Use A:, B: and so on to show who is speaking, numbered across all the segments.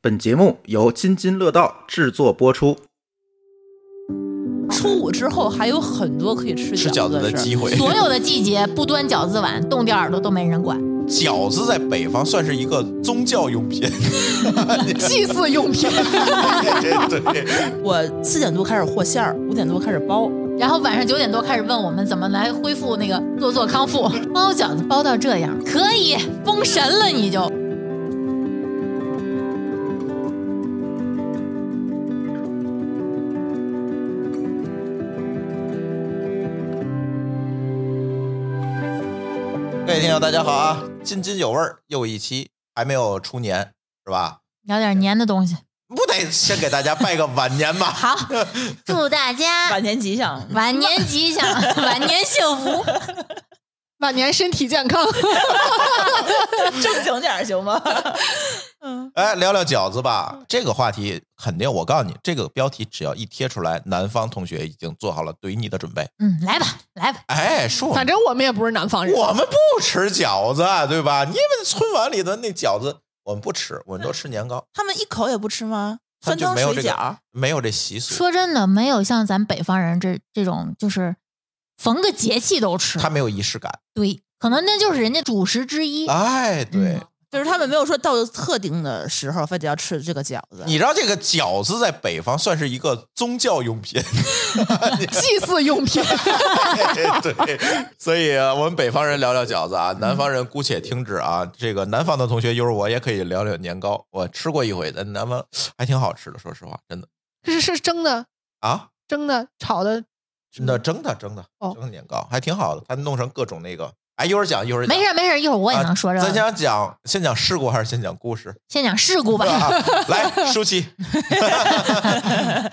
A: 本节目由津津乐道制作播出。
B: 初五之后还有很多可以吃
C: 吃
B: 饺
C: 饺子的
B: 事儿
C: 机会。
D: 所有的季节不端饺子碗，冻掉耳朵都没人管。
C: 饺子在北方算是一个宗教用 品，
D: 祭祀用品，
C: 对，
E: 我四点多开始和馅儿，五点多开始包。
D: 然后晚上九点多开始问我们怎么来恢复那个做做康 复。包饺子包到这样，可以封神了，你就。
C: 各位听友大家好啊，津津有味儿又一期，还没有出年是吧？
D: 聊点黏的东西，
C: 不得先给大家拜个晚年吧？
D: 好，祝大家
E: 晚年吉祥，
D: 晚年吉祥， 晚年幸福。
B: 晚年身体健康。
E: 正经点儿行吗？
C: 哎，聊聊饺子吧，这个话题肯定，我告诉你，这个标题只要一贴出来，南方同学已经做好了怼你的准备。
D: 嗯，来吧，来吧，
C: 哎，说我们
B: 反正我们也不是南方人，
C: 我们不吃饺子，啊对吧？你们春晚里的那饺子，我们不吃，我们都吃年糕，
E: 他们一口也不吃吗？
C: 他
E: 酸
C: 就
E: 汤
C: 没
E: 水
C: 有这
E: 饺
C: 个
E: 儿，
C: 没有这习俗，
D: 说真的，没有像咱北方人这这种，就是逢个节气都吃。
C: 他没有仪式感。
D: 对，可能那就是人家主食之一。
C: 哎，对
D: 嗯，
E: 就是他们没有说到特定的时候非得要吃这个饺子。
C: 你知 道这个饺子在北方算是一个宗教用品，
B: 祭祀用品。
C: 哎对，所以啊我们北方人聊聊饺子啊，南方人姑且听之啊。这个南方的同学，一会儿我也可以聊聊年糕，我吃过一回，在南方还挺好吃的，说实话，真的
B: 是是蒸的、
C: 啊，
B: 蒸的、炒的，
C: 真的蒸的蒸的
B: 哦
C: 蒸的年糕还挺好的，它弄成各种那个，哎，一会儿讲一会儿讲
D: 没事没事，一会儿我也能说这
C: 啊
E: 啊
C: 咱
D: 个。
C: 想讲先讲事故还是先讲故 事？
D: 先讲事故吧。
C: 啊、来，舒淇，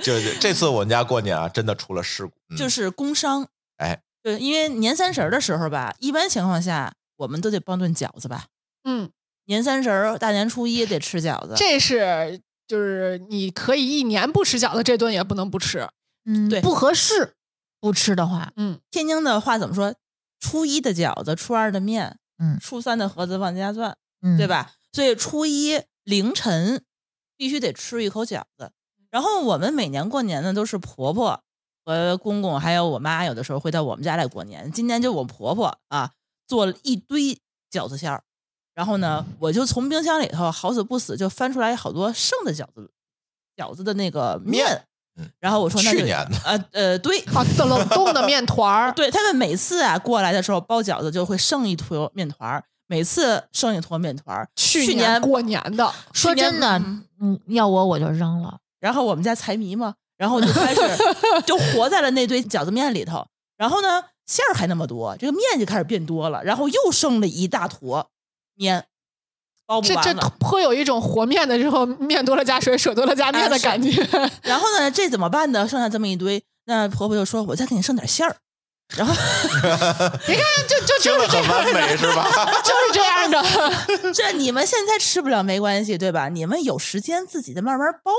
C: 就是这次我们家过年啊，真的出了事故，嗯
E: 就是工伤，
C: 哎，
E: 对，因为年三十儿的时候吧，一般情况下我们都得包顿饺子吧。
B: 嗯，
E: 年三十儿、大年初一得吃饺子，
B: 这是就是你可以一年不吃饺子，这顿也不能不吃。啊
D: 嗯，
E: 对
D: 不合适，不吃的话，
B: 嗯，
E: 天津的话怎么说？初一的饺子，初二的面，
D: 嗯
E: 初三的盒子往家转，
D: 嗯，
E: 对？吧？所以初一凌晨必须得吃一口饺子。然后我们每年过年呢，都是婆婆和公公还有我妈，有的时候会到我们家来过年。今年就我婆婆啊，做了一堆饺子馅儿。然后呢，我就从冰箱里头好死不死就翻出来好多剩的饺子，饺子的那个面。
C: 嗯
E: 然后我说那就
C: 去年 的
E: 呃呃对，
B: 啊，冷冻的面团儿，
E: 对他们每次啊过来的时候包饺子就会剩一坨面团儿，每次剩一坨面团儿。
B: 去
E: 去年
B: 过年的，
D: 说
E: 去年
D: 真的
E: 嗯，
D: 嗯，要我我就扔了。
E: 然后我们家财迷嘛，然后就开始就活在了那堆饺子面里头。然后呢，馅儿还那么多，这个面就开始变多了，然后又剩了一大坨面，包不
B: 这这
E: 完了。
B: 颇有一种和面的时候面多了加水，水多了加面的感觉。
E: 然后呢，这怎么办呢？剩下这么一堆，那婆婆就说：“我再给你剩点馅儿。”然后
B: 就就
C: 听
B: 就
C: 着
B: 是这
C: 很
B: 样
C: 完
B: 的，
C: 美是 吧？
B: 就是这样的。
E: 这你们现在吃不了没关系，对吧？你们有时间自己再慢慢包，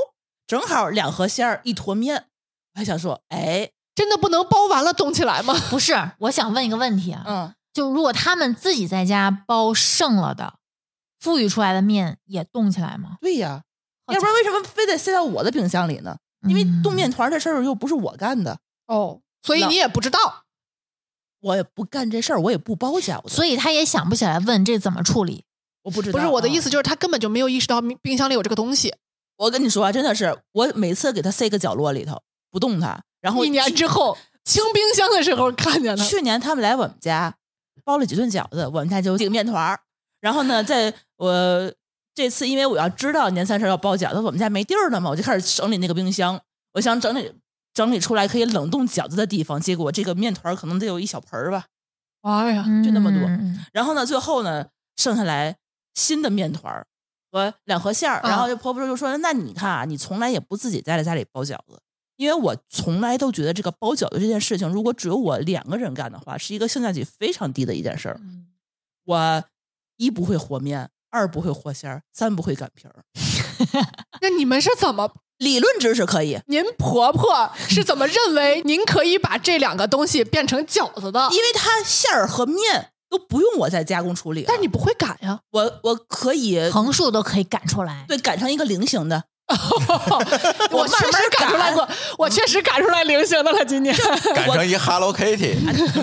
E: 正好两盒馅儿一坨面。我还想说，哎，
B: 真的不能包完了冻起来吗？
D: 不是，我想问一个问题啊，
E: 嗯，
D: 就如果他们自己在家包剩了的，富裕出来的面也冻起来吗？
E: 对呀，
D: 好
E: 要不然为什么非得塞到我的冰箱里呢？因为
D: 嗯
E: 冻面团这事儿又不是我干的，
B: 哦，所以
E: 那
B: 你也不知道。
E: 我也不干这事儿，我也不包饺
D: 嗯，
E: 子，
D: 所以他也想不起来问这怎么处理。
E: 我不知道。
B: 不是我的意
E: 啊，
B: 思，就是他根本就没有意识到冰冰箱里有这个东西。
E: 我跟你说啊，真的是，我每次给它塞个角落里头，不动它，然后
B: 一年
E: 去
B: 之后清冰箱的时候看见了，
E: 去年他们来我们家包了几顿饺子，我们家就有几个面团儿。然后呢，在我这次因为我要知道年三十要包饺子，我们家没地儿了嘛，我就开始整理那个冰箱，我想整理整理出来可以冷冻饺子的地方。结果这个面团儿可能得有一小盆儿吧。
B: 哎呀，
D: 嗯
E: 就那么多
D: 嗯
E: 然后呢，最后呢，剩下来新的面团儿和两盒馅儿。
B: 啊
E: 然后这婆婆就说：“那你看啊，你从来也不自己在家里包饺子，因为我从来都觉得这个包饺子这件事情，如果只有我两个人干的话，是一个性价比非常低的一件事儿。
D: 嗯
E: 我一不会和面，二不会和馅儿，三不会擀皮儿。
B: 那你们是怎么？
E: 理论知识可以，
B: 您婆婆是怎么认为您可以把这两个东西变成饺子的？
E: 因为它馅儿和面都不用我再加工处理了。
B: 但你不会改啊呀、
E: 我我可以
D: 横竖都可以赶出来。
E: 呃对擀成一个菱形的，我
B: 我
E: 慢
B: 确
E: 慢
B: 实赶出来
E: 改
B: 过，我确实赶出来菱形的了。 今年
C: 改成一 Hello Kitty，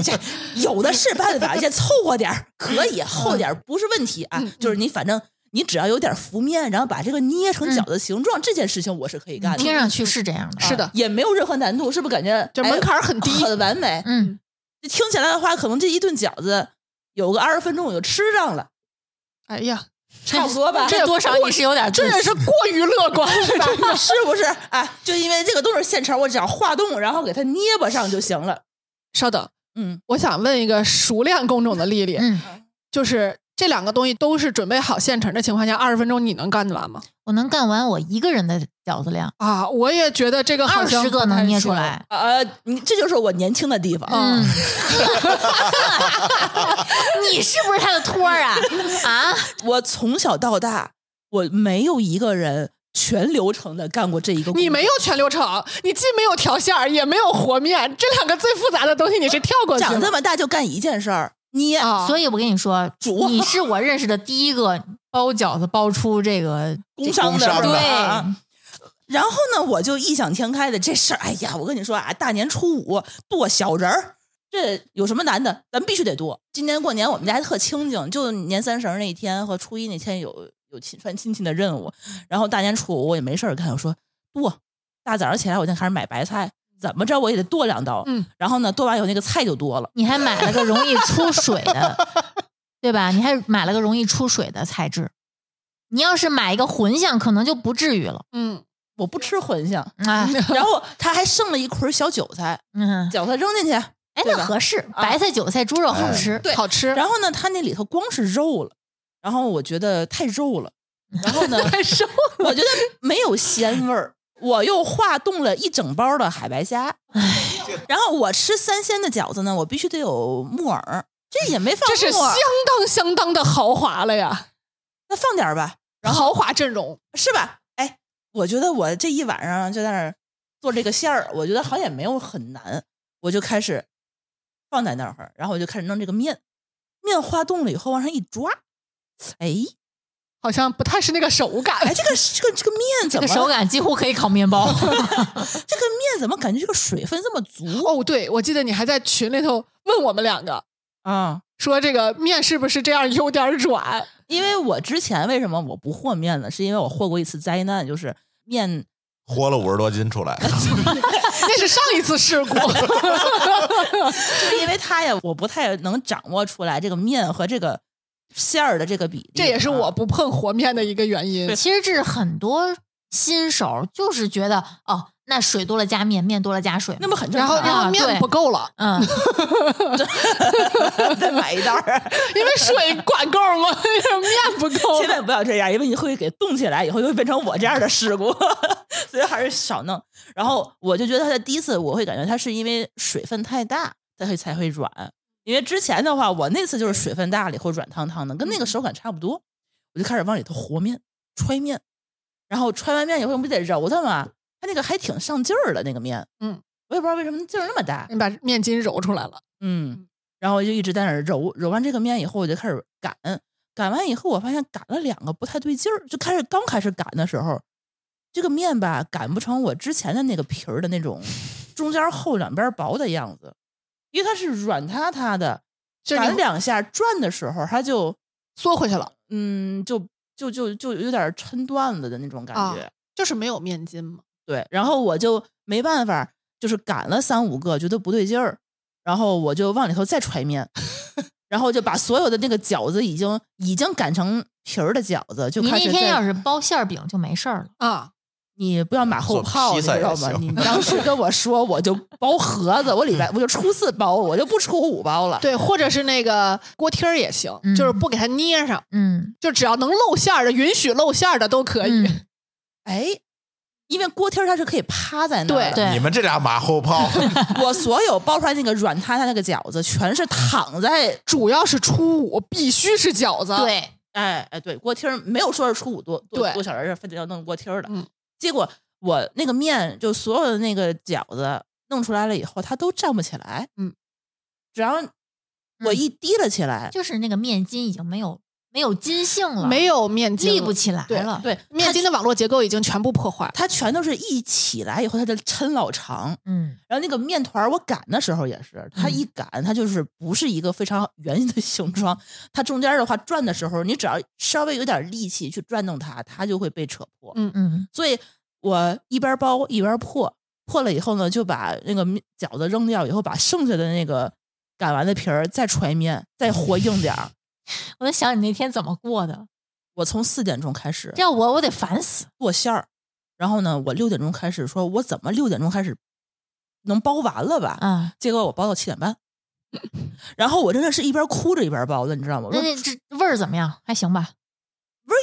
E: 这有的是办法，先凑合点儿可以，厚点儿不是问题啊。
B: 嗯嗯
E: 就是你反正你只要有点浮面，然后把这个捏成
B: 嗯
E: 饺子形状，这件事情我是可以干的，
D: 听上去是这样的，
B: 是的，
E: 也没有任何难度，是不是感觉
B: 就
E: 哎
B: 门槛儿很低。
E: 很完美？
D: 嗯，
E: 这听起来的话，可能这一顿饺子有个二十分钟我就吃上了，
B: 哎 呀，
E: 差不多吧？？
D: 这多少也是有点自
B: 这
D: 私，
B: 也是过于乐观 了 吧
E: 是不是啊？就因为这个都是现成，我只要化冻，然后给它捏巴上就行了。
B: 稍等，
E: 嗯，
B: 我想问一个熟练工种的丽丽，
D: 嗯，
B: 就是这两个东西都是准备好现成的情况下，二十分钟你能干得完吗？
D: 我能干完我一个人的饺子量，
B: 啊，我也觉得这个好
D: 二
B: 像
D: 十个
B: 不太
D: 能捏
B: 行
D: 出。来。
E: 呃，你这就是我年轻的地方。
B: 嗯
D: 嗯， 你是不是他的托儿啊？啊，
E: 我从小到大，我没有一个人全流程的干过这一个工作。
B: 你没有全流程，你既没有调馅儿，也没有和面，这两个最复杂的东西你是跳过去
E: 长这
B: 了
E: 么大就干一件事儿，捏。
B: 啊。
D: 所以我跟你说，
E: 煮
D: 你是我认识的第一个包饺子包出这个
E: 工商
C: 工
E: 的
C: 商
E: 是吧
D: 对
E: 啊然后呢，我就异想天开的这事儿，哎呀，我跟你说啊，大年初五剁小人儿，这有什么难的？咱必须得剁。今年过年我们家还特清静，就年三十儿那一天和初一那天有有亲串亲戚的任务，然后大年初五我也没事儿干，我说剁。大早上起来我就开始买白菜，怎么着我也得剁两刀。
B: 嗯，
E: 然后呢，剁完以后那个菜就多了。
D: 你还买了个容易出水 的，对吧？你还买了个容易出水的材质。你要是买一个混响，可能就不至于了
B: 嗯，
E: 我不吃茴香，
D: 啊。
E: 然后他还剩了一捆小韭菜，
D: 嗯，
E: 韭菜扔进去，
D: 哎，
E: 对吧
D: 那合适，白菜、韭菜、猪肉好吃。
E: 嗯对
B: 好吃。
E: 然后呢，他那里头光是肉了，然后我觉得太肉了，然后 呢，
B: 太瘦，
E: 我觉得没有鲜味儿。我又化冻了一整包的海白虾，然后我吃三鲜的饺子呢，我必须得有木耳，这也没放
B: 这是
E: 木
B: 相
E: 耳，
B: 当相当的豪华了呀，
E: 那放点儿吧，
B: 豪华阵容。
E: 是吧？哎，我觉得我这一晚上就在那儿做这个馅儿，我觉得好像也没有很难，我就开始放在那儿，然后我就开始弄这个面，面化冻了以后往上一抓，哎，
B: 好像不太是那个手
E: 哎，
B: 感，
E: 这个这个这个面
D: 这
E: 怎
D: 个
E: 么
D: 手感几乎可以烤面包。
E: 这个面怎么感觉这个水分这么足
B: 哦，对，我记得你还在群里头问我们两个，
E: 啊？
B: 说这个面是不是这样有点软？
E: 因为我之前为什么我不和面呢？是因为我和过一次灾难，就是面
C: 活了五十多斤出来，
B: 那是上一次 事故。
E: 就是因为它呀，我不太能掌握出来这个面和这个馅儿的这个比例，
B: 这也是我
E: 啊
B: 不碰和面的一个原因。
D: 其实这是很多新手就是觉得哦，那水多了加面，面多了加水嘛。
E: 那么很正
B: 然后，
E: 常，
B: 然后
D: 啊
B: 面
D: 对
B: 不够了，
D: 嗯，
E: 再买一袋儿。
B: 因为水管够吗？ 面不够
E: 千。 万不要这样，因为你会给冻起来，以后就会变成我这样的事故， 所以还是少弄。然后我就觉得它的第一次，我会感觉它是因为水分太大，它会才会软。因为之前的话，我那次就是水分大了以后软汤汤的，跟那个手感差不多。我就开始往里头和面、揣面，然后揣完面以后不得揉它吗？它那个还挺上劲儿的那个面，
B: 嗯，
E: 我也不知道为什么劲儿那么大，
B: 你把面筋揉出来了，
E: 嗯，然后我就一直在那儿揉，揉完这个面以后，我就开始擀，擀完以后，我发现擀了两个不太对劲儿，就开始刚开始擀的时候，这个面吧擀不成我之前的那个皮儿的那 种中间厚两边薄的样子，因为它是软塌塌的，
B: 就是
E: 擀
B: 你
E: 两下转的时候，它就
B: 缩回去了，
E: 嗯就就就就有点抻段子的那种感
B: 啊
E: 觉，
B: 就是没有面筋嘛。
E: 对，然后我就没办法，就是擀了三五个，觉得不对劲儿，然后我就往里头再揣 面，然后就把所有的那个饺子已经已经擀成皮儿的饺子， 就
D: 你
E: 开
D: 那
E: 始
D: 天
E: 在
D: 要是包馅儿饼就没事儿了。
B: 啊，
E: 你不要马后
C: 做
E: 炮，
C: 披
E: 你
C: 萨
E: 知
C: 也
E: 道吗？
C: 行嗯
E: 你当时跟我说，我就包盒子，我礼拜我就初四包，我就不初五包了。
B: 对，或者是那个锅贴儿也行，
D: 嗯
B: 就是不给它捏上，
D: 嗯，
B: 就只要能露馅儿的，允许露馅儿的都可以。
D: 嗯
E: 哎，因为锅贴儿它是可以趴在那儿的，
D: 对
C: 你们这俩马后炮，
E: 我所有包出来那个软塌塌那个饺子，全是躺在
B: 主要是初五必须是饺子，，
D: 对，
E: 哎哎，对，锅贴儿没有说是初五多多
B: 对
E: 多小人儿非得要弄锅贴儿的。
B: 嗯
E: 结果我那个面就所有的那个饺子弄出来了以后，它都站不起来。
B: 嗯，
E: 只要我一提了起来，
D: 就是那个面筋已经没有没有筋性了，
B: 没有面筋
D: 立不起来
B: 对
D: 了。
E: 对
B: 面筋的网络结构已经全部破坏了。
E: 它全都是一起来以后，它就抻老长。
D: 嗯，
E: 然后那个面团儿，我擀的时候也是，它
B: 嗯
E: 一擀，它就是不是一个非常圆的形状。它中间的话转的时候，你只要稍微有点力气去转动它，它就会被扯破。
B: 嗯
D: 嗯
E: 所以我一边包一边破，破了以后呢，就把那个面饺子扔掉，以后把剩下的那个擀完的皮儿再揣面，再和硬点儿。
D: 嗯，我在想你那天怎么过的，
E: 我从四点钟开始
D: 这要我我得烦死。
E: 剁馅儿，然后呢，我六点钟开始说，我怎么六点钟开始能包完了吧？
D: 啊！
E: 结果我包到七点 半，然后我真的是一边哭着一边包的，你知道吗？我
D: 那
E: 说
D: 那这味儿怎么样？还行吧，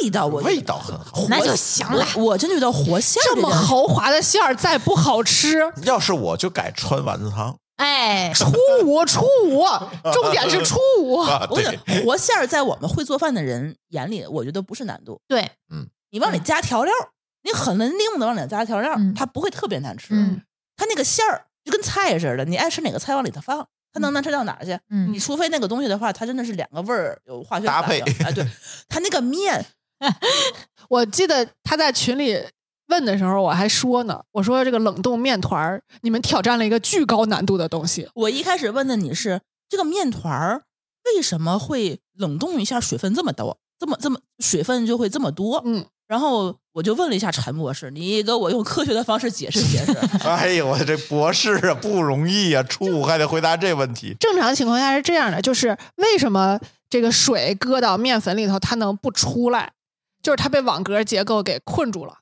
E: 味道 我
C: 味道很好。
D: 那就行了。
E: 我我真觉得活馅儿
B: 这
E: 件
B: 么
E: 事
B: 豪华的馅儿再不好吃，
C: 要是我就改川丸子汤
D: 哎，
B: 初五初五，重点是初五。
C: 啊，
E: 我
C: 对
E: 觉，得活馅儿在我们会做饭的人眼里，我觉得不是难度。
D: 对，
E: 你往里加调料，你很文定的往里加调料，
D: 嗯
E: 它不会特别难吃。
D: 嗯
E: 它那个馅儿就跟菜似的，你爱吃哪个菜往里头放，它能难吃到哪儿去？
D: 嗯
E: 你，除非那个东西的话，它真的是两个味儿有化学
C: 搭
E: 反应
C: 配
E: 哎，对，它那个面
B: 我记得他在群里问的时候，我还说呢，我说这个冷冻面团儿，你们挑战了一个巨高难度的东西。
E: 我一开始问的你是这个面团儿为什么会冷冻一下水分这么多，这么这么水分就会这么多？
B: 嗯，
E: 然后我就问了一下陈博士，你给我用科学的方式解释解 释。
C: 哎呦，我这博士啊不容易啊，初五还得回答这问题。
B: 正常情况下是这样的，就是为什么这个水搁到面粉里头它能不出来，就是它被网格结构给困住了。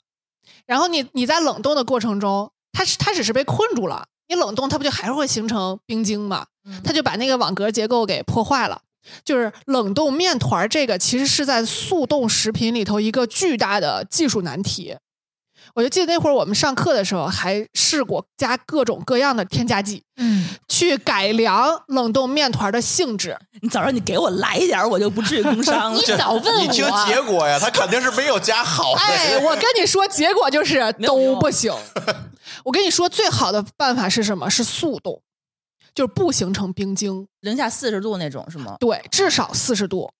B: 然后你你在冷冻的过程中，它是它只是被困住了，你冷冻它不就还是会形成冰晶吗？它就把那个网格结构给破坏了。就是冷冻面团儿这个，其实是在速冻食品里头一个巨大的技术难题。我就记得那会儿我们上课的时候还试过加各种各样的添加剂，
D: 嗯，
B: 去改良冷冻面团的性质。
E: 你早上你给我来一点儿，我就不至于 工伤了。
D: 你早问我
C: 你听结果呀，他肯定是没有加好的。
B: 哎，我跟你说，结果就是
E: 没有
B: 都
E: 用
B: 不行。我跟你说，最好的办法是什么？是速冻，就是不形成冰晶。
E: 零下四十度那种是吗？
B: 对，至少四十度，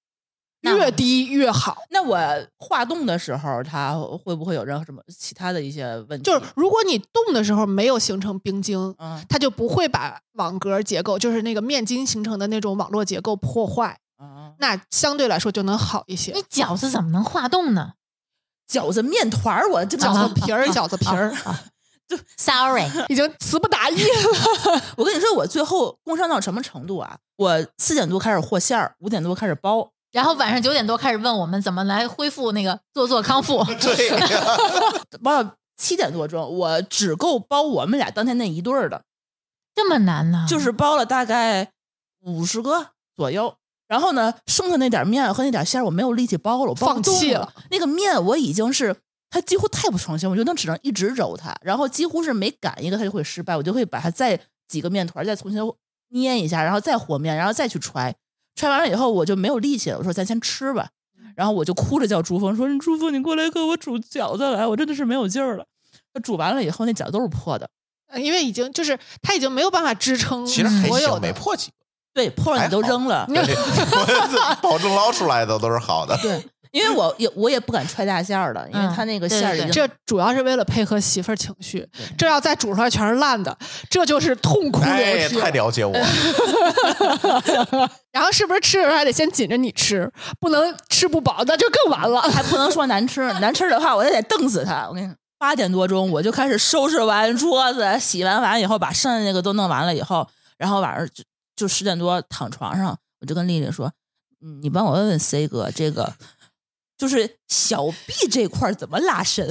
D: 那
B: 越低越好。
E: 那我化冻的时候，它会不会有任何什么其他的一些问题？
B: 就是如果你冻的时候没有形成冰晶，
E: 嗯
B: 它就不会把网格结构，就是那个面筋形成的那种网络结构破坏，
E: 啊，
B: 那相对来说就能好一些
D: 你。饺子怎么能化冻呢
E: 饺子面团儿，我这个
B: 饺子皮儿，饺子皮儿，
E: 啊
D: ？Sorry，
B: 已经词不达意了。
E: 我跟你说，我最后工伤到什么程度啊？我四点多开始和馅儿，五点多开始包，
D: 然后晚上九点多开始问我们怎么来恢复那个做做康复。
C: 对呀，
E: 包到七点多钟，我只够包我们俩当天那一对儿的，
D: 这么难呢？
E: 就是包了大概五十个左右。然后呢，剩下那点面和那点馅儿，我没有力气包了，我包不
B: 放弃
E: 动
B: 了
E: 了。那个面我已经是它几乎太不成形，我就能只能一直揉它，然后几乎是每擀一个它就会失败，我就会把它再几和面团儿再重新捏一下，然后再和面，然后再去揣。揣完了以后我就没有力气了，我说咱先吃吧。然后我就哭着叫朱峰说：“你朱峰，你过来给我煮饺子来，我真的是没有劲儿了。”煮完了以后，那饺子都是破的，
B: 呃因为已经就是它已经没有办法支撑
C: 其实还
B: 所有
C: 行，
B: 的
C: 没破几个。
E: 对，破了你都
C: 还好
E: 扔了。
C: 对 我保证捞出来的都是好的。
E: 对，因为我也我也不敢揣大馅儿了，因为它那个
D: 嗯对
E: 馅儿已
D: 对
E: 经
B: 这主要是为了配合媳妇儿情绪
E: 对，
B: 这要再煮出来全是烂的，这就是痛哭
C: 哎，
B: 流涕。
C: 太了解我了，
B: 然后是不是吃的时候还得先紧着你吃，不能吃不饱，那就更完了。
E: 还不能说难吃，难吃的话我也得瞪死他。我跟你讲，八点多钟我就开始收拾完桌子，洗完碗以后，把剩下那个都弄完了以后，然后晚上就就十点多躺床上，我就跟丽丽说：“嗯你帮我问问 C 哥，这个就是小臂这块儿怎么拉伸？”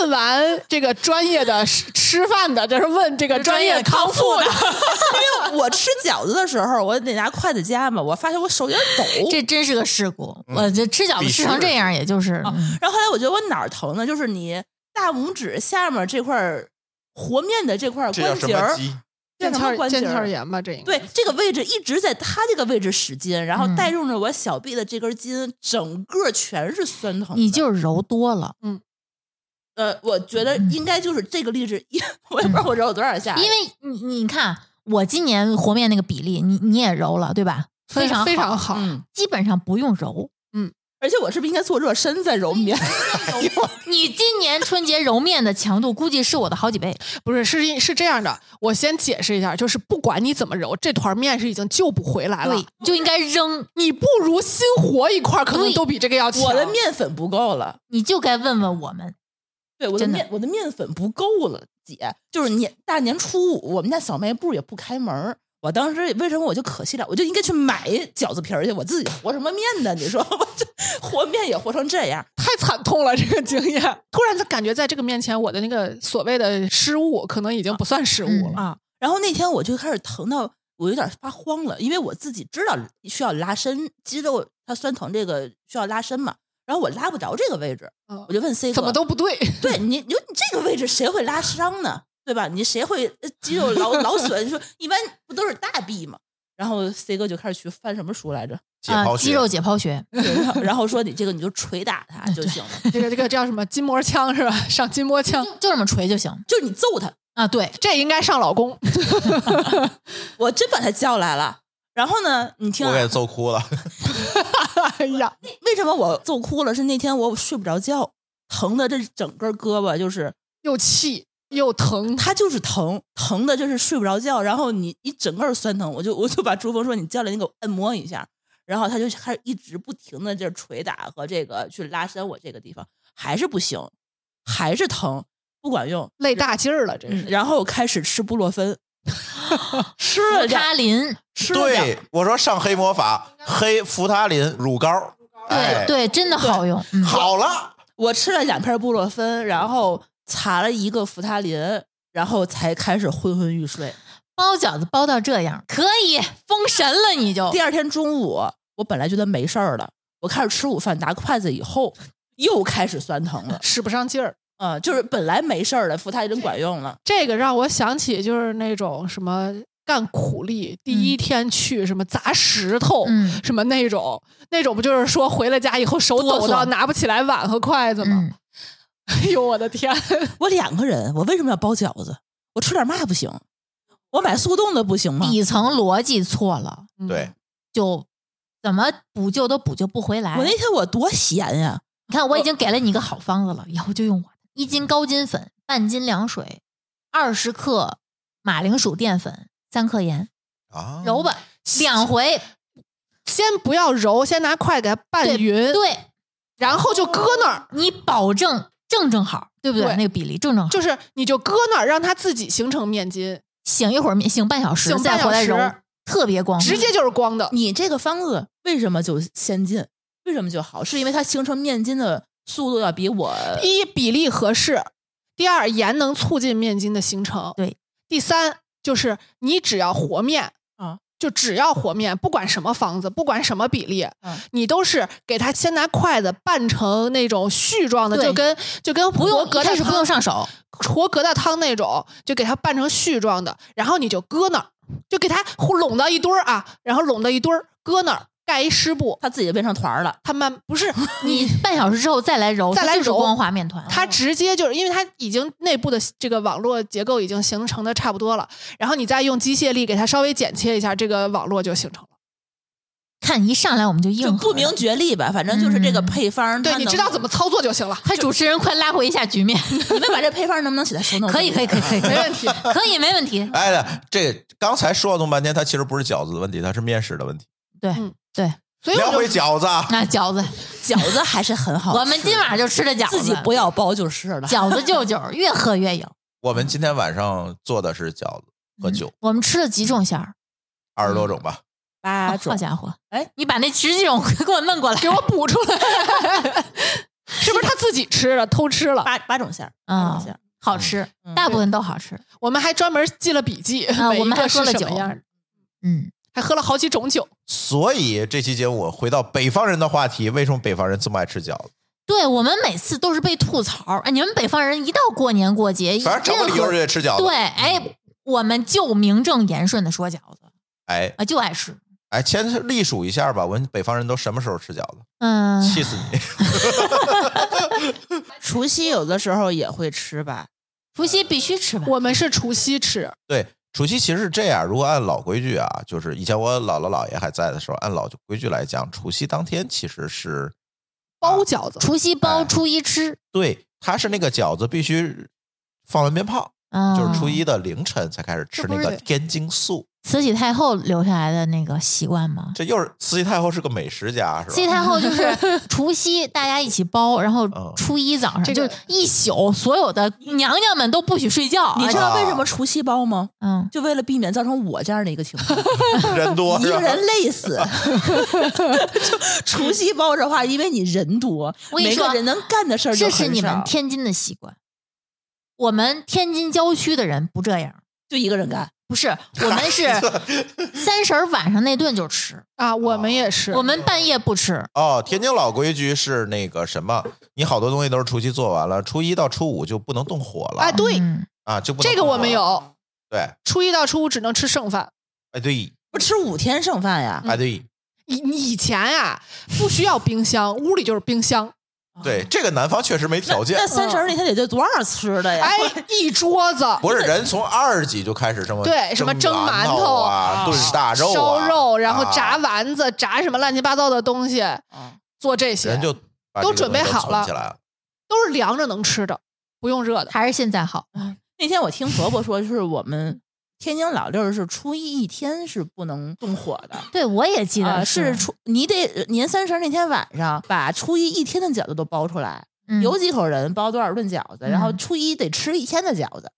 B: 问完这个专业的吃吃饭的，这是问这个专业康复的，
E: 因为我吃饺子的时候，我得拿筷子夹嘛，我发现我手有点 抖。
D: 这真是个事故。我这吃饺子
C: 必
D: 吃
C: 须
D: 成
C: 的
D: 这样，也就是
E: 啊
D: 嗯
E: 然后后来我觉得我哪儿疼呢？就是你大拇指下面这块儿和面的这块儿
C: 这叫
E: 关
C: 什
E: 节
C: 么
E: 儿，
C: 鸡？
E: 这
B: 腱
E: 什么
B: 鞘
E: 关节
B: 腱鞘
E: 儿？
B: 炎吧，这应该
E: 对，这个位置一直在它这个位置使劲，然后
D: 嗯
E: 带动着我小臂的这根筋，整个全是酸疼的。
D: 你就是揉多了，
B: 嗯
E: 呃，我觉得应该就是这个例子，一我也不知道我揉了多少下，
D: 因为你你看，我今年和面那个比例，你你也揉了对吧？非常
B: 非
D: 好
B: 常好，
E: 嗯，
D: 基本上不用揉。
E: 而且我是不是应该做热身再揉面？
B: 嗯
D: 你今年春节揉面的强度估计是我的好几倍。
B: 不是是因是这样的，我先解释一下，就是不管你怎么揉，这团面是已经救不回来了
D: 对。，就应该扔。
B: 你不如新和一块儿，可能
D: 对
B: 都比这个要强。
E: 我的面粉不够了，
D: 你就该问问我们，
E: 对，我的
D: 真的
E: 面我的面粉不够了，姐，就是年大年初五，我们家小卖部也不开门儿。我当时为什么我就可惜了？我就应该去买饺子皮儿去，我自己和什么面呢？你说 我这和面也和成这样，
B: 太惨痛了，这个经验。 突然就感觉在这个面前，我的那个所谓的失误，可能已经不算失误了。
E: 啊。然后那天我就开始疼到我有点发慌了，因为我自己知道需要拉伸，肌肉它酸疼这个需要拉伸嘛。然后我拉不着这个位置，
B: 嗯
E: 我就问 C 哥
B: 怎么都不 对，
E: 对你，你说你这个位置谁会拉伤呢？对吧？你谁会呃肌肉劳劳损？你说一般不都是大臂吗？然后 C 哥就开始去翻什么书来着？
C: 解
D: 啊、
C: 剖学
D: 肌肉解剖学，
E: 对然后然后说你这个你就捶打他就行了，
B: 这个这个叫什么筋膜枪是吧？上筋膜枪，
D: 就这么捶就行
E: 就是你揍他。
D: 啊。对，
B: 这应该上老公。
E: 我真把他叫来了。然后呢，你听、
C: 我
E: 啊，
C: 给揍哭了。
B: 哎呀，
E: 为什么我揍哭了？是那天我睡不着觉，疼的这整个胳膊就是
B: 又气又疼，
E: 他就是疼，疼的就是睡不着觉，然后你一整个儿酸疼，我就我就把朱峰说你叫来，你给我按摩一下，然后他就开始一直不停的这捶打和这个去拉伸我这个地方，还是不行，还是疼，不管用，
B: 累大劲儿了，这
E: 嗯
B: 是。
E: 然后开始吃布洛芬，吃了
D: 扶
E: 两
D: 他林，
E: 吃了两
C: 对，我说上黑魔法，黑扶他林乳膏，哎
D: 对，对，真的好用。嗯，
C: 好了，
E: 我吃了两片布洛芬，然后擦了一个扶他林，然后才开始昏昏欲睡。
D: 包饺子包到这样，可以封神了，你就
E: 第二天中午，我本来觉得没事儿了，我开始吃午饭拿筷子以后，又开始酸疼 了。
B: 使不上劲儿，
E: 嗯，就是本来没事儿了，扶他已经管用了。
B: 这个让我想起就是那种什么干苦力，第一天去什么砸石头，
D: 嗯
B: 什么那种，那种不就是说回了家以后手抖
D: 哆嗦
B: 到拿不起来碗和筷子吗？
D: 嗯，
B: 哎呦我的 天！
E: 我两个人，我为什么要包饺子？我吃点嘛不行？我买速冻的不行吗？
D: 底层逻辑错了，
B: 嗯
C: 对，
D: 就怎么补救都补救不回来。
E: 我那天我多闲呀、
D: 你看，
B: 哦
D: 我已经给了你一个好方子了，以后就用我的。一斤高筋粉，半斤凉水，二十克马铃薯淀粉，三克盐，
B: 哦
C: 啊，
D: 揉吧，两回，
B: 先不要揉，先拿筷给它拌
D: 对
B: 匀，
D: 对
B: 然后就搁那儿，
D: 你保证正正好，对不对？
B: 对
D: 那个比例正正好，
B: 就是你就搁那儿，让它自己形成面筋，
D: 醒一会儿面，醒半小时
B: 醒半
D: 再回来
B: 小时
D: 揉，特别光滑，
B: 直接就是光的。
E: 你这个方子为什么就先进？为什么就好？是因为它形成面筋的速度要比我
B: 一比例合适，第二盐能促进面筋的形成，
D: 对。
B: 第三就是你只要和面
E: 啊，
B: 就只要和面，不管什么方子，不管什么比例，
D: 嗯
E: 啊
B: 你都是给它先拿筷子拌成那种絮状的，
D: 对
B: 就跟就跟
D: 不用
B: 和疙
D: 一开
B: 瘩
D: 始不用
B: 汤
D: 上手，
B: 和疙瘩汤那种，就给它拌成絮状的，然后你就搁那儿，就给它拢到一堆儿啊，然后拢到一堆儿，搁那儿盖一湿布，
E: 它自己就变成团儿了。
B: 它慢不是
D: 你 半小时之后再来揉，
B: 再来
D: 它就是
B: 揉
D: 光滑面团。
B: 它直接就是因为它已经内部的这个网络结构已经形成的差不多了，然后你再用机械力给它稍微剪切一下，这个网络就形成了。
D: 看一上来我们就硬
E: 就
D: 核了，
E: 不明觉厉吧，反正就是这个配方
D: 嗯
E: 儿它能，
B: 对，你知道怎么操作就行 了。
D: 快，主持人快拉回一下局 面，
E: 你们把这配方能不能写在 手里？
D: 可以可以可以可以，
B: 没问题，嗯
D: 可以没问题。
C: 哎，这刚才说了这么半天，它其实不是饺子的问题，它是面食的问题。
D: 对
B: 嗯
D: 对，
B: 所以
C: 聊
B: 我
C: 回
B: 就
C: 饺子啊，
D: 那饺子，
E: 饺子还是很好吃的。
D: 我们今晚就吃的饺子，
E: 哦自己不要包就是了。
D: 饺子就酒，越喝越有。
C: 我们今天晚上做的是饺子和酒，
D: 我们吃了几种馅儿？
C: 二十多种吧。
E: 八
D: 哦好家伙！
E: 哎，
D: 你把那十几种给我弄过来
B: 给我补出 来，是不是他自己吃了，偷吃了？
E: 八八种馅儿，八
D: 啊
E: 种馅儿，
D: 好吃
E: 嗯，
D: 大部分都好吃。
B: 我们还专门记了笔记，
D: 啊
B: 每一
D: 我们还
B: 个是
D: 喝了
B: 什么
D: 酒
B: 样的
D: 嗯，
B: 还喝了好几种酒。
C: 所以这期节目我回到北方人的话题，为什么北方人这么爱吃饺子？
D: 对我们每次都是被吐槽，哎，你们北方人一到过年过节，
C: 反正找个理
D: 任
C: 由
D: 何
C: 就得吃嗯饺子。
D: 哎对，，哎，我们就名正言顺的说饺子
C: 哎
D: 啊，就爱吃。
C: 哎，先历数一下吧，我们北方人都什么时候吃饺子？
D: 嗯，
C: 气死你！
E: 除夕有的时候也会吃吧。
D: 除夕必须吃吧？
B: 我们是除夕吃，
C: 对，除夕其实是这样，如果按老规矩啊，就是以前我姥姥姥爷还在的时候，按老规矩来讲，除夕当天其实是
B: 包饺子，
D: 除夕包，
C: 哎
D: 初一吃，
C: 对，它是那个饺子必须放完鞭炮，
D: 啊，
C: 就是初一的凌晨才开始吃
B: 这不
C: 那
B: 是
C: 个
B: 得
C: 天津素。
D: 慈禧太后留下来的那个习惯吗？
C: 这又是慈禧太后是个美食家，是 吧？
D: 慈禧太后就是 除夕大家一起包，然后
C: 嗯
D: 初一早上
B: 这
D: 就
B: 个
D: 一宿，所有的娘娘们都不许睡觉。
E: 你知道
C: 啊
E: 为什么除夕包吗？
D: 嗯，
E: 就为了避免造成我这样的一个情 况，
C: 人多
E: 一
C: 是
E: 个
C: 吧？
E: 人累 死。就除夕包的话，因为你人多，
D: 我跟你
E: 每个
D: 说
E: 人能干的事儿就
D: 这是
E: 很
D: 你们
E: 少
D: 天津的习惯。我们天津郊区的人不这样，
E: 就一个人干。
D: 不是 我们是三十儿晚上那顿就吃，
B: 啊，我们也是，
D: 我们半夜不吃。
C: 哦，天津老规矩是那个什么，你好多东西都是除夕做完了，初一到初五就不能动火了
B: 哎，对，
D: 嗯
C: 啊，就不能
B: 这个
C: 动火
B: 我们有，
C: 哦对，
B: 初一到初五只能吃剩饭。
C: 哎对，
E: 不吃五天剩饭呀？
C: 哎对，
B: 以你以前啊，不需要冰箱，屋里就是冰箱，
C: 对，
B: 哦
C: 这个南方确实没条件
E: 那，
D: 嗯
E: 三十儿那天得这多少吃的呀？
B: 哎，一桌子
C: 不是人从二十几就开始这么
B: 对什么
C: 蒸
B: 蒸
C: 馒
B: 馒
C: 头
B: 头
C: 啊，炖大肉、啊、
B: 烧肉，然后炸
C: 啊，
B: 丸子，炸什么乱七八糟的东西，
E: 啊
B: 做这些
C: 人就把
B: 都
C: 这个
B: 准备
C: 东西
B: 好
C: 存
B: 了
C: 起来了。
B: 都是凉着能吃的，不用热的。
D: 还是现在好。
E: 那天我听婆婆说，就是我们天津老六儿是初一一天是不能动火的。
D: 对，我也记
E: 啊
D: 得
E: 是初，你得年三十儿那天晚上把初一一天的饺子都包出来，
D: 嗯
E: 有几口人包多少顿饺子，然后
D: 嗯
E: 初一得吃一天的饺子。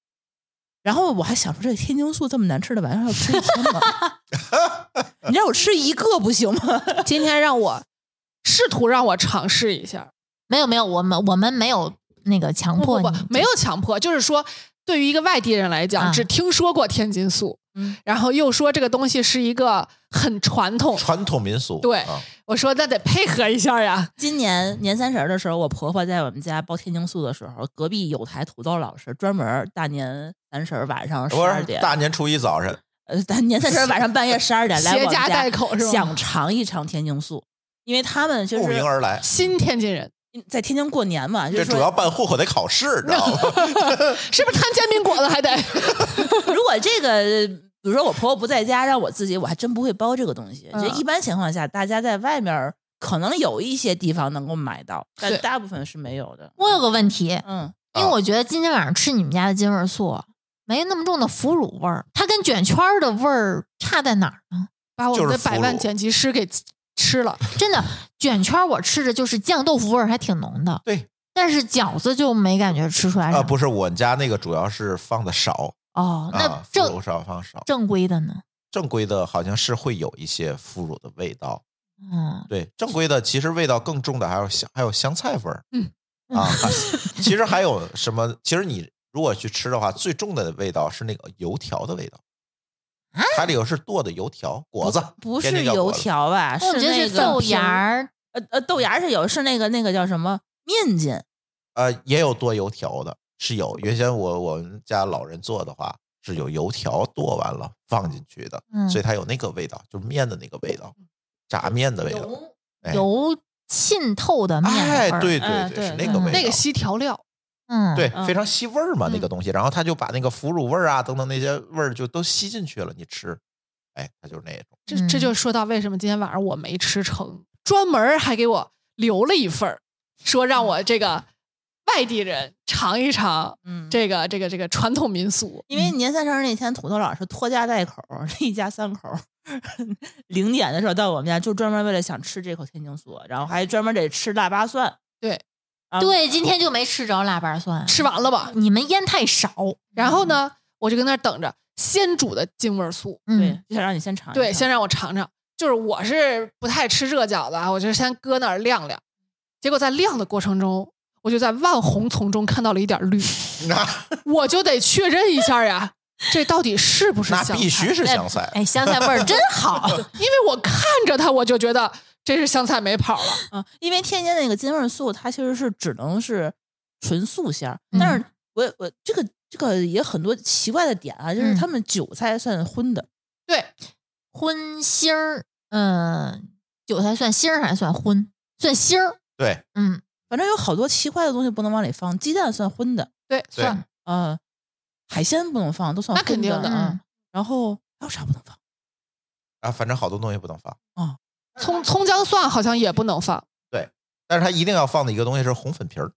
E: 然后我还想说，这个天津素这么难吃的玩意儿要吃一天吗？ 你让我吃一个不行吗？
B: 今天让我试图让我尝试一下，
D: 没有没有，我们我们没有那个强
B: 不
D: 迫
B: 不
D: 你
B: 不，没有强迫，就是说，对于一个外地人来讲，
D: 啊
B: 只听说过天津素，
E: 嗯
B: 然后又说这个东西是一个很传统，
C: 传统民俗
B: 哦对
C: 啊
B: 我说那得配合一下呀，
E: 今年年三十儿的时候，我婆婆在我们家包天津素的时候，隔壁有台土豆老师专门儿大年三十儿晚上十
C: 不
E: 二
C: 是
E: 点，
C: 大年初一早晨，
E: 呃，大年三十儿晚上半夜十二点来我
B: 携
E: 们
B: 家带
E: 家
B: 口是吧
E: 想？尝一尝天津素，因为他们就
C: 慕名
E: 是
C: 而来。
B: 新天津人
E: 在天津过年嘛，就
C: 这
E: 是
C: 主要
E: 说，
C: 办户口得考试，知道 吗？
B: 是不是摊煎饼果子还得？
E: 如果这个，比如说我婆婆不在家，让我自己，我还真不会包这个东西。就
B: 嗯
E: 一般情况下，大家在外面儿可能有一些地方能够买到，但
B: 对
E: 大部分是没有的。
D: 我有个问题，
E: 嗯，
D: 因为我觉得今天晚上吃你们家的金味素没那么重的腐乳味儿，它跟卷圈儿的味儿差在哪儿呢？
B: 把我
C: 就
B: 们
C: 是
B: 的
C: 俘
B: 百万
C: 虏
B: 剪辑师给吃了，
D: 真的，卷圈儿我吃着就是酱豆腐味儿还挺浓的，
C: 对，
D: 但是饺子就没感觉吃出来
C: 啊、
D: 什么
C: 不是我们家那个主要是放的少
D: 哦，那
C: 啊，腐
D: 正
C: 乳少放少，
D: 正规的呢？
C: 正规的好像是会有一些腐乳的味道。
D: 嗯，
C: 对，正规的其实味道更重的还有香，还有香菜味儿。
B: 嗯
C: 啊，还 其实还有什么？其实你如果去吃的话，最重的味道是那个油条的味道。它里头是剁的油条果子，
E: 不
C: 天
E: 是
C: 津叫
E: 油
C: 果子，
E: 条吧？
D: 我觉得
E: 那
D: 是
E: 个
D: 豆芽儿，
E: 呃呃，豆芽是有，是那个那个叫什么面筋，
C: 呃，也有剁油条的，是有。原先我我们家老人做的话，是有油条剁完了放进去的，
D: 嗯
C: 所以它有那个味道，就是面的那个味道，炸面的味道。
D: 油
C: 哎
D: 油浸透的面的
C: 哎
D: 味，儿
C: 对
E: 哎
C: 对，是
E: 对
C: 那个
D: 嗯
C: 味道。
B: 那个吸调料，
D: 嗯，
C: 对，
E: 嗯
C: 非常吸味儿嘛，那个
B: 嗯
C: 东西，然后它就把那个腐乳味儿啊等等那些味儿就都吸进去了，你吃，哎，它就是那种。
B: 这这就说到为什么今天晚上我没吃成，专门儿还给我留了一份儿，说让我这个外地人尝一尝
E: 嗯，
B: 这个这个这个传统民俗。
E: 因为年三十儿那天，土豆老师拖家带口儿， 一家三口儿，零点的时候到我们家，就专门为了想吃这口天津酥，然后还专门得吃腊八蒜。
B: 对
E: 啊，
D: 对，今天就没吃着腊八蒜，
B: 吃完了吧，
D: 你们腌太少，
B: 然后呢，我就跟那儿等着先煮的京味儿酥，
E: 对
D: 嗯，，
E: 就想让你先尝一尝。
B: 对，先让我尝尝。就是我是不太吃热饺子啊，我就先搁那儿晾晾。结果在晾的过程中，我就在万红丛中看到了一点绿，
C: 那
B: 我就得确认一下呀，这到底是不是
C: 那
B: 香菜？
C: 必须是香菜，
D: 哎，香菜味儿真好，
B: 因为我看着它，我就觉得这是香菜没跑 了。
E: 啊，因为天津那个金味儿素，它其实是只能是纯素馅儿，
D: 嗯
E: 但是我我这个这个也很多奇怪的点啊，就是
D: 嗯
E: 他们韭菜算荤的，
B: 对，
D: 荤腥儿，嗯，韭菜算腥儿还是算荤？算腥儿，
C: 对，
D: 嗯，
E: 反正有好多奇怪的东西不能往里放，鸡蛋算荤的，呃
B: 对，
C: 对
B: 算
E: 嗯，海鲜不能放，都算
B: 那肯
E: 荤
B: 定
E: 的
B: 的嗯
D: 嗯
E: 啊。然后还有啥不能放？
C: 啊，反正好多东西不能放，
B: 葱葱姜蒜好像也不能放，
C: 但是它一定要放的一个东西是红粉皮儿，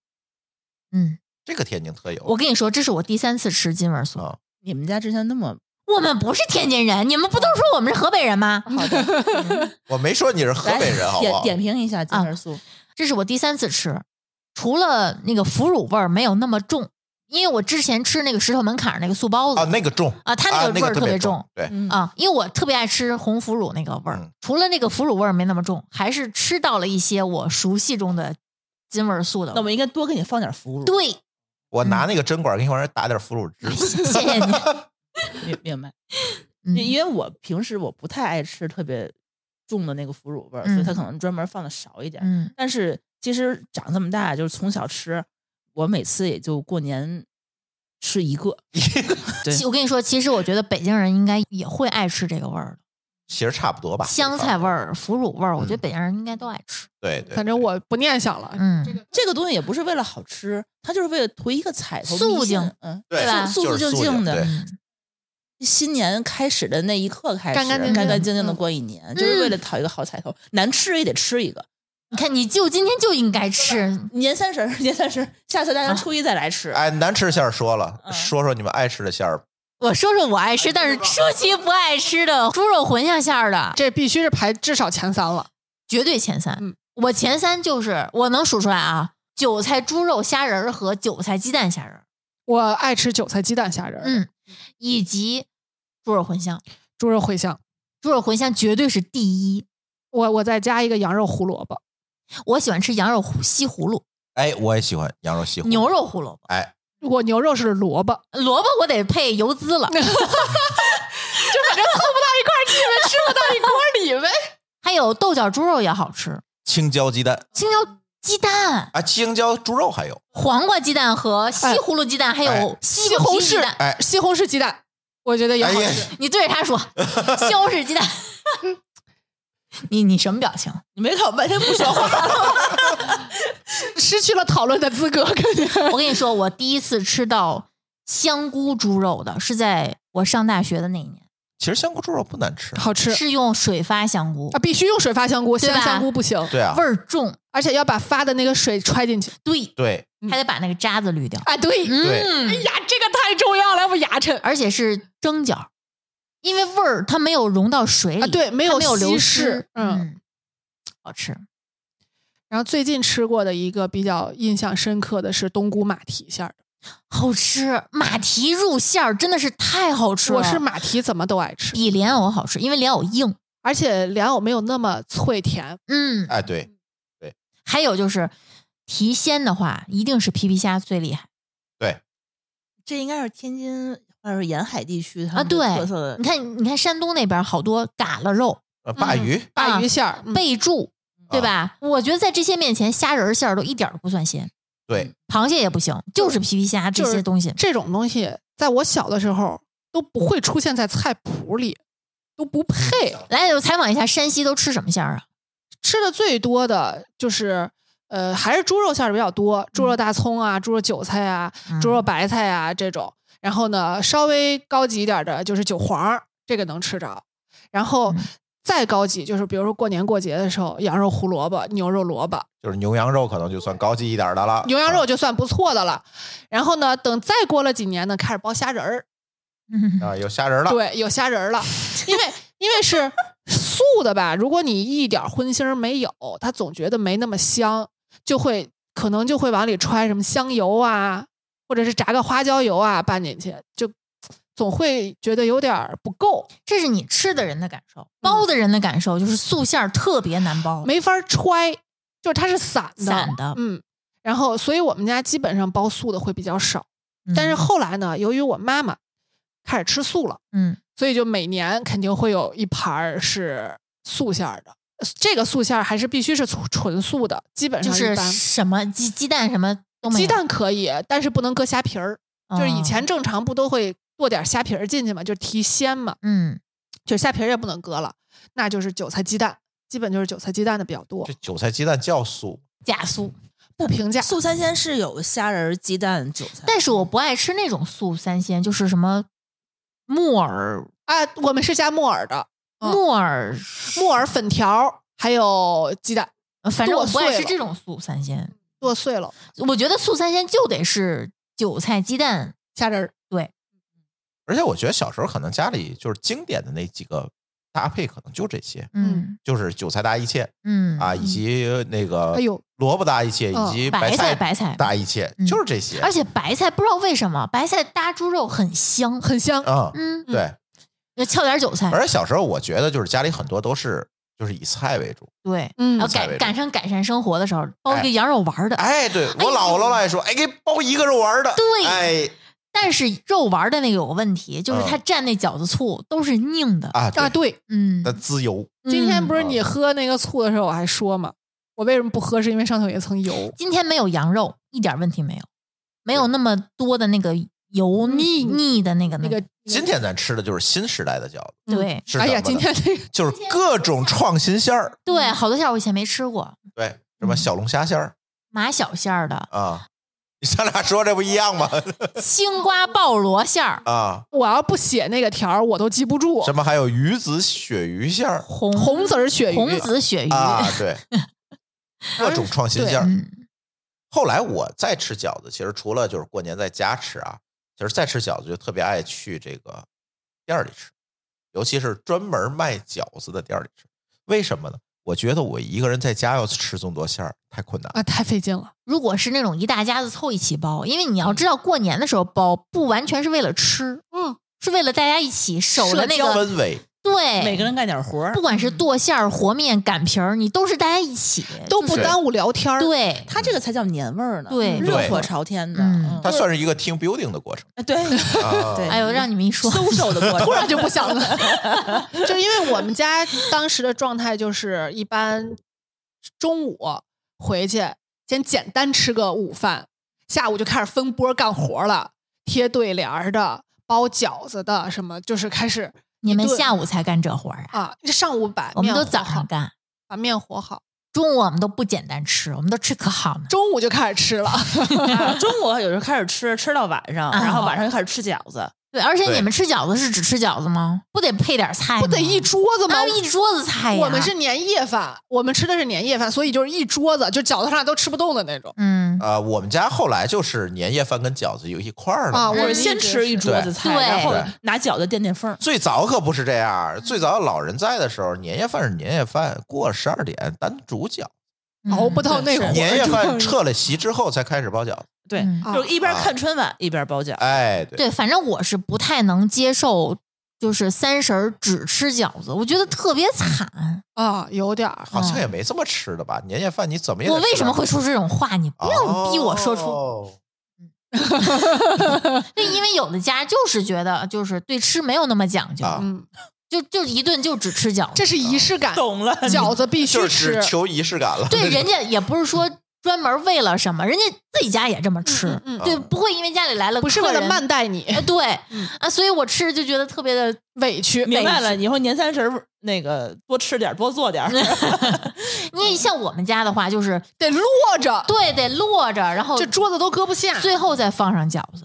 D: 嗯，
C: 这个天津特有。
D: 我跟你说，这是我第三次吃金味
C: 啊
D: 素。
E: 你们家之前那么
D: 我们不是天津人，你们不都说我们是河北人吗？
E: 好的，嗯
C: 我没说你是河
E: 来
C: 北人，好不
E: 点
C: 好？
E: 点评一下金
D: 啊
E: 元素，
D: 这是我第三次吃，除了那个腐乳味儿没有那么重，因为我之前吃那个石头门槛儿那个素包子
C: 啊，那个重
D: 啊它
C: 啊
D: 那
C: 那个
D: 个味儿
C: 特
D: 特
C: 别
D: 别
C: 重
D: 重，
C: 对，
E: 嗯
D: 啊，因为我特别爱吃红腐乳那个味儿，
C: 嗯
D: 除了那个腐乳味儿没那么重，还是吃到了一些我熟悉中的金味儿素的
E: 那
D: 味
E: 我
D: 儿。
E: 们应该多给你放点腐乳。
D: 对，嗯
C: 我拿那个针管给你往这打点腐乳汁，
D: 谢谢你。
E: 明明白？
D: 嗯
E: 因因为我平时我不太爱吃特别重的那个腐乳味儿，所以
D: 嗯
E: 它可能专门放的少一点。
D: 嗯
E: 但是其实长这么大，就是从小吃，我每次也就过年吃一个。对
D: 其我跟你说，其实我觉得北京人应该也会爱吃这个味儿
C: 其实差不多 吧。
D: 的，香菜味儿、腐乳味儿，我觉得
C: 嗯
D: 北京人应该都爱吃。
C: 对对，
B: 反正我不念想了。
D: 嗯，
E: 这个东西也不是为了好吃，它就是为了图一个彩头，
D: 肃
E: 迷信
D: 静
E: 嗯，
C: 对
D: 吧
C: 就是
E: 肃
C: 肃
E: 静
C: 静
E: 静的
C: 对
D: 嗯
E: 新年开始的那一刻开始，
B: 干干净净
E: 干干净净的
B: 嗯
E: 过一年，就是为了讨一个好彩头。难吃也得吃一个，
D: 你看，你就今天就应该吃，
E: 年三十儿， 年三十儿，下次大年初一再来吃。
C: 哎，难吃馅儿说了，
E: 嗯
C: 说说你们爱吃的馅儿吧。
D: 我说说我爱吃，但是舒淇不爱吃的猪肉茴香馅儿的，
B: 这必须是排至少前三了，
D: 绝对前三。
B: 嗯
D: 我前三就是我能数出来啊，韭菜猪肉虾仁儿和韭菜鸡蛋虾仁儿，
B: 我爱吃韭菜鸡蛋虾仁儿、
D: 嗯，以及猪肉茴香。
B: 猪肉茴香，
D: 猪肉茴香绝对是第一，
B: 我我再加一个羊肉胡萝卜，
D: 我喜欢吃羊肉胡西葫芦、
C: 哎，我也喜欢羊肉西葫芦
D: 牛。肉胡萝卜，
C: 哎，
B: 我牛肉是萝卜，
D: 萝卜我得配油滋 了，
B: 吃不到一锅里呗。
D: 还有豆角猪肉也好吃，
C: 青椒鸡蛋
D: 青椒鸡蛋、
C: 啊，青椒猪肉还有
D: 黄瓜鸡蛋和西
B: 哎
D: 葫芦鸡蛋，还有西
B: 西
D: 红
B: 红
D: 柿鸡
B: 柿，
D: 蛋。
C: 哎
B: 西红柿鸡蛋，我觉得也好吃。
C: 哎呀
D: 你对着 他说，西红柿鸡蛋。 你你什么表情？
E: 你没看我半天不说话，
B: 失去了讨论的 资格，感觉。
D: 我跟你说，我第一次吃到香菇猪肉的是在我上大学的那一年，
C: 其实香菇猪肉不难吃，
B: 好吃
D: 是用水发香菇
B: 啊，，必须用水发香菇，
D: 对
B: 鲜
D: 吧
B: 香菇不行，
C: 对啊
D: 味，儿重，
B: 而且要把发的那个水揣进去。
D: 对，
C: 对
B: 嗯
D: 还得把那个渣子滤掉。嗯
B: 哎，对，
C: 对
B: 哎呀，这个太重要了，要不牙碜
D: 而且是蒸饺，因为味儿它没有融到水里，
B: 啊，对，没
D: 它
B: 有
D: 没有
B: 稀
D: 流
B: 释
D: 失，，
B: 嗯。
D: 嗯，好吃。
B: 然后最近吃过的一个比较印象深刻的是冬菇马蹄馅儿的，
D: 好吃，马蹄肉馅儿真的是太好吃了。
B: 我是马蹄怎么都爱吃，
D: 比莲藕好吃，因为莲藕硬。
B: 而且莲藕没有那么脆甜，
D: 嗯，
B: 呃
C: 哎对
D: 还有就是提鲜的话，一定是皮皮虾最厉害。
E: 这应该是天津或者是沿海地区它
D: 啊
E: 们的
D: 对
E: 特色
B: 呃
E: 的
D: 你。看，你看山东那边好多嘎了肉、
C: 呃鲅
E: 嗯
C: 鱼
B: 鲅鱼馅儿、嗯啊
D: 贝柱，对吧？我觉得在这些面前，虾仁儿馅儿都一点儿都不算鲜，
C: 对
D: 螃蟹也不行，就是皮皮虾这
B: 就是
D: 些东西。
B: 这种东西，在我小的时候都不会出现在菜谱里，都不配。
D: 来，我采访一下山西都吃什么馅儿啊？
B: 吃的最多的就是。呃，还是猪肉馅儿比较多，猪肉大葱啊，猪肉韭菜啊，
D: 嗯
B: 猪肉白菜啊这种。然后呢，稍微高级一点的就是韭黄儿，这个能吃着。然后
D: 嗯
B: 再高级就是，比如说过年过节的时候，羊肉胡萝卜、牛肉萝卜，
C: 就是牛羊肉可能就算高级一点的了。
B: 牛羊
C: 啊
B: 肉就算不错的了。然后呢，等再过了几年呢，开始包虾仁儿，
D: 嗯
C: 啊有虾仁了，
B: 对，有虾仁儿了，因为因为是素的吧，如果你一点儿荤腥儿没有，它总觉得没那么香，就会可能就会往里揣什么香油啊，或者是炸个花椒油啊拌进去，就总会觉得有点儿不够，
D: 这是你吃的人的感受，包的人的感受就是素馅儿特别难包，
B: 嗯没法儿揣，就是它是散的，
D: 散的
B: 嗯。然后，所以我们家基本上包素的会比较少，
D: 嗯
B: 但是后来呢，由于我妈妈开始吃素了。
D: 嗯，
B: 所以就每年肯定会有一盘儿是素馅儿的。呃这个素馅儿还是必须是纯纯素的，基本
D: 就
B: 上
D: 是
B: 一般
D: 什么鸡鸡蛋什么都没有，
B: 鸡蛋可以，但是不能搁虾皮儿。就是以前
D: 哦
B: 正常不都会剁点虾皮儿进去嘛，就是提鲜嘛，
D: 嗯，
B: 就是虾皮儿也不能搁了，那就是韭菜鸡蛋，基本就是韭菜鸡蛋的比较多
C: 这，韭菜鸡蛋叫素，
D: 假素，
B: 不评价。
E: 素三鲜是有虾仁儿、鸡蛋、韭菜，
D: 但是我不爱吃那种素三鲜，就是什么木耳
B: 啊，我们是加木耳的，嗯
D: 木耳，
B: 木耳粉条，还有鸡蛋
D: 嗯反正我不爱
B: 剁碎
D: 吃
B: 了
D: 这种素三鲜。
B: 剁碎了，
D: 我觉得素三鲜就得是韭菜鸡蛋，
B: 虾仁儿。
C: 而且我觉得小时候可能家里就是经典的那几个搭配，可能就这些，
D: 嗯
C: 就是韭菜搭一切
D: 嗯
C: 啊，以及那个
B: 哎呦
C: 萝卜搭一切，以
B: 嗯
C: 及
D: 白
C: 菜
D: 白菜，
C: 搭一切，
D: 嗯
C: 就是这些。
D: 而且白菜不知道为什么白菜搭猪肉很香，
B: 很香，
C: 嗯，
D: 嗯，
C: 对。
D: 要翘点韭菜，
C: 而且小时候我觉得就是家里很多都是就是以菜为主。
D: 对，
B: 嗯
D: 然后
C: 菜为
D: 赶
C: 主
D: 赶上改善生活的时候包一个羊肉丸的，
C: 哎，对我姥姥来说，哎，给包一个肉丸的。
D: 对
C: 哎
D: 但是肉丸的那个有个问题，就是
C: 嗯
D: 它蘸那饺子醋都是硬的，
C: 啊对，
B: 啊！对，
D: 嗯
C: 那，滋油
B: 今天
D: 嗯
B: 不是你喝那个醋的时候，我还说嘛，我为什么不喝，是因为上头有一层油。
D: 今天没有羊肉，一点问题没有，没有那么多的那个油腻腻的那个
B: 嗯那个，
C: 今天咱吃的就是新时代的饺子，
B: 嗯
D: 对
C: 是
B: 哎呀，
C: 什么
B: 今
C: 呢
B: 天这个
C: 就是各种创新馅儿，
D: 对，
B: 嗯
D: 好多馅儿我以前没吃过，
C: 对，什么小龙虾馅儿
D: 马小馅儿的、
C: 啊，你咱俩说这不一样吗？
D: 青瓜爆螺馅儿、
C: 啊，
B: 我要不写那个条儿，我都记不住。
C: 什么还有鱼子鳕鱼馅儿
D: 红
B: 红籽儿鳕鱼，
D: 红籽鳕鱼，
C: 啊， 对，各种创新馅儿。
D: 嗯
C: 后来我再吃饺子，其实除了就是过年在家吃啊，其实再吃饺子就特别爱去这个店儿里吃，尤其是专门卖饺子的店儿里吃。为什么呢？我觉得我一个人在家要吃这么多馅儿太困难了。
B: 啊，太费劲了。
D: 如果是那种一大家子凑一起包，因为你要知道过年的时候包不完全是为了吃，
B: 嗯，
D: 是为了大家一起守着那
C: 社交
D: 个
C: 氛围，
D: 对
E: 每个人干点活儿嗯
D: 不。管是剁馅儿、和面、擀皮儿，你都是大家一起，
B: 都不
C: 是
B: 耽误聊天儿。，
D: 对，
E: 它这个才叫年味儿呢，
D: 对
E: 热
C: 对
E: 火朝天的，
D: 嗯
C: 它算是一个 team building 的过程。
E: 哎对，
C: 啊
E: 对
D: 哎呦，让你们一 说，
E: 收手的过程，
B: 突然就不想 了。就因为我们家当时的状态就是，一般中午回去先简单吃个午饭，下午就开始分波干活了，贴对联儿的，包饺子的，什么就是开始
D: 你们
B: 一顿
D: 下午才干这活儿啊？
B: 啊，这上午把
D: 我们
B: 面
D: 都
B: 和
D: 早
B: 好
D: 上干，
B: 把面和好，
D: 中午我们都不简单吃，我们都吃可好呢。
B: 中午就开始吃了。
E: 啊中午有时候开始吃，吃到晚上，
D: 啊
E: 然后晚上就开始吃饺子，
D: 对，而且
C: 对
D: 你们吃饺子是只吃饺子吗？不得配点菜吗？
B: 不得一桌子吗？
D: 啊哎一桌子菜呀。
B: 我们是年夜饭，我们吃的是年夜饭，所以就是一桌子，就饺子上都吃不动的那种。
D: 嗯，
C: 啊，我们家后来就是年夜饭跟饺子有一块儿了
B: 啊
D: 哦
C: 嘛。
E: 就
B: 我
E: 是是先吃一桌子菜，
D: 对
E: 然后
C: 对
E: 拿饺子垫垫缝儿。
C: 最早可不是这样，最早老人在的时候，年夜饭是年夜饭，过了十二点单煮饺。
D: 嗯
B: 哦熬不到那会儿，
C: 年夜饭
B: 就
C: 撤了席之后才开始包饺子。
E: 对，
D: 嗯
B: 啊
E: 就是一边看春晚一边包饺子。
C: 哎，对，
D: 对，反正我是不太能接受，就是三十儿只吃饺子，我觉得特
B: 嗯
D: 别惨。
B: 啊，有点儿。
C: 好像也没这么吃的吧？年夜饭你怎么也得
D: 我为
C: 吃
D: 什
C: 点
D: 么会说这种话？你不要逼我说出，
C: 哦
D: 对，因为有的家就是觉得就是对吃没有那么讲究，
C: 啊
B: 嗯，
D: 就就一顿就只吃饺子
B: 这。是仪式感，
E: 懂
C: 啊
E: 了，
B: 饺子必
C: 就
B: 须
C: 是
B: 吃
C: 只。求仪式感了。
D: 对，人家也不是说专门为了什么，人家自己家也这么吃。
B: 嗯嗯嗯
D: 对，不会因为家里来了
B: 不是为
D: 客
B: 了
D: 人
B: 慢待你
D: 哎，对、
B: 嗯
D: 啊，所以我吃就觉得特别的，
B: 委 屈，
E: 明白了，
B: 委屈。
E: 以后年三十儿那个多吃点儿，多做 点儿。
D: 因
B: 嗯
D: 为像我们家的话，就是
B: 得落着，
D: 对得落着，然后
B: 这桌子都搁不下。
D: 最后再放上饺子。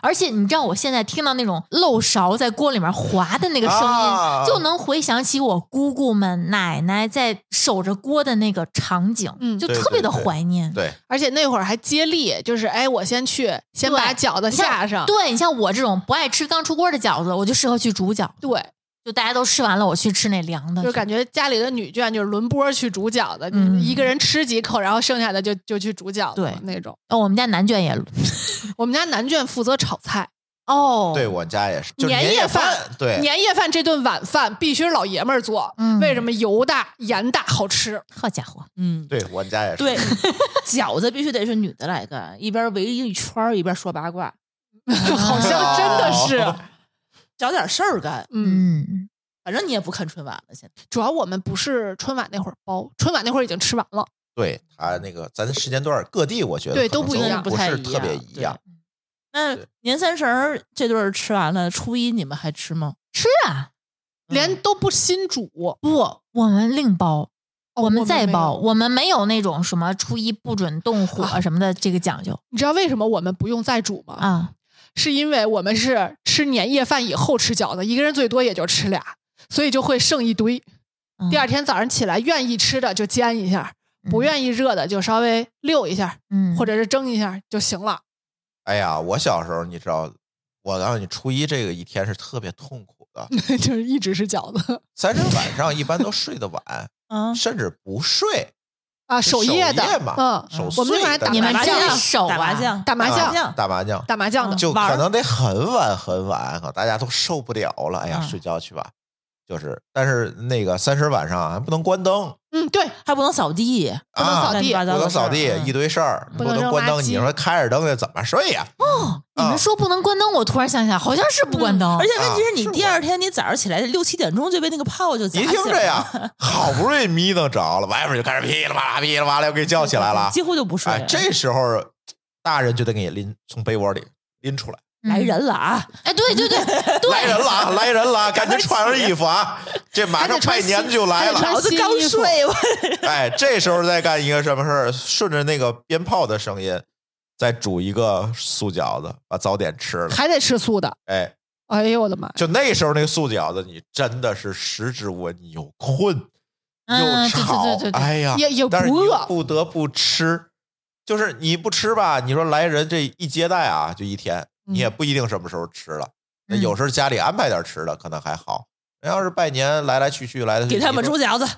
D: 而且你知道，我现在听到那种漏勺在锅里面滑的那个声音，
C: 啊
D: 就能回想起我姑姑们、奶奶在守着锅的那个场景，
B: 嗯
D: 就
C: 对
D: 特别的
C: 对对
D: 怀念。
C: 对，
B: 而且那会儿还接力，就是哎，我先去，先把饺子
D: 你像
B: 下上。
D: 对你像我这种不爱吃刚出锅的饺子，我就适合去煮饺子，
B: 对，
D: 就大家都吃完了，我去吃那凉的去。
B: 就是感觉家里的女眷就是轮播去煮饺子，
D: 嗯
B: 一个人吃几口，然后剩下的就就去煮饺子
D: 对
B: 那种。
D: 哦，我们家南卷也
B: 我们家男眷负责炒菜，
D: 哦，
C: 对我家也是，就是
B: 年夜
C: 夜
B: 饭
C: 对，
B: 年夜饭这顿晚饭必须是老爷们儿做，
D: 嗯
B: 为什么油大盐大好吃？
D: 好家伙，
E: 嗯，
C: 对我家也是。
E: 对， 饺子必须得是女的来干，一边围一圈儿一边说八卦，
D: 嗯
B: 好像真的是，
E: 找点事儿干。
B: 嗯，
D: 嗯，
E: 反正你也不看春晚了，现在
B: 主要我们不是春晚那会儿包，春晚那会儿已经吃完了，
C: 对他那个咱时间段儿各地，我觉得
B: 对
C: 可能
B: 都不一样
C: 不
E: 太
C: 是
E: 一
C: 特别
E: 样
C: 一样。。
E: 对那
C: 对
E: 年三十儿这顿儿吃完了，初一你们还吃吗？
D: 吃啊，
B: 连都不新煮，
D: 不，我们另包。我们再
B: 哦没
D: 包，
B: 有
D: 我们没有那种什
B: 啊
D: 么初一不准动火什么的这个讲究
B: 你知道为什么我们不用再煮吗？
D: 啊。
B: 是因为我们是吃年夜饭以后吃饺子，一个人最多也就吃俩，所以就会剩一堆。
D: 嗯
B: 第二天早上起来，愿意吃的就煎一下，不愿意热的就稍微溜一下，
D: 嗯，
B: 或
D: 者
B: 者是蒸一下就行了。
C: 哎呀，我小时候你知道，我告诉你，初一这个一天是特别痛苦的。
B: 就是一直是饺子
C: 咱这晚上一般都睡得晚，
E: 嗯，
C: 甚至不睡，
B: 啊，
C: 就
B: 夜的
C: 守夜嘛，
B: 嗯，
C: 守
B: 我
C: 岁
B: 们那边还
C: 的
B: 打
D: 你们
B: 麻
D: 这
B: 将
D: 样
B: 啊，
D: 手
E: 打麻将，
B: 打麻
E: 打麻
B: 将
E: 将，
C: 啊打麻将，
B: 打麻将的，
C: 就
E: 玩儿
C: 可能得很晚很晚，可大家都受不了了。哎呀，
E: 嗯
C: 睡觉去吧。就是，但是那个三十晚上啊还不能关灯，
B: 嗯，对，
E: 还不能扫地，
C: 不能扫
B: 地
E: 乱七八
C: 啊不
E: 糟的
C: 能扫
E: 事
C: 地
E: 儿，嗯
C: 一。堆事儿，不
B: 不能
C: 能
B: 扔
C: 关
B: 垃
C: 灯。
B: 圾
C: 你说开着灯的怎么睡呀？
D: 你
C: 啊
D: 们说不能关灯，我突然想起来，好像是不关灯，
E: 而且问题
C: 啊
E: 是
C: 是
E: 你第
C: 我
E: 二天你早上起来六七点钟就被那个炮就砸
C: 你听
E: 醒
C: 着
E: 了
C: 呀，好不容易眯瞪着了，外边就开始噼里啪啦、噼里啪啦又给叫起来了。
E: 几乎就不睡
C: 哎
E: 了。，
C: 这时候大人就得给你拎从被窝里拎出来，
D: 嗯
E: 来，人了啊！
D: 哎，对对对对，
C: 来人了啊，来人了啊，赶紧
E: 赶快
C: 穿上衣服啊，这马上拜年就来
B: 还得穿
C: 了。
E: 老子刚
B: 新衣服
E: 睡，我
C: 哎，这时候再干一个什么事儿？顺着那个鞭炮的声音，再煮一个素饺子，把早点吃了。
B: 还得吃素的。
C: 哎，
B: 哎呦我的妈！
C: 就那时候那个素饺子，你真的是食之无味，你又困又
D: 嗯，对
C: 吵
D: 对对对，对，
C: 哎呀，
B: 也也
C: 但是你
B: 不
C: 又
B: 饿
C: 不得不吃。就是你不吃吧，你说来人这一接待啊，就一天，
B: 嗯
C: 你也不一定什么时候吃了。那
D: 嗯
C: 有时候家里安排点吃的，可能还好。那要是拜年来来去去来来去去，
E: 给他们
C: 你都
E: 煮饺子，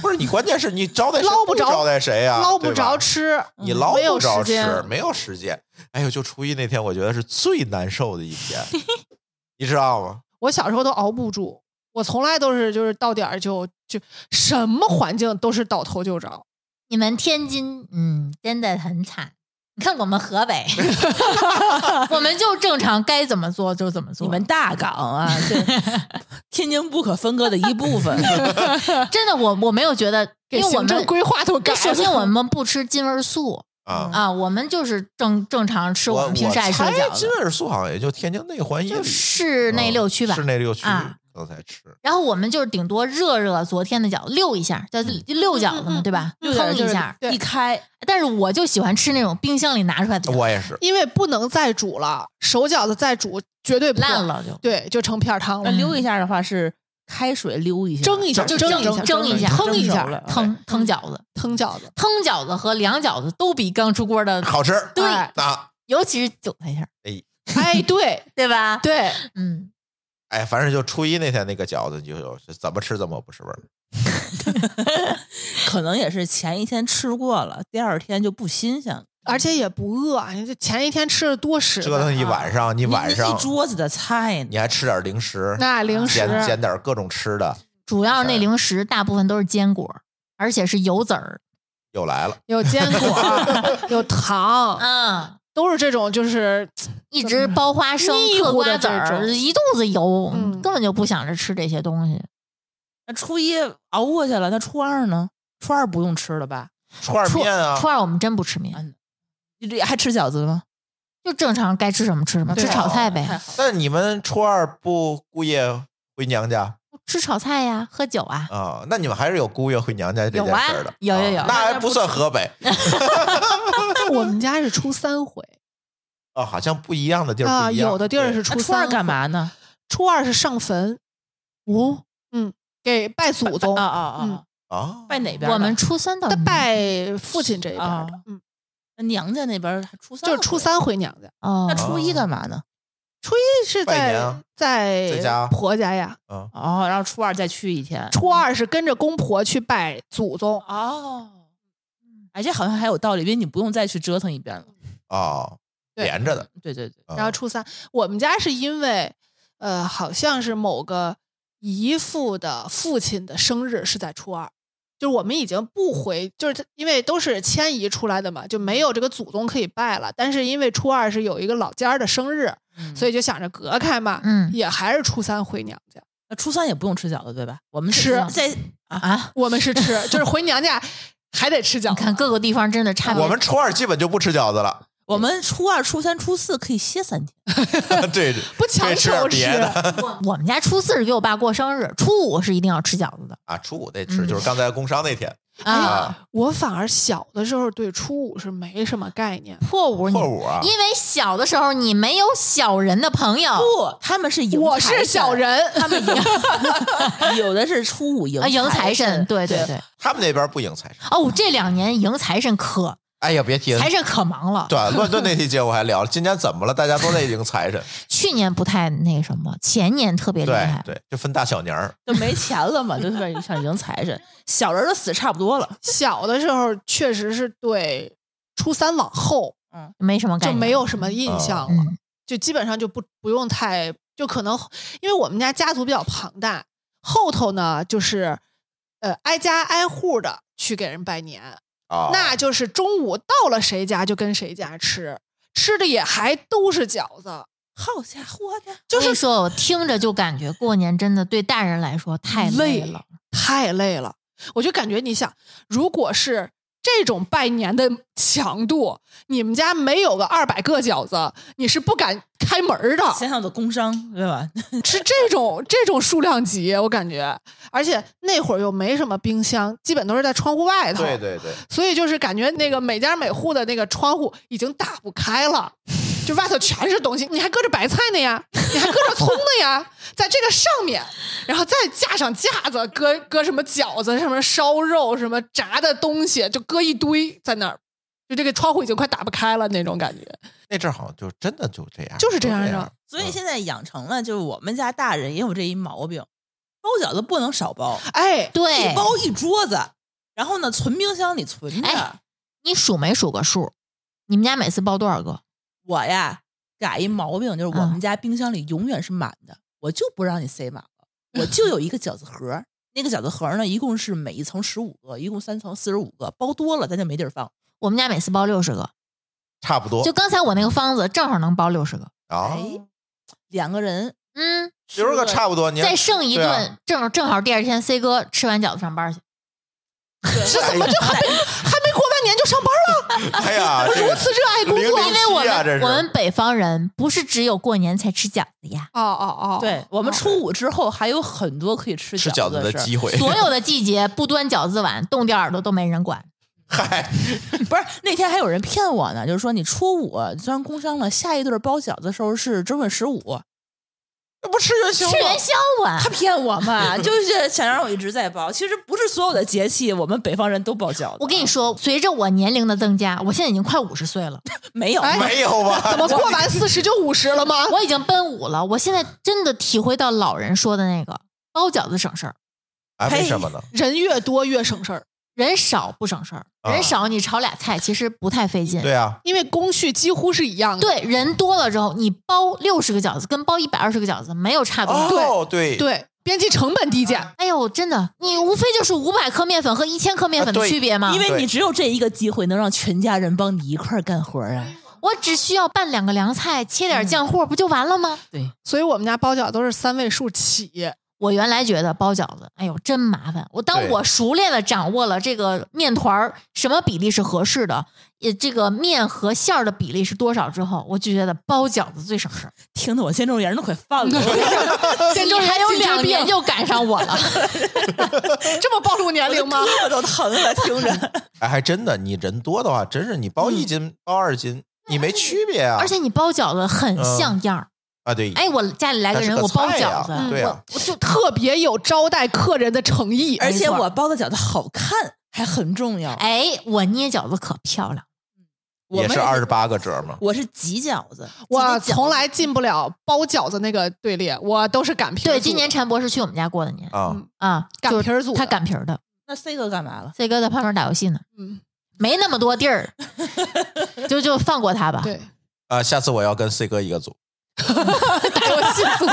C: 不是你，关键是你招待谁
B: 捞不着
C: 招待哎谁呀、啊
B: 捞不
C: 对吧
B: 着吃，
C: 你捞
B: 嗯没有
C: 不着
B: 时
C: 吃，
B: 间。
C: 没有时间。哎呦，就初一那天，我觉得是最难受的一天，你知道吗？
B: 我小时候都熬不住，我从来都是就是到点儿就就什么环境都是倒头就着。
D: 你们天津，嗯，真的很惨。你看我们河北， 我们就正常该怎么做就怎么做。
E: 你们大港啊，这天津不可分割的一部分。
D: 真的，我我没有觉得，
B: 给
D: 因为我
B: 行政
D: 们
B: 规划都改
D: 那
B: 了。
D: 首先我们不吃金味素
C: 啊，
D: 啊，我们就是正正常吃
C: 我
D: 们平时爱吃的
C: 我
D: 饺
C: 猜金
D: 子，
C: 味素好像也就天津内环一
D: 就
C: 里
D: 市内六区吧。
C: 市内六区
D: 啊
C: 可能才吃。
D: 然后我们就是顶多热热昨天的饺子，溜一下叫
C: 嗯
D: 溜饺子嘛，对吧？
E: 六点
D: 烹
E: 就
D: 一
E: 是
D: 下。
E: 一开，
D: 但是我就喜欢吃那种冰箱里拿出来的饺子，
C: 我也是，
B: 因为不能再煮了，手饺子再煮绝对破
D: 烂，了呃就。
B: 对，就成片儿汤
E: 那
B: 了。
E: 溜一下的话是开水溜一下，
B: 蒸一下，
C: 就
B: 蒸
D: 蒸
B: 一下，
D: 蒸哎一下
B: 腾一
E: 蒸熟
B: 下
E: 了，
D: 腾腾饺子，
B: 腾 饺子。
D: 腾饺子和凉饺子都比刚出锅的，
C: 好吃
D: 对
B: 哎
C: 啊！
D: 尤其是韭菜馅儿，
B: 哎，对
D: 对吧？，
B: 对，
D: 嗯，
C: 哎，反正就初一那天那个饺子，你就有怎么吃怎么不是味儿。
E: 可能也是前一天吃过了，第二天就不新鲜了。
B: 而且也不饿，啊就前一天吃的多实在
C: 折腾一晚上，你
E: 你
C: 晚
E: 那
C: 上
E: 一桌子的菜呢，
C: 你还吃点零食，
B: 那零食
C: 捡捡点各种吃的，
D: 主要是那零食大部分都是坚果，而且是有籽儿，
C: 又来了。
B: 有坚果， 有糖，
D: 嗯，
B: 都是这种就是
D: 一直剥花生、
B: 腻
D: 嗑
B: 乎
D: 瓜
B: 的
D: 子
B: 这
D: 儿，
B: 种
D: 一肚子油，
B: 嗯
D: 根本就不想着吃这些东西。
E: 那初一熬过去了，那初二呢？初二不用吃了吧？
C: 串儿
D: 初
C: 面啊
D: 初，二我们真不吃面，
E: 你这还吃饺子吗？
D: 就正常该吃什么啊吃什么，
B: 对
E: 啊
D: 吃炒
E: 太
D: 菜呗，
E: 好了
C: 那你们初二不姑爷回娘家
D: 吃炒菜呀，喝酒啊，
C: 啊？那你们还是有姑爷回娘家这件
D: 有啊
C: 事儿的。
D: 有有有
C: 啊那还不算河北
B: 但我们家是初三回
C: 哦，好像不一样的地儿
B: 啊，
C: 不一样
B: 有的地儿
C: 对
B: 是
E: 那
B: 初
E: 初
B: 三
E: 二
B: 回
E: 干？嘛呢？
B: 初二是上坟，哦，嗯，给拜祖宗
E: 啊，啊啊
B: 嗯！
C: 啊，
E: 拜哪边的？
D: 我们初三到
B: 但拜父亲这一边
E: 啊
B: 的，嗯，
E: 娘家那边儿初三，啊
B: 就是初。三回啊娘家，
D: 哦
E: 那，初一干嘛呢？
B: 这是
C: 拜
B: 在
C: 年啊在家
B: 在婆家呀，
C: 啊，
E: 哦，然后初二再去一天。
B: 初二是跟着公婆去拜祖宗，
E: 哦，哎，这好像还有道理，因为你不用再去折腾一遍了。
C: 哦，
B: 对
C: 连着的。
E: 对对对，
C: 啊
B: 然后初三，我们家是因为，呃，好像是某个姨父的父亲的生日是在初二，就是我们已经不回，就是他因为都是迁移出来的嘛，就没有这个祖宗可以拜了。但是因为初二是有一个老家儿的生日，所
E: 以
B: 以就想着隔开嘛，
D: 嗯
B: 也还是初三回娘家。
E: 那初三也不用吃饺子，对吧？我们
B: 吃
E: 在
D: 啊，
B: 我们是吃， 就是回娘家还得吃饺
D: 你
B: 子。
D: 看各个地方真的差别，
C: 我们初二基本就不吃饺子了，
E: 我们初二、初三、初四可以歇三天，
C: 对，
B: 不强
C: 可以吃点
B: 求
C: 别的
D: 我们家初四是给我爸过生日，初五是一定要吃饺子的
C: 啊，初五得吃，就是刚才工商那天
D: 啊。
C: 啊，
B: 哎我反而小的时候对初五是没什么概念，
D: 破五你，
C: 破五啊，
D: 嗯因为小的时候你没有小人的朋 友
E: 不，他们是迎
B: 我
E: 财
B: 是小
E: 神，
B: 人，
E: 他们迎 有的是初五迎
D: 啊，迎财神，
E: 神，
D: 对
E: 对
D: 对。
C: 他们那边不迎财神。
D: 哦，这两年迎财神可
C: 哎呀，别提了
D: 财，神可忙了，
C: 对，乱炖那期节目还聊了，今年怎么了？大家都在迎财神，
D: 去年不太那什么，前年特别厉
C: 对
D: 害。
C: 对，就分大小年儿。
E: 就没钱了嘛，就是想迎财神，小人儿都死差不多了，
B: 小的时候确实是对初三往后
D: 没什么概
B: 就
D: 念，
B: 没有什么印象了，
D: 嗯
B: 就基本上就不不用太，就可能因为我们家家族比较庞大，后头呢就是呃挨家挨户的去给人拜年，
C: 啊，
B: 那就是中午到了谁家就跟谁家吃，吃的也还都是饺子，
E: 好家伙的，
D: 我跟你说，我听着就感觉过年真的对大人来说太
B: 累
D: 了。
B: 太累了。我就感觉你想，如果是这种拜年的强度，你们家没有个二百个饺子，你是不敢开门儿的。
E: 想想都工伤，对吧？
B: 是这种这种数量级，我感觉，而且那会儿又没什么冰箱，基本都是在窗户外头，
C: 对对对，
B: 所以就是感觉那个每家每户的那个窗户已经打不开了，就外头全是东西，你还搁着白菜呢呀，你还搁着葱呢呀， 在这个上面，然后再架上架子，搁搁什么饺子、什么烧肉、什么炸的东西，就搁一堆在那儿，就这个窗户已经快打不开了那种感觉。
C: 那阵儿好像就真的就这样，
B: 就是这
C: 都
B: 样
C: 这
B: 的
E: 所
C: 嗯
E: 以现在养成了，就是我们家大人也有这一毛病，包饺子不能少包，
B: 哎，
D: 对
E: 一，包一桌子，然后呢存冰箱里存着
D: 哎。你数没数个数？你们家每次包多少个？
E: 我呀改一毛病，
C: 嗯
E: 就是我们家冰箱里永远是满的，我就不让你塞满了，我就有一个饺子盒儿。 那个饺子盒儿呢，一共是每一层十五个，一共三层四十五个，包多了咱就没地儿放。
D: 我们家每次包六十个，
C: 差不多
D: 就刚才我那个方子正好能包六十个。
C: 啊，
E: 哎，两个人
D: 嗯，
C: 比如
E: 吃
C: 个
E: 个
C: 差不多，你
D: 再剩一
C: 对啊
D: 顿，正正好第二天 C 哥吃完饺子上班去。
B: 这怎么这还没还没过完年就上班了？
C: 哎呀，这个
B: 如此热爱 工
C: 零
B: 作，
C: 零
D: 因为我
C: 七啊这
D: 们
C: 是
D: 我们北方人不是只有过年才吃饺子 呀，
B: 哦哦哦，
E: 对我们初五之后还有很多可以吃
C: 吃饺
E: 子
C: 子的
E: 事儿
C: 机会，
D: 所有的季节不端饺子碗，冻掉耳朵都没 人管。
C: 嗨，
E: 不是那天还有人骗我呢，就是说你初五虽然工伤了，下一顿包饺子的时候是正月十五，
C: 那不吃元宵
D: 吃
C: 吗？
D: 元宵啊
E: 他！骗我嘛，就是想让我一直在包。其实不是所有的节气，我们北方人都包饺子。
D: 我跟你说，随着我年龄的增加，我现在已经快五十岁 了，
E: 没有，
B: 哎
C: 没有吧？
B: 怎么过完四十就五十了吗？
D: 我已经奔五了。我现在真的体会到老人说的那个包饺子省事儿，
C: 哎，为什么呢？
B: 人越多越省事儿，
D: 人少不省事
C: 啊
D: 儿。人少你炒俩菜其实不太费劲。
C: 对啊，
B: 因为工序几乎是一样的。
D: 对人多了之后，你包六十个饺子跟包一百二十个饺子没有差多
E: 啊
D: 少。
C: 哦，对
B: 对，边际成本低减，
D: 哎呦，真的，你无非就是五百克面粉和一千克面
C: 啊
D: 粉的
C: 对
D: 区别嘛。
E: 因为
C: 对
E: 你只有这一个机会能让全家人帮你一块儿干活儿啊。
D: 我只需要拌两个凉菜，切点
C: 嗯
D: 酱货，不就完了吗？
E: 对，
B: 所以我们家包饺都是三位数起。
D: 我原来觉得包饺子，哎呦，真麻烦。我当
C: 对
D: 我熟练了掌握了这个面团儿什么比例是合适的，也这个面和馅儿的比例是多少之后，我就觉得包饺子最 省事儿。
E: 听得我肩周炎都快犯了。
B: 现在
D: 呃你还有
B: 颈椎
D: 两
B: 病
D: 年就赶上 我了，
B: 这么暴露年龄吗？
E: 我都疼了，听着。
C: 哎，还真的，你人多的话，真是你包一斤、包二斤，你没区别啊。
D: 而且你包饺子很像样儿。
C: 啊，对，
D: 哎，我家里来个
C: 那是
D: 人，
C: 个
D: 我包
C: 菜呀
D: 饺子，
B: 嗯
C: 对啊，
B: 我就特别有招待客人的诚意，
E: 而且
B: 没错
E: 我包的饺子好看，还很重要。
D: 哎，我捏饺子可漂亮。
E: 我
C: 也
E: 们
C: 是二十，八个折嘛。
E: 我是挤饺子，
B: 我
E: 挤的饺子
B: 从来进不了包饺子那个队列，我都是擀皮儿做的。
D: 对，今年陈博士去我们家过的年
C: 啊，
B: 嗯
D: 啊，
B: 擀
D: 就是
B: 皮儿组
D: 他
B: 的
D: 擀皮儿的
E: 那 C 哥干嘛了？
D: ，C 哥在旁边打游戏呢，
B: 嗯，
D: 没那么多地儿，就就放过他吧。
B: 对，
C: 啊，下次我要跟 C 哥一个组，
B: 打游戏组，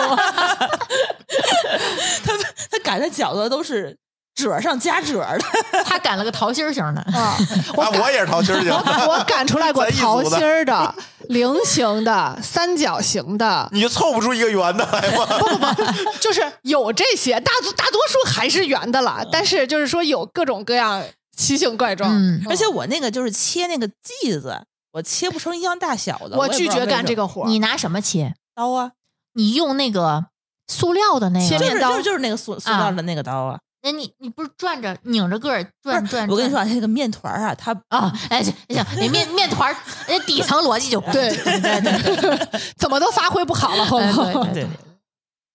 E: 他他擀的饺子都是褶上加褶的，
D: 他擀了个桃心儿型的，
B: 啊，
C: 啊，我也是桃心儿
B: 我我
C: 型，
B: 擀 出来过
C: 咱一
B: 桃
C: 组的
B: 心儿的、菱形的、三角形的，
C: 你就凑不出一个圆的来吗？
B: 就是有这些，大多大多数还是圆的啦，但是就是说有各种各样奇形怪状，
D: 嗯
E: 而且我那个就是切那个剂子，我切不成一样大小的。
B: 我
E: 也不
B: 拒
E: 知道
B: 绝
E: 为
B: 干
E: 什
B: 这
E: 么
B: 个活儿。
D: 你拿什么切？
E: 刀啊，
D: 你用那个塑料的那
B: 切
E: 就是
D: 个，
B: 面刀
E: 就是就是那个塑塑
D: 啊
E: 料的那个刀啊。
D: 那你你不是转着拧着个儿转
E: 不是
D: 转？
E: 我跟你
D: 转
E: 说，啊，这个面团儿 啊，它
D: 啊，哎，行行，那面面团儿，那底层逻辑就不
B: 对
D: 对对对
B: 怎么都发挥不好了，后
D: 哎对
B: 头
D: 对对，
E: 哎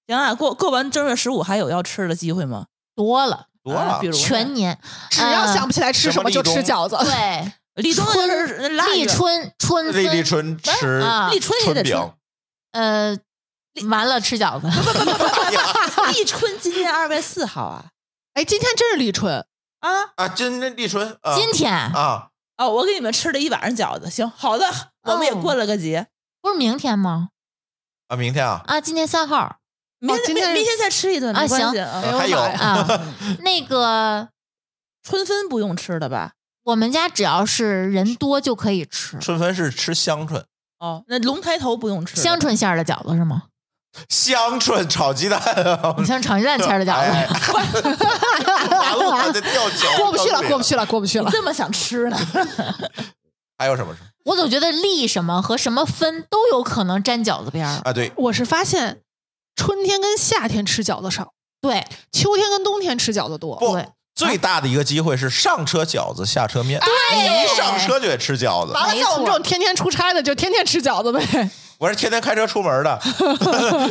E: 行啊，过过完正月十五还有要吃的机会吗？
D: 多了，
C: 多
E: 啊
C: 了
E: 比，如呢
D: 全年
B: 只要
D: 嗯
B: 想不起来吃
C: 什
B: 什
C: 么
B: 么就
C: 立冬
B: 吃饺 子。
D: 对
E: 立冬就是腊
D: 立
E: 月
D: 春春
C: 立立
D: 分
C: 春吃
D: 啊
E: 立春也
C: 春
E: 得吃
C: 饼，
D: 呃，完了 吃饺子，
C: 啊
E: 立春今天二月四号啊
B: 哎，今天真是立春，
E: 啊
C: 啊，今天立春啊
D: 今天
C: 啊，
E: 哦，我给你们吃了一晚上饺子，行，好的，我们也
B: 哦
E: 过了个节，
D: 不是明天吗？
C: 啊，明天啊，
D: 啊，今天三号
E: 明
B: 今
E: 天
B: 天
E: 明
B: 是
E: 明天再吃一顿
D: 啊
E: 没关
D: 行
E: 系啊
B: 哎呦
C: 还有
B: 妈呀！
D: 啊，那个
E: 春分不用吃的吧？
D: 我们家只要是人多就可以吃
C: 春分是吃香椿，
E: 哦，那龙抬头不用吃的
D: 香椿馅儿的饺子是
C: 嗯
D: 吗？
C: 香椿炒鸡蛋啊
D: 你，像炒鸡蛋馅儿的饺
C: 哎
D: 子，
C: 完了，我得掉脚，
B: 过不去了，过不去了，过不去
E: 你
B: 了。
E: 这么想吃呢？
C: 还有什么事
D: 我总觉得立什么和什么分都有可能沾饺子边儿。
C: 啊？对，
B: 我是发现春天跟夏天吃饺子少，
D: 对，
B: 秋天跟冬天吃饺子多。
C: 不
D: 对，
C: 最大的一个机会是上车饺子，下车
B: 哎
C: 面。哎你一上
D: 哎
C: 车就得吃饺子。
B: 完了，
D: 没
B: 像我
D: 错
B: 们这种天天出差的，就天天吃饺子呗。
C: 我是天天开车出门的，
B: 哎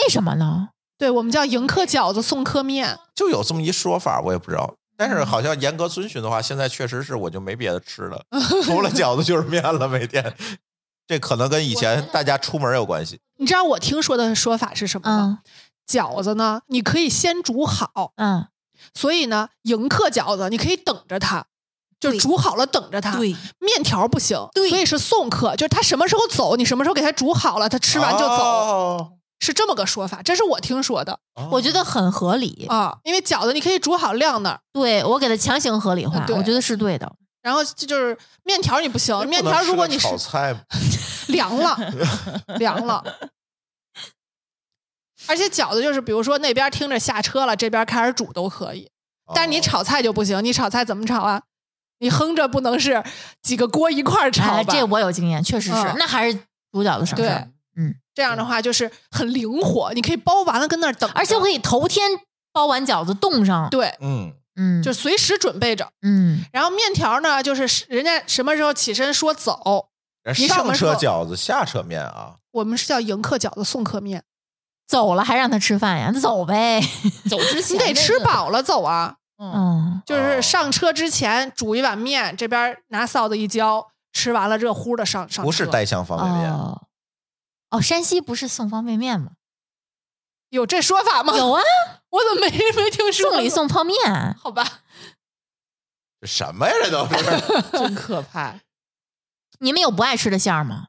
D: 为什么呢？
B: 对我们叫迎客饺子送客面，
C: 就有这么一说法，我也不知道。但是好像严格遵循的话，现在确实是我就没别的吃 了，除了饺子就是面了，每天。这可能跟以前大家出门有关系。
B: 你知道我听说的说法是什么吗？
D: 嗯
B: 饺子呢，你可以先煮好，
D: 嗯，
B: 所以呢，迎客饺子你可以等着它，就
D: 对
B: 煮好了等着它。
D: 对，
B: 面条不行，
D: 对
B: 所以是送客，就是他什么时候走，你什么时候给他煮好了，他吃完就走，
C: 哦
B: 是这么个说法，这是我听说的
D: 我觉得很合理。
B: 啊。因为饺子你可以煮好晾那儿，
D: 对我给它强行合理化
B: 嗯，对
D: 我觉得是对的。
B: 然后这就是面条你不行，面
C: 哦不能
B: 条
C: 吃
B: 如果
C: 个
B: 你是
C: 炒 菜，
B: 凉了，凉了。 而且饺子就是，比如说那边听着下车了，这边开始煮都可以，
C: 哦
B: 但是你炒菜就不行。你炒菜怎么炒啊？你哼着不能是几个锅一块儿炒
D: 哎，
B: 吧？
D: 这我有经验，确实是
B: 嗯。
D: 那还是煮饺子省事
B: 对
D: 儿，嗯。
B: 这样的话就是很灵活，你可以包完了跟那儿等着，
D: 而且我可以头天包完饺子冻上，
B: 对，
C: 嗯，
D: 嗯，
B: 就随时准备着。
D: 嗯，
B: 然后面条呢，就是人家什么时候起身说走，你什
C: 上
B: 么时候
C: 车饺子，下车面啊。
B: 我们是叫迎客饺子送客面，
D: 走了还让他吃饭呀？那走呗，
E: 走之前
B: 你得吃，饱了走啊。
E: 嗯，
D: 嗯，
B: 就是
C: 哦
B: 上车之前煮一碗面，这边拿臊子一浇，吃完了热乎的上上车。
C: 不是带香方便面，
D: 哦，哦，山西不是送方便面吗？
B: 有这说法 吗？
D: 有啊，
B: 我怎么没没听说过？
D: 送礼送泡面，啊
B: 好吧，
C: 这什么呀？这都是
E: 真可怕。
D: 你们有不爱吃的馅儿 吗？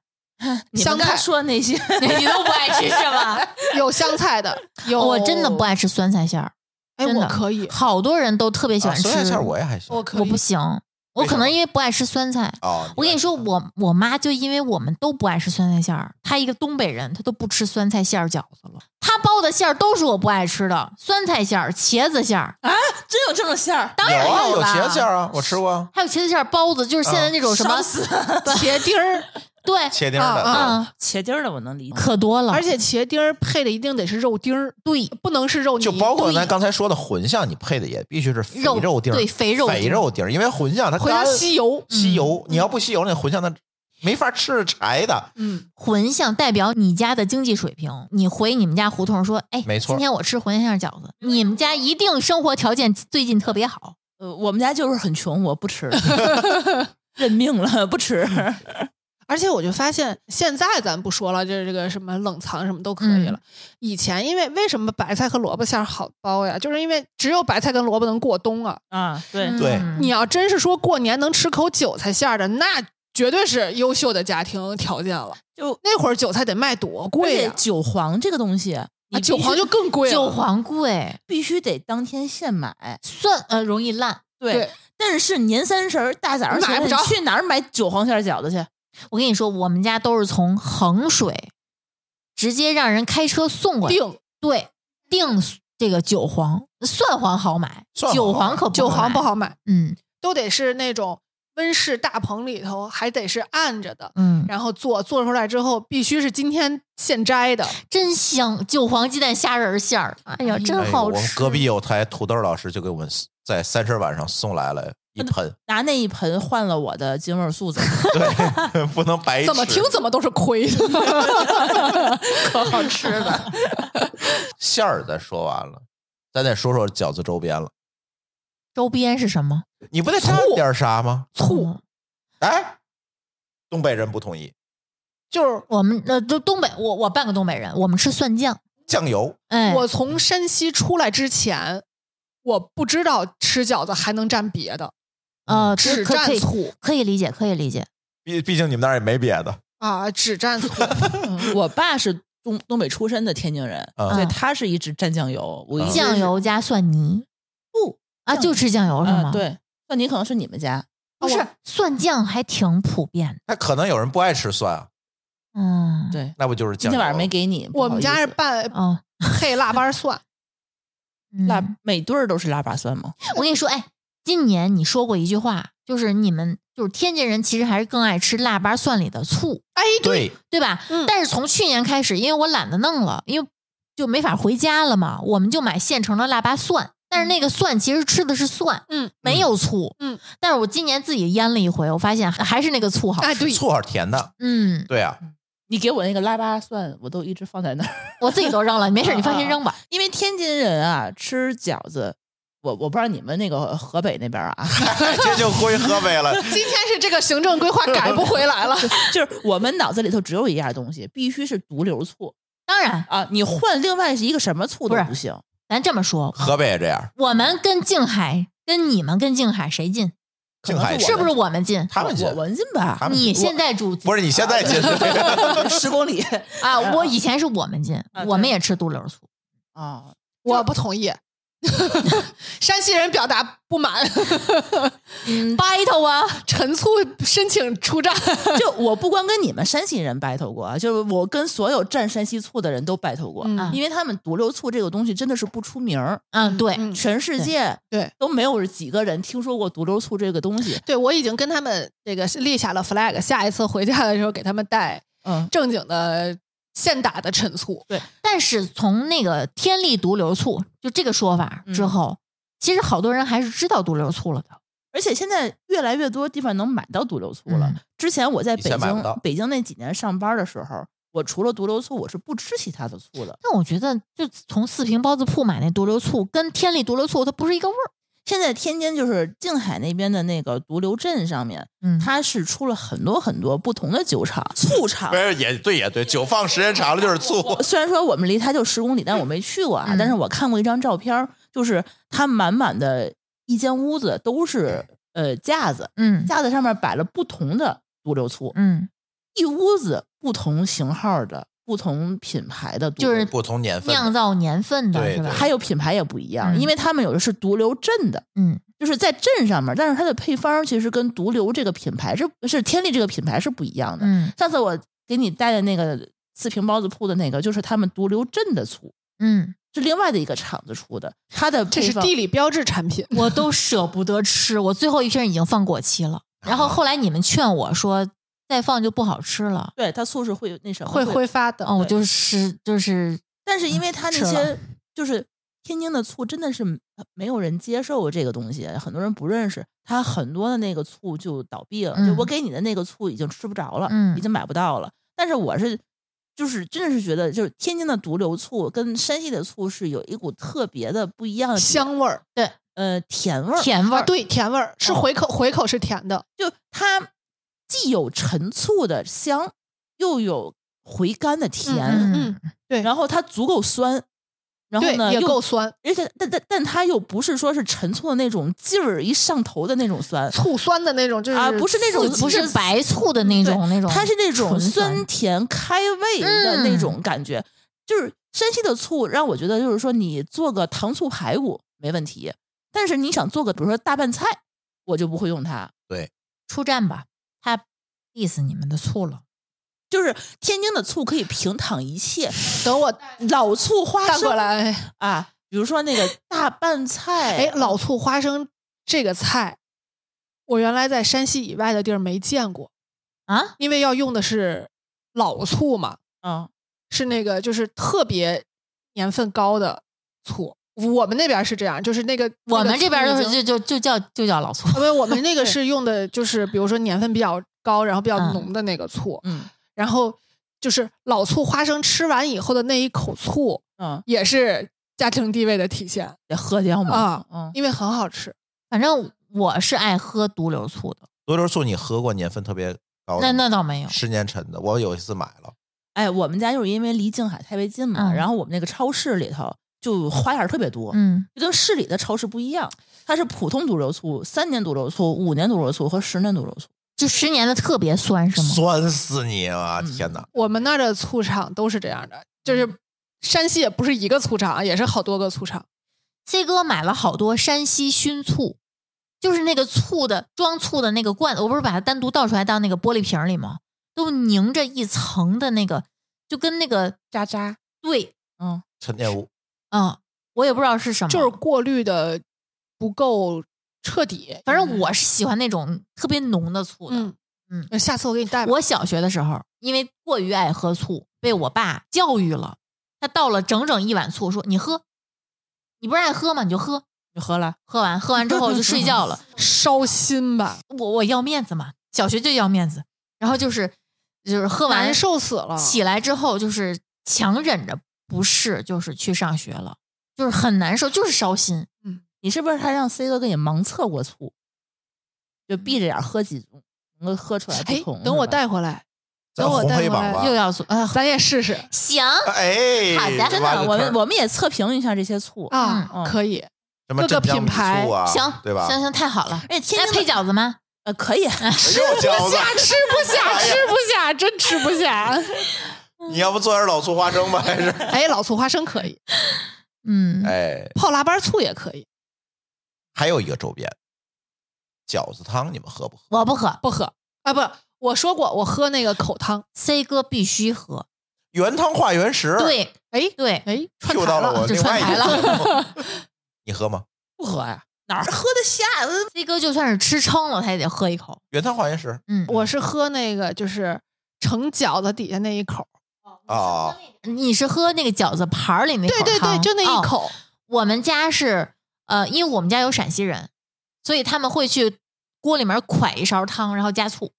E: 你
B: 香
E: 们刚
B: 菜
E: 才说的那 些，
D: 你都不爱吃是 吧？
B: 有香菜的，有
D: 哦我真的不。爱吃酸菜馅儿，
B: 哎，
D: 真
B: 我
D: 的
B: 可以，
D: 好多人都特别喜
C: 啊
D: 欢吃。
C: 酸菜馅儿我也还行
B: 我可以，
D: 我不行，我可
C: 为什么
D: 能因为不爱吃酸菜。
C: 哦。
D: 我跟你说，我我妈就因为我们都不爱吃酸菜馅儿，她一个东北人，她都不吃酸菜馅儿饺子了。她包的馅儿都是我不爱吃的，酸菜馅儿、茄子馅儿，
E: 真有这种馅儿，
D: 当
C: 有
D: 然
C: 啊，有
D: 啦。
C: 茄子馅儿啊，我吃过啊，
D: 还有茄子馅儿包子，就是现在那种什么、
E: 烧死
B: 茄丁儿，
D: 对，
C: 切丁儿的。
B: 啊
C: 对
D: 嗯，
E: 茄丁儿的我能理解，
D: 可多了。
B: 嗯而且茄丁儿配的一定得是肉丁儿，对，不能是肉泥，
C: 就包括咱
B: 对
C: 刚才说的茴香，你配的也必须是肥
D: 肉
C: 丁儿，
D: 对
C: 肥
D: 肥肉丁
C: 肉丁儿，因为茴香它
B: 茴香
C: 干
B: 吸油，
C: 吸油，你要不吸油，那茴香它没法吃柴的。
B: 嗯，
D: 茴香代表你家的经济水平，你回你们家胡同说，哎，
C: 没错
D: 今天我吃茴香馅儿饺子，你们家一定生活条件最近特别好。
E: 呃，我们家就是很穷，我不吃了，认命了，不吃。
B: 而且我就发现，现在咱不说了，这这个什么冷藏什么都可以了。
D: 嗯
B: 以前因为为什么白菜和萝卜馅儿好包呀？就是因为只有白菜跟萝卜能过冬啊。
E: 啊，对，
C: 对
D: 嗯
B: 你要真是说过年能吃口韭菜馅儿的，那绝对是优秀的家庭条件了。
E: 就
B: 那会儿韭菜得卖多
E: 而
B: 贵
E: 且
B: 呀、
E: 韭黄这个东西，
B: 啊！
E: 你
B: 韭
E: 必须
B: 黄就更贵了。
D: 韭黄贵，
E: 必须得当天现买。
D: 蒜呃容易烂。
B: 对，
E: 但是年三十儿大早上起来
B: 买不着
E: 你去哪儿买韭黄馅儿饺子去？
D: 我跟你说，我们家都是从衡水直接让人开车送过来，
B: 定
D: 对定这个韭黄，蒜黄好买，
C: 蒜黄
D: 韭
C: 好买
D: 黄可不
B: 韭黄不
D: 买，
B: 好买，
D: 嗯，
B: 都得是那种温室大棚里头还得是按着的，
D: 嗯，
B: 然后做做出来之后必须是今天现摘的。
D: 真香！韭黄鸡蛋虾仁儿馅儿，哎呀，真
C: 哎
D: 好
C: 我
D: 吃。
C: 们隔壁有台土豆老师就给我们在三十晚上送来了一盆，
E: 拿那一盆换了我的京味儿素子，
C: 对，不能白吃。
B: 怎么听怎么都是亏的。
E: 可好吃了。
C: 馅儿咱说完了，咱得说说饺子周边了。
D: 周边是什么？
C: 你不得加点啥吗？
D: 醋。
C: 哎，东北人不同意，
B: 就是
D: 我们呃，就东北，我我半个东北人，我们吃蒜酱。
C: 酱油
D: 哎，
B: 我从山西出来之前，我不知道吃饺子还能蘸别的
D: 呃，
B: 只
D: 可
B: 蘸
D: 可以
B: 醋
D: 可以理解，可以理解。
C: 毕毕竟你们那儿也没别的。
B: 啊，只蘸醋。啊
E: 我爸是东东北出身的天津人，
C: 嗯
E: 所以他是一直蘸酱
C: 啊
E: 油。我一直
D: 酱油加蒜泥
E: 不
D: 啊，
E: 酱
D: 就吃酱油是
E: 啊
D: 吗？，
E: 对，那你可能是你们家
D: 不是蒜酱还挺普遍的。
C: 那可能有人不爱吃蒜啊，
D: 嗯，
E: 对。
C: 那不就是
E: 今
C: 酱油？
E: 天晚上没给你，不
B: 我
E: 好
B: 们家
E: 意
B: 是
E: 思
B: 拌
D: 哦，
B: 配腊八蒜，
D: 嗯
E: 腊，每对儿都是腊八蒜吗？
D: 我跟你说，哎，今年你说过一句话，就是你们就是天津人其实还是更爱吃腊八蒜里的醋，
B: 哎，
C: 对，
D: 对吧？
B: 嗯
D: 但是从去年开始，因为我懒得弄了，因为就没法回家了嘛，我们就买现成的腊八蒜。但是那个蒜其实吃的是蒜，
B: 嗯，
D: 没有醋。
B: 嗯，
D: 但是我今年自己腌了一回，我发现还是那个醋好。
B: 哎对，
C: 醋好甜的。
D: 嗯，
C: 对啊，
E: 你给我那个腊八蒜，我都一直放在那儿。
D: 我自己都扔了，没事，你放心 扔吧。
E: 因为天津人啊，吃饺子，我我不知道你们那个河北那边 啊，
C: 这就归河北了。
B: 今天是这个行政规划改不 回来了。
E: 就是我们脑子里头只有一样东西，必须是独流醋
D: 当然，
E: 啊！你换另外一个什么醋都
D: 不是
E: 不行。
D: 咱这么说，
C: 河北也这样，
D: 我们跟静海，跟你们跟静海谁近？
C: 静海
E: 可能
D: 是不是
E: 我
D: 我们近？
C: 他们进
E: 我，文进吧
C: 他？们
D: 你
C: 近
D: 现在住
C: 不是你现在进，
E: 十公里
D: 啊？我以前是我们近
E: 啊，
D: 我们
E: 对
D: 也吃独流醋。
E: 啊，
B: 我不同意， 山西人表达不满，
E: 嗯，
D: battle 啊，
B: 陈醋申请出战。
E: 就我不光跟你们山西人 battle 过啊，就是我跟所有蘸山西醋的人都 battle 过，
B: 嗯
E: 因为他们独流醋这个东西真的是不出名儿，
D: 嗯，对，
B: 嗯
E: 全世界
B: 对
E: 都没有几个人听说过独流醋这个东西。
B: 对，我已经跟他们这个立下了 flag，下一次回家的时候给他们带
E: 嗯，
B: 正经的现打的陈醋。
D: 但是从那个天利毒瘤醋就这个说法之后，其实好多人还是知道毒瘤醋了的。
E: 而且现在越来越多地方能买到独流醋了。
D: 嗯
E: 之前我在
C: 以
E: 北
C: 前买不到
E: 京，北京那几年上班的时候，我除了独流醋，我是不吃其他的醋的。
D: 但我觉得，就从四平包子铺买那毒瘤醋跟天利毒瘤醋它不是一个味儿。
E: 现在天津就是静海那边的那个独流镇上面，
D: 嗯，
E: 它是出了很多很多不同的酒厂、醋厂
C: 不。是也对也对，酒放时间长了就是醋
E: 我。虽然说我们离它就十公里，但我没去过啊。
D: 嗯
E: 但是我看过一张照片儿，就是它满满的一间屋子都是呃架子，
D: 嗯
E: 架子上面摆了不同的独流醋。
D: 嗯，
E: 一屋子不同型号的、不同品牌的毒瘤，
D: 就是
C: 不同年份的
D: 酿造年份的
C: 对
D: 是吧？
C: 对
E: 还有品牌也不一样，
D: 嗯
E: 因为他们有的是毒瘤镇的，
D: 嗯，
E: 就是在镇上面，但是它的配方其实跟毒瘤这个品牌是是天利这个品牌是不一样的。
D: 嗯
E: 上次我给你带的那个四平包子铺的那个，就是他们毒瘤镇的醋，
D: 嗯，
E: 是另外的一个厂子出的，它的
B: 这
E: 配
B: 是
E: 方
B: 地理标志产品，
D: 我都舍不得吃，我最后一瓶已经放过期了。然后后来你们劝我说，再放就不好吃了。
E: 对它醋是会哦那什么
B: 会挥发的。
D: 嗯，我就是就是
E: 但是因为它
D: 吃
E: 那
D: 了
E: 些就是天津的醋真的是呃没有人接受这个东西，很多人不认识，它很多的那个醋就倒闭了。就我
D: 嗯
E: 给你的那个醋已经吃不着了，
D: 嗯
E: 已经买不到了。但是我是就是真的是觉得，就是天津的独流醋跟山西的醋是有一股特别的不一样的
B: 香味儿
E: 呃甜味儿，哦
D: 甜味儿、
B: 啊，对，甜味儿是回口，回口是甜的，
E: 就它既有陈醋的香，又有回甘的甜，
B: 嗯
D: 嗯
E: 然后它足够酸。然后
B: 对
E: 呢，，
B: 也
E: 又
B: 够酸，
E: 而且但但但它又不是说是陈醋的那种劲儿一上头的那种酸，
B: 醋酸的那种，就是
E: 啊不是那种
B: 刺激
D: 不是
B: 的
D: 白醋的那种那种，
E: 它是那种
D: 纯
E: 酸甜开胃的
B: 嗯
E: 那种感觉。就是山西的醋让我觉得就是说你做个糖醋排骨没问题，但是你想做个比如说大拌菜，我就不会用它。
D: 出战吧，他 diss 你们的醋了。
E: 就是天津的醋可以平躺一切，
B: 等我
E: 老醋花
B: 淡过
E: 生
B: 来，
E: 啊，
B: 哎
D: 啊
E: 比如说那个大拌菜，
B: 哎，老醋花生这个菜，我原来在山西以外的地儿没见过，
D: 啊，
B: 因为要用的是老醋嘛，
E: 嗯，
B: 是那个就是特别年份高的醋。我们那边是这样，就是那个
D: 我们这边
B: 就
D: 就是就就就叫就叫 老醋，
B: 因为我们 那个
E: 对
B: 是用的就是比如说年份比较高，然后比较
D: 嗯
B: 浓的那个醋，
E: 嗯
B: 然后就是老醋花生吃完以后的那一口醋，
E: 嗯，
B: 也是家庭地位的体现，
E: 得喝掉嘛，
B: 啊
E: 嗯，
B: 因为很好吃。
D: 反正我是爱喝独流醋的，
C: 多流醋你喝过年份特别高
B: 哦
C: 的
D: 那
C: 吗，
D: 那倒没有，
C: 十年陈的，我有一次买了，
E: 哎，我们家就是因为离静海太为近嘛，
D: 嗯
E: 然后我们那个超市里头就花样儿特别多，
D: 嗯，
E: 就跟市里的超市不一样，它是普通独流醋、三年独流醋、五年独流醋和十年独流醋。
D: 就十年的特别酸是吗？
C: 酸死你啊！天哪，
B: 我们那儿的醋厂都是这样的，就是山西也不是一个醋厂，啊也是好多个醋厂。
D: C 哥买了好多山西熏醋，就是那个醋的装醋的那个罐子，我不是把它单独倒出来当那个玻璃瓶里吗？都凝着一层的那个，就跟那个
B: 渣渣
D: 对，
E: 嗯，
C: 陈列物
D: 嗯，我也不知道是什么，
B: 就是过滤的不够彻底，
D: 反正我是喜欢那种特别浓的醋的。
B: 嗯
D: 嗯
B: 嗯，下次我给你带吧。
D: 我小学的时候，因为过于爱喝醋，被我爸教育了，他倒了整整一碗醋，说你喝，你不是爱喝吗？你就喝，
E: 你喝了？
D: 喝完喝完之后就睡觉了。
B: 烧心吧，
D: 我我要面子嘛，小学就要面子，然后就是就是喝完
B: 难受死了。
D: 起来之后就是强忍着不适，就是去上学了，就是很难受，就是烧心。
E: 你是不是还让 C 哥给你盲测过醋？就闭着眼儿喝几盅，能够喝出来不
B: 哎
E: 同。，
B: 等我
E: 是吧，
B: 带回来，
C: 咱
B: 等我
C: 红
B: 带
C: 黑
B: 回
C: 榜
B: 来
C: 吧
D: 又，要做啊、
B: 咱也试试
D: 行，
C: 哎，
D: 好的
E: 真
C: 挖
E: 的，
C: 个
E: 我
C: 坑
E: 们我们也测评一下这些醋。
B: 啊
E: 嗯，
B: 可以。
C: 什么
B: 各个
C: 镇江
B: 品
C: 米
B: 牌
C: 醋啊，
D: 行，
C: 对吧？
D: 行行，太好了。
E: 哎，天
D: 哎，配
E: 津的
D: 饺子吗？
E: 呃可以，
C: 吃不哎饺子，
B: 吃 不啊下，吃不下，真吃不下。
C: 你要不做点老醋花生吧？还是
B: 哎，老醋花生可以，
D: 嗯，
C: 哎，
B: 泡腊八醋也可以，
C: 还有一个周边，饺子汤，你们喝不喝？
D: 我不喝
B: 不喝啊不。我说过，我喝那个口汤。
D: ，C 哥必须喝。
C: 原汤化原食，
D: 对
B: 哎
D: 对，
B: 哎，串
C: ，Q 到
B: 台
C: 了我
D: 就
C: 另外一
D: 串台
C: 个节目，你喝吗？
E: 不喝呀？哪儿喝得下？嗯
D: ，C 哥就算是吃撑了，他也得喝一口。
C: 原汤化原食
D: 嗯，
B: 我是喝那个就是盛饺子底下那一口。哦
C: 啊，
D: 你是喝那个饺子盘儿里那口
B: 对对对，
D: 汤
B: 就那
D: 哦
B: 一口。
D: 我们家是呃，因为我们家有陕西人，所以他们会去锅里面㧟一勺汤，然后加醋，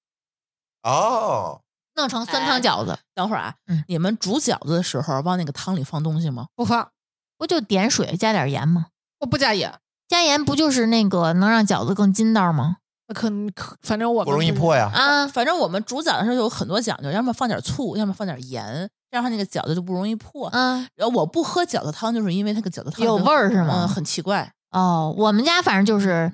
C: 哦，
D: 弄成酸
B: 哎
D: 汤饺子。
E: 等会儿啊
D: 嗯，
E: 你们煮饺子的时候往那个汤里放东西吗？
B: 不放，
D: 不就点水加点盐吗？
B: 我不加盐。
D: 加盐不就是那个能让饺子更筋道吗？
B: 可能可反正我们
C: 不容易
B: 是
C: 破。呀。
D: 啊，
E: 反正我们煮饺子的时候有很多讲究，要么放点醋，要么放点盐，这样它那个饺子就不容易破。
D: 嗯，
E: 然后我不喝饺子汤，就是因为那个饺子汤
D: 有
E: 已经
D: 味儿是吗
E: 嗯，很奇怪。
D: 哦，我们家反正就是，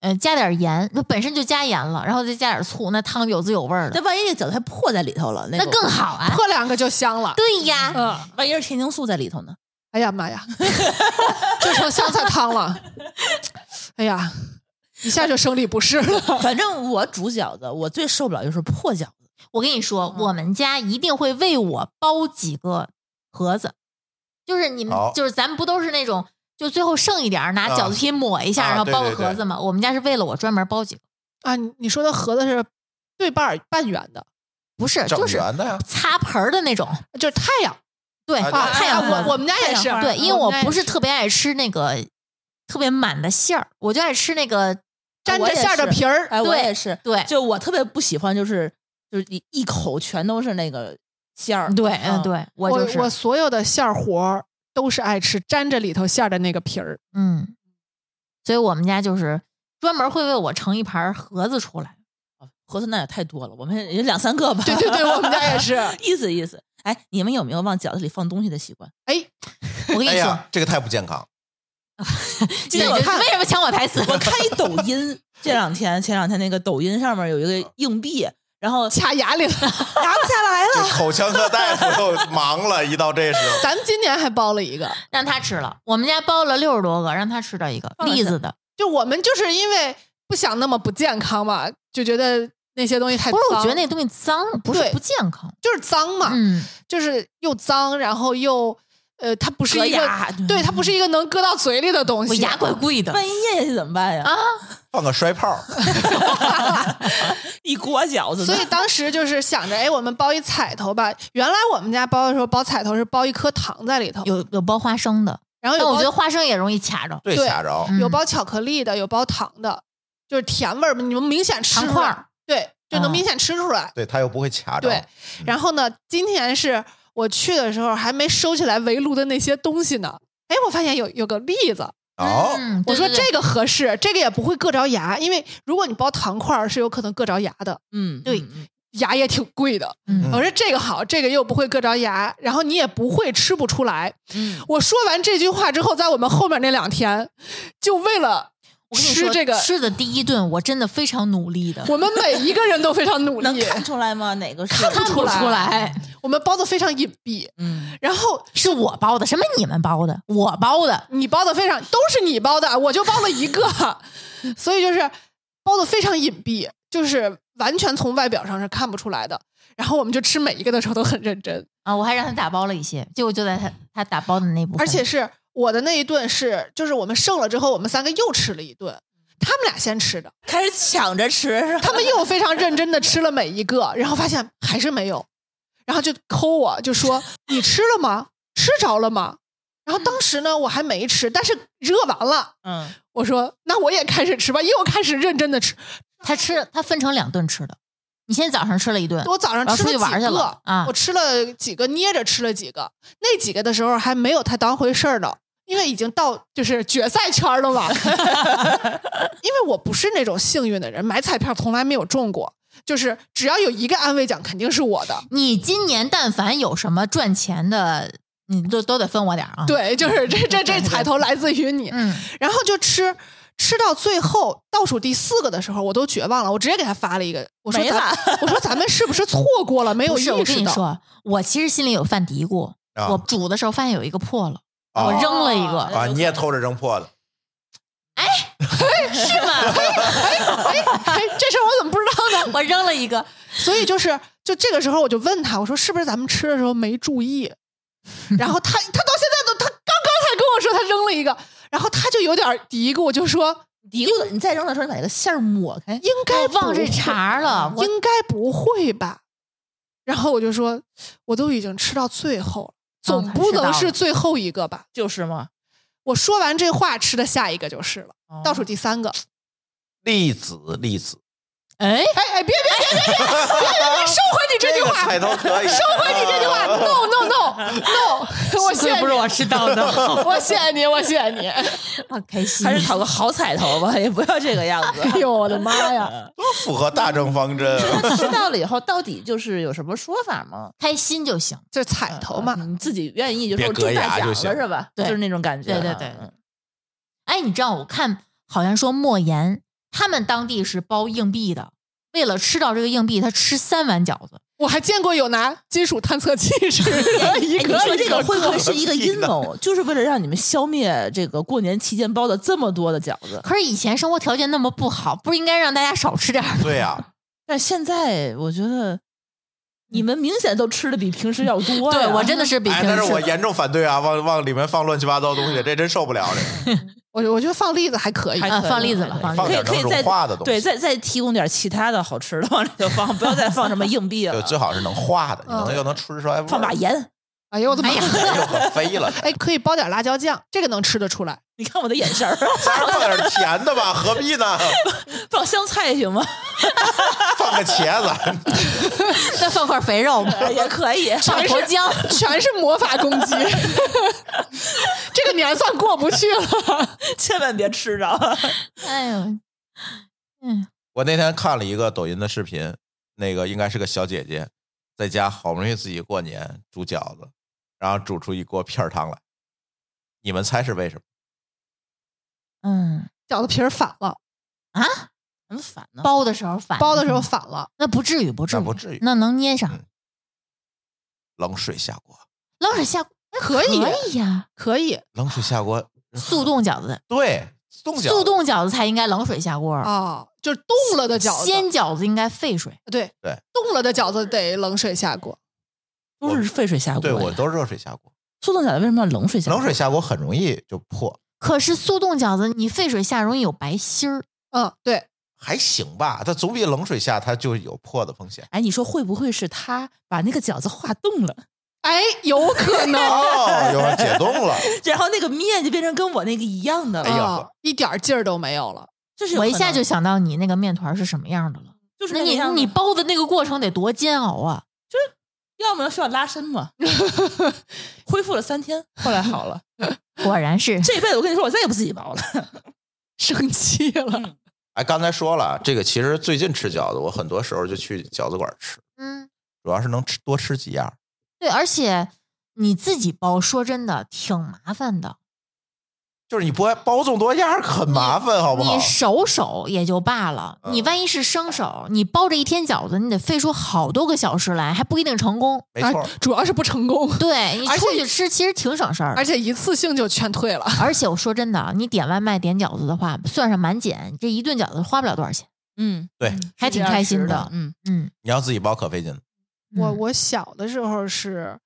D: 呃，加点盐，那本身就加盐了，然后再加点醋，那汤有滋有味儿的
E: 但，万一那个饺子还破在里头了，那
D: 那
E: 个
D: 更。好啊。
B: 破两个就香了。
D: 对呀，
B: 嗯，
E: 万一是天青素在里头呢？
B: 哎呀妈呀，就成香菜 汤了。哎呀，一下就生理不适 了。
E: 反正我煮饺子，我最受不了就是破饺子。
D: 我跟你说，
E: 嗯
D: 我们家一定会为我包几个盒子，就是你们
C: 好，
D: 就是咱们不都是那种，就最后剩一点儿拿
C: 啊
D: 饺子皮抹一下，
C: 啊
D: 然后
C: 对
D: 包个
C: 对对
D: 盒子嘛。我们家是为了我专门包几个，
B: 啊，你你说的盒子是对半儿半圆的，
D: 不是，
C: 整
D: 就是
C: 圆的呀，
D: 擦盆儿的那种。
B: 就是太阳
D: 对，
C: 啊
B: 啊，
C: 对
D: 太阳
B: 啊
D: 花
B: 我我们家也是
E: 太阳花，
D: 对，因为
B: 我
D: 我
B: 们家也
D: 不是特别爱吃那个特别满的馅儿，我就爱吃那个
B: 沾着馅儿的皮儿，
E: 哎，我
D: 对
E: 也是，
D: 对
E: 就我特别不喜欢，就是就是一一口全都是那个馅儿。
D: 对，
E: 嗯
D: 嗯，，对我
B: 我
D: 就是，
B: 我所有的馅儿活儿都是爱吃沾着里头馅儿的那个 皮儿。
D: 嗯，所以我们家就是专门会为我盛一盘儿盒子出来。
E: 盒子那也太多了，我们也两三个吧。
B: 对对对，我们家也 是。
E: 意思意思。哎，你们有没有往饺子里放东西的习惯？
B: 哎，
D: 我跟
C: 哎
D: 你说，
C: 呀，这个太不健康。
D: 你
B: 今天我看
D: 为什么抢我台词？
E: 我看一抖音，这两天前两天那个抖音上面有一个硬币，然后
B: 卡牙里了。
E: 拿不下来
C: 这
E: 了。
C: 口腔科大夫又忙了，一到这时 候，
B: 咱们今年还包了一个，
D: 让他吃了。我们家包了六十多个，让他吃到一个
E: 放了
D: 栗
E: 下
D: 子的。
B: 就我们就是因为不想那么不健康嘛，就觉得那些东西太
D: 不
B: 脏
D: 是，我觉得那东西脏，不是
B: 对啊
D: 不健康。
B: 就是脏嘛，
D: 嗯，
B: 就是又脏，然后又呃，它不是
E: 硌
B: 一个
E: 牙，
B: 对，它不是一个能搁到嘴里的东
D: 我
B: 西。
D: 牙怪贵的，
E: 万一咽下去怎么办呀？
D: 啊
C: 放个摔炮，
E: 一锅饺子呢，
B: 所以当时就是想着，哎，我们包一彩头吧。原来我们家包的时候，包彩头是包一颗糖在里头，
D: 有有包花生的，
B: 然后
D: 但
B: 有
D: 我觉
B: 包
D: 得花生也容易卡着。
C: 对
B: 对
C: 吓着。
D: 嗯
B: 有包巧克力的，有包糖的，就是甜味儿，你们明显吃
D: 糖
B: 出
D: 块
B: 来
D: 儿，
B: 对，就能
D: 嗯
B: 明显吃出来。
C: 对他又不会卡着，
B: 对然后呢，今天是我去的时候还没收起来围炉的那些东西呢。哎，我发现有有个栗子，
C: 哦，
D: 嗯，
B: 我
D: 对
B: 说
D: 对对
B: 这个合适，这个也不会硌着牙，因为如果你包糖块儿是有可能硌着牙的，
E: 嗯，
D: 对
E: 嗯，嗯
B: 牙也挺贵的。
D: 嗯
B: 我说这个好，这个又不会硌着牙，然后你也不会吃不出来。
E: 嗯，
B: 我说完这句话之后，在我们后面那两天，就为了
D: 我跟你
B: 吃
D: 说，
B: 这个，
D: 吃的第一顿，我真的非常努力的，
B: 我们每一个人都非常努
E: 能
B: 力，
E: 看出来吗？哪 个是？
B: 看
D: 看
B: 不
D: 不
B: 出来
D: 出来
B: 我们包的非常隐蔽。
E: 嗯，
B: 然后
D: 是我包的，什么你们包的，我包的，
B: 你包的非常都是你包的，我就包了一个， 所以就是包的非常隐蔽，就是完全从外表上是看不出来的。然后我们就吃每一个的时候都很认真，
D: 啊，我还让他打包了一些，结果就在他他打包的那部分，
B: 而且是我的那一顿是，就是我们剩了之后，我们三个又吃了一顿，他们俩先吃的，
E: 开始抢着吃是吧？
B: 他们又非常认真的吃了每一个，然后发现还是没有，然后就抠我，就说你吃了吗？吃着了吗？然后当时呢，我还没吃，但是热完了，
E: 嗯，
B: 我说那我也开始吃吧，又开始认真的吃。
D: 他吃他分成两顿吃的，你先早上吃了一顿，
B: 我早上吃
D: 然后出去
B: 几
D: 玩去
B: 个
D: 了啊
B: 我吃了几个，捏着吃了几个。那几个的时候还没有太当回事儿呢，因为已经到就是决赛圈儿了嘛。 因为我不是那种幸运的人，买彩票从来没有中过，就是只要有一个安慰奖，肯定是我的。
D: 你今年但凡有什么赚钱的，你都都得分我点儿啊。，
B: 对，就是这这这彩头来自于你。
D: 嗯，
B: 然后就吃，吃到最后倒数第四个的时候，我都绝望了，我直接给他发了一个，我说
E: 没
B: 咱我说咱们是不是错过了，没有
D: 不
B: 意
D: 是，我跟
B: 识
D: 你
B: 到？
D: 说，我其实心里有犯嘀咕，
C: 啊
D: 我煮的时候发现有一个破了，
C: 啊
D: 我扔了一个，
C: 啊，你也偷着扔破的，
D: 是吗？
B: 哎，这事儿我怎么不知道呢？
D: 我扔了一个，
B: 所以就是，就这个时候我就问他，我说是不是咱们吃的时候没注意？然后他他到现在都，他刚刚才跟我说他扔了一个，然后他就有点嘀咕，就说
E: 嘀咕的，你再扔的时候，你把这个馅儿抹开。
B: 应该
D: 我
B: 不
D: 忘
B: 会
D: 这茬儿了，我
B: 应该不会吧？然后我就说，我都已经吃到最后
D: 哦
B: 了，总不能是最后一个吧？
E: 就是嘛，
B: 我说完这话，吃的下一个就是了，
E: 哦
B: 倒数第三个。
C: 粒子粒子，
D: 哎，
B: 哎哎，别别别别别，收回你这句
C: 个
B: 话，
C: 彩头可以，收啊
B: 回你这句话，no no no no，我谢
D: 幸亏不是
B: 你
D: 我吃到 的，
B: 我谢谢你，我谢谢你。
D: 好开心。
E: 还是讨个好彩头吧，也不要这个样
B: 哎
E: 子。
B: 呦，我的妈呀！
C: 多符合大政方针啊。
E: 吃到了以后，到底就是有什么说法吗？
D: 开心就行。
B: 这
E: 嗯
B: 彩头嘛，
E: 你自己愿意，就是
C: 别
E: 我
C: 隔
E: 中
C: 牙
E: 大奖
C: 就
E: 了
C: 行
E: 是吧？
D: 对
E: 就是那种感觉。
D: 对对对
E: 嗯
D: 哎，你知道我看好像说莫言他们当地是包硬币的，为了吃到这个硬币，他吃三碗饺子。
B: 我还见过有拿金属探测器似的，一
E: 哎，你
B: 个
E: 说
B: 一
E: 这个
B: 个
E: 会不会是一个阴
C: 个
E: 谋？就是为了让你们消灭这个过年期间包的这么多的饺子？
D: 可是以前生活条件那么不好，不是应该让大家少吃点儿吗？
C: 对呀，
E: 但现在我觉
D: 嗯
E: 得你们明显都吃的比平时要多呀。
D: 对啊我真的是比
C: 哎，
D: 平
C: 但
D: 时
C: 是我严重反对啊，往往里面放乱七八糟东西，这真受不了这个。
B: 我我觉得放栗子还可以，
E: 还
D: 啊
E: 可以
D: 放栗子吧放栗
C: 子
E: 可以
C: 放
E: 可
C: 点
E: 以
C: 能
E: 再
C: 融化的东西
E: 对，再再提供点其他的好吃的往里头放，不要再放什么硬币
C: 就
E: 了，
C: 最好是能化的，你能
B: 嗯
C: 又能吃出来味儿，
E: 放把盐。
B: 哎呦我的妈！
D: 哎呀
C: 又可飞 了。
B: 哎，可以包点辣椒酱，这个能吃得出来。
E: 你看我的眼神儿，
C: 咱 放点甜的吧，何必呢？
E: 放香菜行吗？
C: 放个茄子，
D: 再放块肥肉吧，
E: 哎也可以。
D: 上头
E: 啊
D: 姜。
B: 全是魔法攻击， 这个年算过不去了。
E: 千万别吃着。
D: 哎呦，嗯
C: 我那天看了一个抖音的视频，那个应该是个小姐姐，在家好不容易自己过年煮饺子，然后煮出一锅片儿汤来。你们猜是为什么？
D: 嗯，
B: 饺子皮儿反了，
E: 很烦呢。
D: 包的时候反
B: 包的时候反了，
D: 那不至于，不至于，
C: 那不至于
D: 那能捏上
C: 嗯。冷水下锅，
D: 冷水下锅
B: 可以
D: 可以呀，
B: 可以
E: 啊
C: 冷水下锅，
D: 速冻饺子，
C: 对，冻饺，
D: 速，冻饺子才应该冷水下锅。
B: 啊，就是冻了的饺子，
D: 鲜饺子应该沸水，
B: 对
C: 对，
B: 冻了的饺子得冷水下锅。
E: 都是沸水下锅。
C: 对我都是热水下锅。
E: 速冻饺子为什么要冷水下锅？
C: 冷水下锅很容易就破，
D: 可是速冻饺子你沸水下容易有白心儿，
B: 嗯，对，
C: 还行吧，它总比冷水下它就有破的风 险。
E: 哎，你说会不会是他把那个饺子化冻了，
B: 哎，有可能，
C: 哦，有人解冻了，
E: 然后那个面就变成跟我那个一样的
C: 哎呀
E: 了？
B: 啊一点儿劲儿都没有了。
E: 这是有
D: 我一
E: 可
D: 下
E: 能
D: 就想到你那个面团儿是什么样的了。
E: 就是
D: 那
E: 个
D: 你
E: 样子
D: 你包的那个过程得多煎熬啊！
E: 要么需要拉伸 嘛，恢复了三天，后来好了。
D: 果然是
E: 这一辈子我跟你说，我再也不自己 包了。
B: 生气了，
C: 哎，刚才说了，这个其实最近吃饺子，我很多时候就去饺子馆吃，
D: 嗯，
C: 主要是能吃多吃几样。
D: 对，而且你自己包，说真的挺麻烦的。
C: 就是你不爱包这么多样，很麻烦，好不好
D: 你？熟手也就罢了，
C: 嗯
D: 你万一是生手，你包这一天饺子，你得费出好多个小时来，还不一定成功。
C: 没错嗯
B: 啊，主要是不成功，
D: 对你
B: 而且
D: 出去吃其实挺省事儿的
B: 而。且一次性就全退了。
D: 而且我说真的啊，你点外卖点饺子的话，算上满减，你这一顿饺子花不了多少钱，
E: 嗯
C: 对，
D: 还挺开心的。
E: 嗯，
D: 嗯，
C: 你要自己包可费劲了。
B: 我
D: 嗯
B: 我小的时候是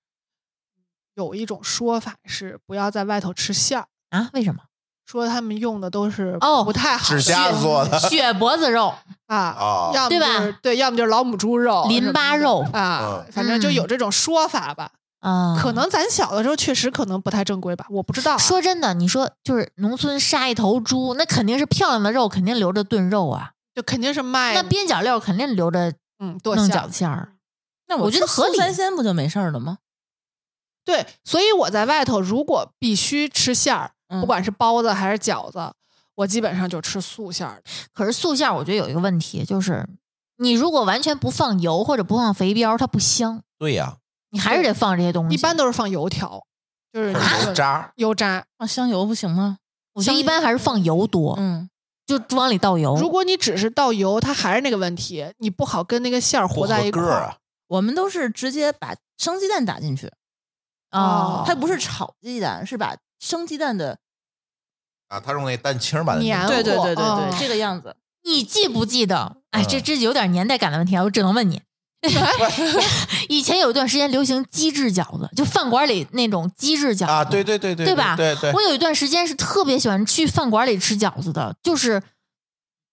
B: 有一种说法是不要在外头吃馅儿，
D: 啊，为什么？
B: 说他们用的都是
D: 哦
B: 不太好
C: 指甲
B: 的
C: 做的
D: 血脖子肉，
B: 啊，
C: 啊，
B: 要么
D: 对
B: 就
D: 吧
B: 是对，要么哦就是老母猪肉、
D: 淋巴肉
B: 啊，
C: 嗯
B: 反正就有这种说法吧。
D: 啊，
B: 可能咱小的时候确实可能不太正规吧，我不知道嗯啊。
D: 说真的，你说就是农村杀一头猪，那肯定是漂亮的肉，肯定留着炖肉啊。
B: 就肯定是卖
D: 那边角料肯定留着
B: 嗯哎剁
D: 弄
B: 馅
D: 饺
B: 儿
D: 子。馅儿。
E: 那
D: 我觉得
E: 吃
D: 合
E: 素
D: 理
E: 三鲜不就没事儿了吗？
B: 对，所以我在外头如果必须吃馅儿，
E: 嗯
B: 不管是包子还是饺子，我基本上就吃素馅儿的。
D: 可是素馅儿，我觉得有一个问题，就是你如果完全不放油或者不放肥膘，它不香，
C: 对呀，
D: 你还是得放这些东西。
B: 一般都是放油条，就是
C: 或者油渣，
B: 油渣。
E: 放香油不行吗？
D: 我觉得一般还是放油多，
E: 嗯，
D: 就往里倒
C: 哦
D: 油。
B: 如果你只是倒油，它还是那个问题，你不好跟那个馅儿
C: 不
B: 和在
C: 合
B: 一
C: 个
B: 块
C: 儿
B: 儿。
C: 啊。
E: 我们都是直接把生鸡蛋打进去，
D: 啊
B: 哦，
E: 它不是炒鸡蛋，是把生鸡蛋的
C: 啊，他用那蛋清把它
B: 粘
C: 弄
B: 对对
C: 破
B: 对对对
E: 这个样
D: 哦
E: 子。
D: 你记不记得？哎，这
C: 嗯
D: 这有点年代感的问题啊，我只能问你。以前有一段时间流行机制饺子，就饭馆里那种机制饺子
C: 啊，对对对对
D: 对吧
C: 对对，
D: 我有一段时间是特别喜欢去饭馆里吃饺子的，就是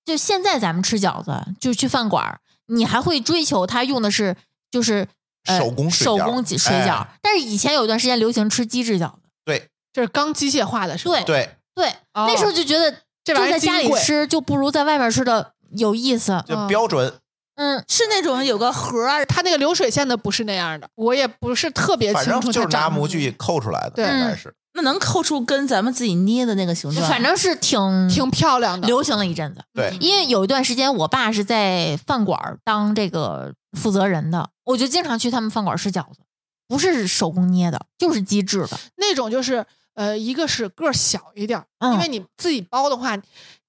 D: 就现在咱们吃饺子，就去饭馆儿，你还会追求它用的是就是、呃、
C: 手工水
D: 手
C: 饺
D: 工几水饺，
C: 哎
D: 但是以前有一段时间流行吃机制饺子，
C: 对
B: 就是刚机械化的时候。
D: 对
C: 对，
D: 对，
B: 哦
D: 那时候就觉得
B: 这
D: 就
B: 玩意
D: 在
B: 儿
D: 家里
B: 金贵
D: 吃就不如在外面吃的有意思，
C: 就
B: 嗯
C: 标准，
D: 嗯。
E: 是那种有个盒儿，
B: 它那个流水线的不是那样的，我也不是特别
C: 反
B: 清
C: 正
B: 楚。
C: 就是拿模具，扣出来的，
B: 对
C: 应该是。
E: 那能扣出跟咱们自己捏的那个形状。
D: 反正是挺
B: 挺漂亮的。
D: 流行了一阵子。
C: 对
B: 嗯
D: 因为有一段时间，我爸是在饭馆儿当这个负责人的，我就经常去他们饭馆儿吃饺子，不是手工捏的，就是机制的。
B: 那种就是呃，一个是个儿小一点儿，
D: 嗯
B: 因为你自己包的话，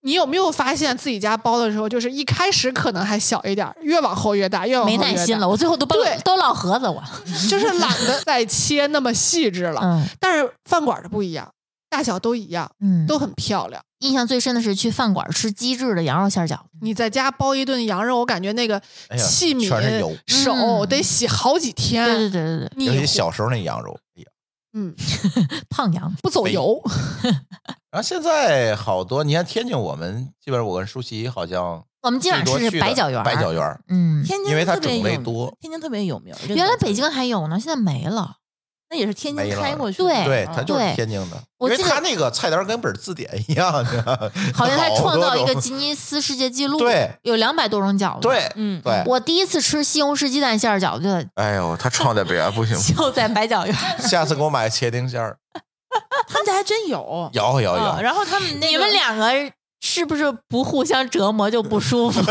B: 你有没有发现自己家包的时候，就是一开始可能还小一点儿，越往后越大，越往后
D: 没
B: 越大
D: 耐心了，，我最后都包
B: 对
D: 都烙盒子我。
B: 就是懒得再切那么细致了。
D: 嗯
B: 但是饭馆儿的不一样，大小都一样，
D: 嗯，
B: 都很漂亮。
D: 印象最深的是去饭馆儿吃机制的羊肉馅儿饺子，
B: 你在家包一顿羊肉，我感觉那个
C: 哎呀
B: 器皿、
C: 全是油
B: 手
D: 嗯
B: 得洗好几天。
D: 对对对对对，
C: 尤
B: 你
C: 其小时候那羊肉，哎呀。
B: 嗯
D: 胖羊
B: 不走
C: 肥
B: 油，
C: 然后现在好多，你看天津，我们基本上我跟舒淇好像
D: 我们今晚
C: 最多
D: 吃
C: 去
D: 是
C: 的
D: 白饺圆儿
C: 白饺圆儿，
D: 嗯，
E: 天津
C: 因为它
E: 特别
C: 种类
E: 有名
C: 多
E: 天津特别有名。这个
D: 原来
E: 东西
D: 北京还有呢，现在没了。
E: 那也是天
C: 没
E: 津
C: 了
E: 开过去的，
D: 对
C: 对，
E: 嗯
C: 它就是
D: 对
C: 天津的，
D: 我
C: 因为
D: 记得
C: 它那个菜单跟本字典一样，你知道吗
D: 好像还创造一
C: 好多
D: 个
C: 种
D: 吉尼斯世界纪录，
C: 对，
D: 有两百多种饺子。，
C: 对，
E: 嗯
C: 对，
D: 我第一次吃西红柿鸡蛋馅儿饺子就在
C: 哎呦，他创的别不行
D: 就 在白饺园。
C: 下次给我买茄丁馅儿，
E: 他们家还真有。
C: 有有
E: 啊，
C: 有，
E: 然后他们 那
D: 你
E: 个
D: 们两个是不是不互相折磨就不舒 服？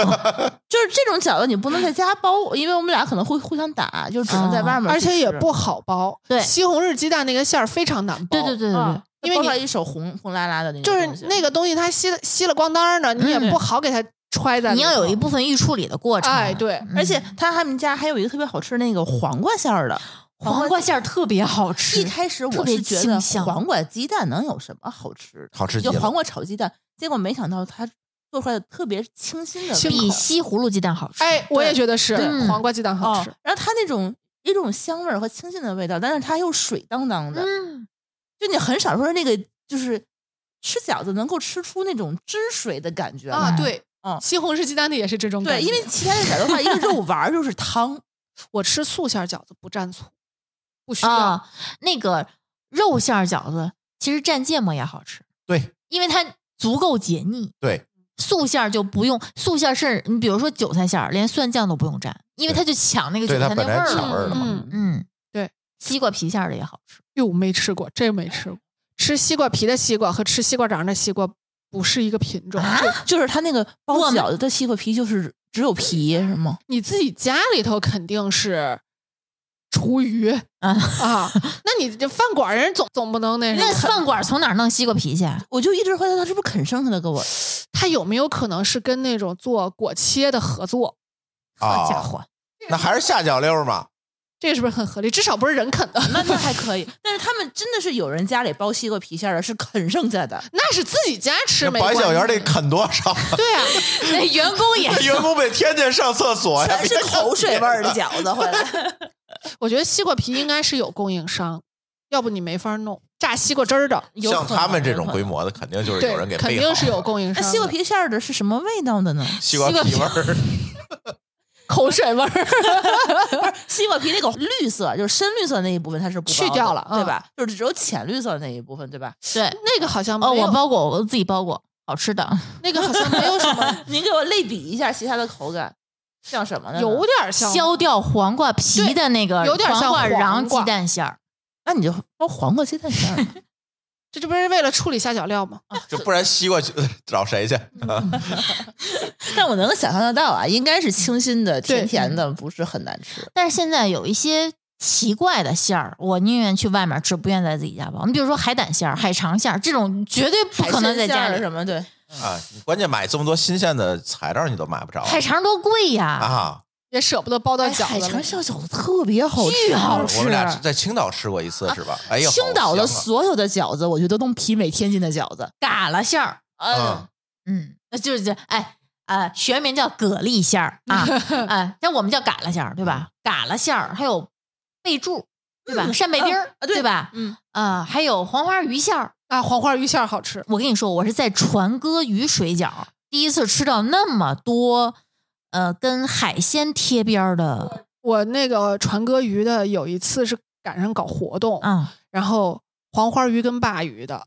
E: 就是这种饺子，你不能在家包，因为我们俩可能会互相打，就只能在外面去吃、
B: 啊而且也不好包。
D: 对
B: 西红柿鸡蛋那个馅儿非常难包。
D: 对对对对对
C: 哦嗯
E: 啊，
B: 因为
E: 包
B: 你
E: 出来一手红红拉拉的那
B: 就
E: 种东西，
B: 是那个东西它吸吸了光当儿呢，你也
D: 嗯
B: 不好给它揣在。
D: 你要有一。部分预处理的过程。
B: 哎，对，
D: 嗯，
E: 而且他他们家还有一个特别好吃的那个黄瓜馅儿的。
D: 黄瓜馅儿特别好吃。
E: 一开始
D: 特
E: 我
D: 别
E: 是觉
D: 清
E: 得
D: 香
E: 黄瓜鸡蛋能有什么好吃的？
C: 好吃极
E: 就
C: 了
E: 黄瓜炒鸡蛋，结果没想到它做出来的特别清新的
B: 清
E: 味
D: 比
E: 道
D: 西葫芦鸡蛋好吃。
B: 哎，我也觉得是
D: 对嗯
B: 黄瓜鸡蛋好
E: 哦
B: 吃。，
E: 然后它那种一种香味儿和清新的味道，但是它又水当当的，
D: 嗯，
E: 就你很少说那个就是吃饺子能够吃出那种汁水的感觉
B: 啊，
E: 来
B: 对，
E: 嗯
B: 西红柿鸡蛋的也是这种感
E: 对，
B: 觉。
E: 因为其他的饺子的话，一个肉丸儿就是 汤，
B: 我吃素馅儿饺子不蘸醋，不需要。
D: 啊，那个肉馅儿饺子其实蘸芥末也好吃，
C: 对
D: 因为它足够解腻。
C: 对，
D: 素馅儿就不用，素馅儿是你比如说韭菜馅儿，连蒜酱都不用蘸，因为
C: 对
D: 它就抢那个
C: 对
D: 韭
C: 它
D: 菜那
C: 本来
D: 味儿
C: 抢味儿了
D: 了。
C: 嘛
B: 嗯，
D: 嗯，
B: 对，
D: 西瓜皮馅儿的也好吃。
B: 哟，没吃过，这没吃过。吃西瓜皮的西瓜和吃西瓜瓤的西瓜不是一个品种。
D: 啊
B: 就
E: 就是它那个包
D: 我们
E: 饺子的西瓜皮就是只有皮是吗？
B: 你自己家里头肯定是厨余
D: 啊
B: 啊，那你这饭馆儿人总总不能哎那什么
D: 那饭馆儿从哪儿弄西瓜皮去啊？
E: 我就一直怀疑他是不是啃剩下的给我，
B: 他有没有可能是跟那种做果切的合作？
D: 好家
C: 啊，
D: 伙，
C: 那还是下脚溜儿嘛。
B: 这个是不是很合理？至少不是人啃的，
E: 那那还可以。但是他们真的是有人家里包西瓜皮馅儿的，是啃剩下 的。
B: 那是自己家吃
C: 那
B: 没
C: 白
B: 关
C: 小圆
B: 系
C: 得啃多少？
B: 对啊，
D: 那员工 也
C: 那 员工得天天上厕所呀，
E: 全是
C: 别看
E: 口水味儿的
C: 别人
E: 饺子回来，
B: 我觉得西瓜皮应该是有供应商，要不你没法弄榨西瓜汁儿的。
E: 有
C: 像
E: 可能
C: 他们这种
E: 有可
C: 规
E: 能
C: 模的，肯定就是
B: 对
C: 有人给，
B: 肯
C: 备
B: 定
C: 好
B: 是有供应
E: 那
B: 商的。
E: 西瓜皮馅儿的是什么味道的呢？
C: 西瓜皮味儿。
B: 口水味儿，
E: 西瓜皮那个绿色，就是深绿色那一部分，它是不包的
B: 去掉了嗯
E: 对吧？就是只有浅绿色那一部分，对吧？
D: 对。
B: 那个好像没
D: 哦，
B: 有
D: 我包过，我自己包过，好吃的。
B: 那个好像没有什么，
E: 您给我类比一下其他的口感，像什么呢？
B: 有点儿像
D: 削掉黄瓜皮的那个，
B: 对有点像
D: 黄瓜瓤
B: 黄瓜
D: 鸡蛋馅儿。
E: 那你就包黄瓜鸡蛋馅儿吧
B: 这这不是为了处理下脚料吗？
C: 就 不然西瓜去找谁去？
E: 但我能想象得到啊，应该是清新的、甜甜的，不是很难吃。
D: 但是现在有一些奇怪的馅儿，我宁愿去外面吃，不愿在自己家包。你比如说海胆馅儿、海肠馅儿这种，绝对不可能在家
E: 海
D: 里
E: 鲜馅儿。什么对，
C: 啊，你关键买这么多新鲜的材料，你都买不着
D: 海肠多贵呀！
C: 啊！
B: 也舍不得包到
E: 哎
B: 饺
E: 海
B: 子
E: 肠
B: 了。
E: 馅饺子特别好吃，啊
D: 巨好
C: 哦我们俩
D: 吃
C: 在青岛吃过一次，是吧？哎呀，
E: 嗯青岛的
C: 好香
E: 所有的饺子，我觉得都媲美天津的饺子。
D: 嘎啦馅儿，
C: 啊
D: 嗯，那就是这哎呃，学名叫蛤蜊馅儿 啊，哎，像我们叫嘎啦馅儿，
E: 嗯
D: 对吧？嘎啦馅儿还有贝柱，对吧？扇贝丁儿，
E: 啊对
D: 对吧？
E: 嗯，
D: 啊，还有黄花鱼馅儿，
B: 啊，黄花鱼馅儿好吃，
D: 我跟你说，我是在船哥鱼水饺第一次吃到那么多，呃，跟海鲜贴边儿的，
B: 我那个船哥鱼的有一次是赶上搞活动，
D: 嗯，
B: 然后黄花鱼跟鲅鱼的，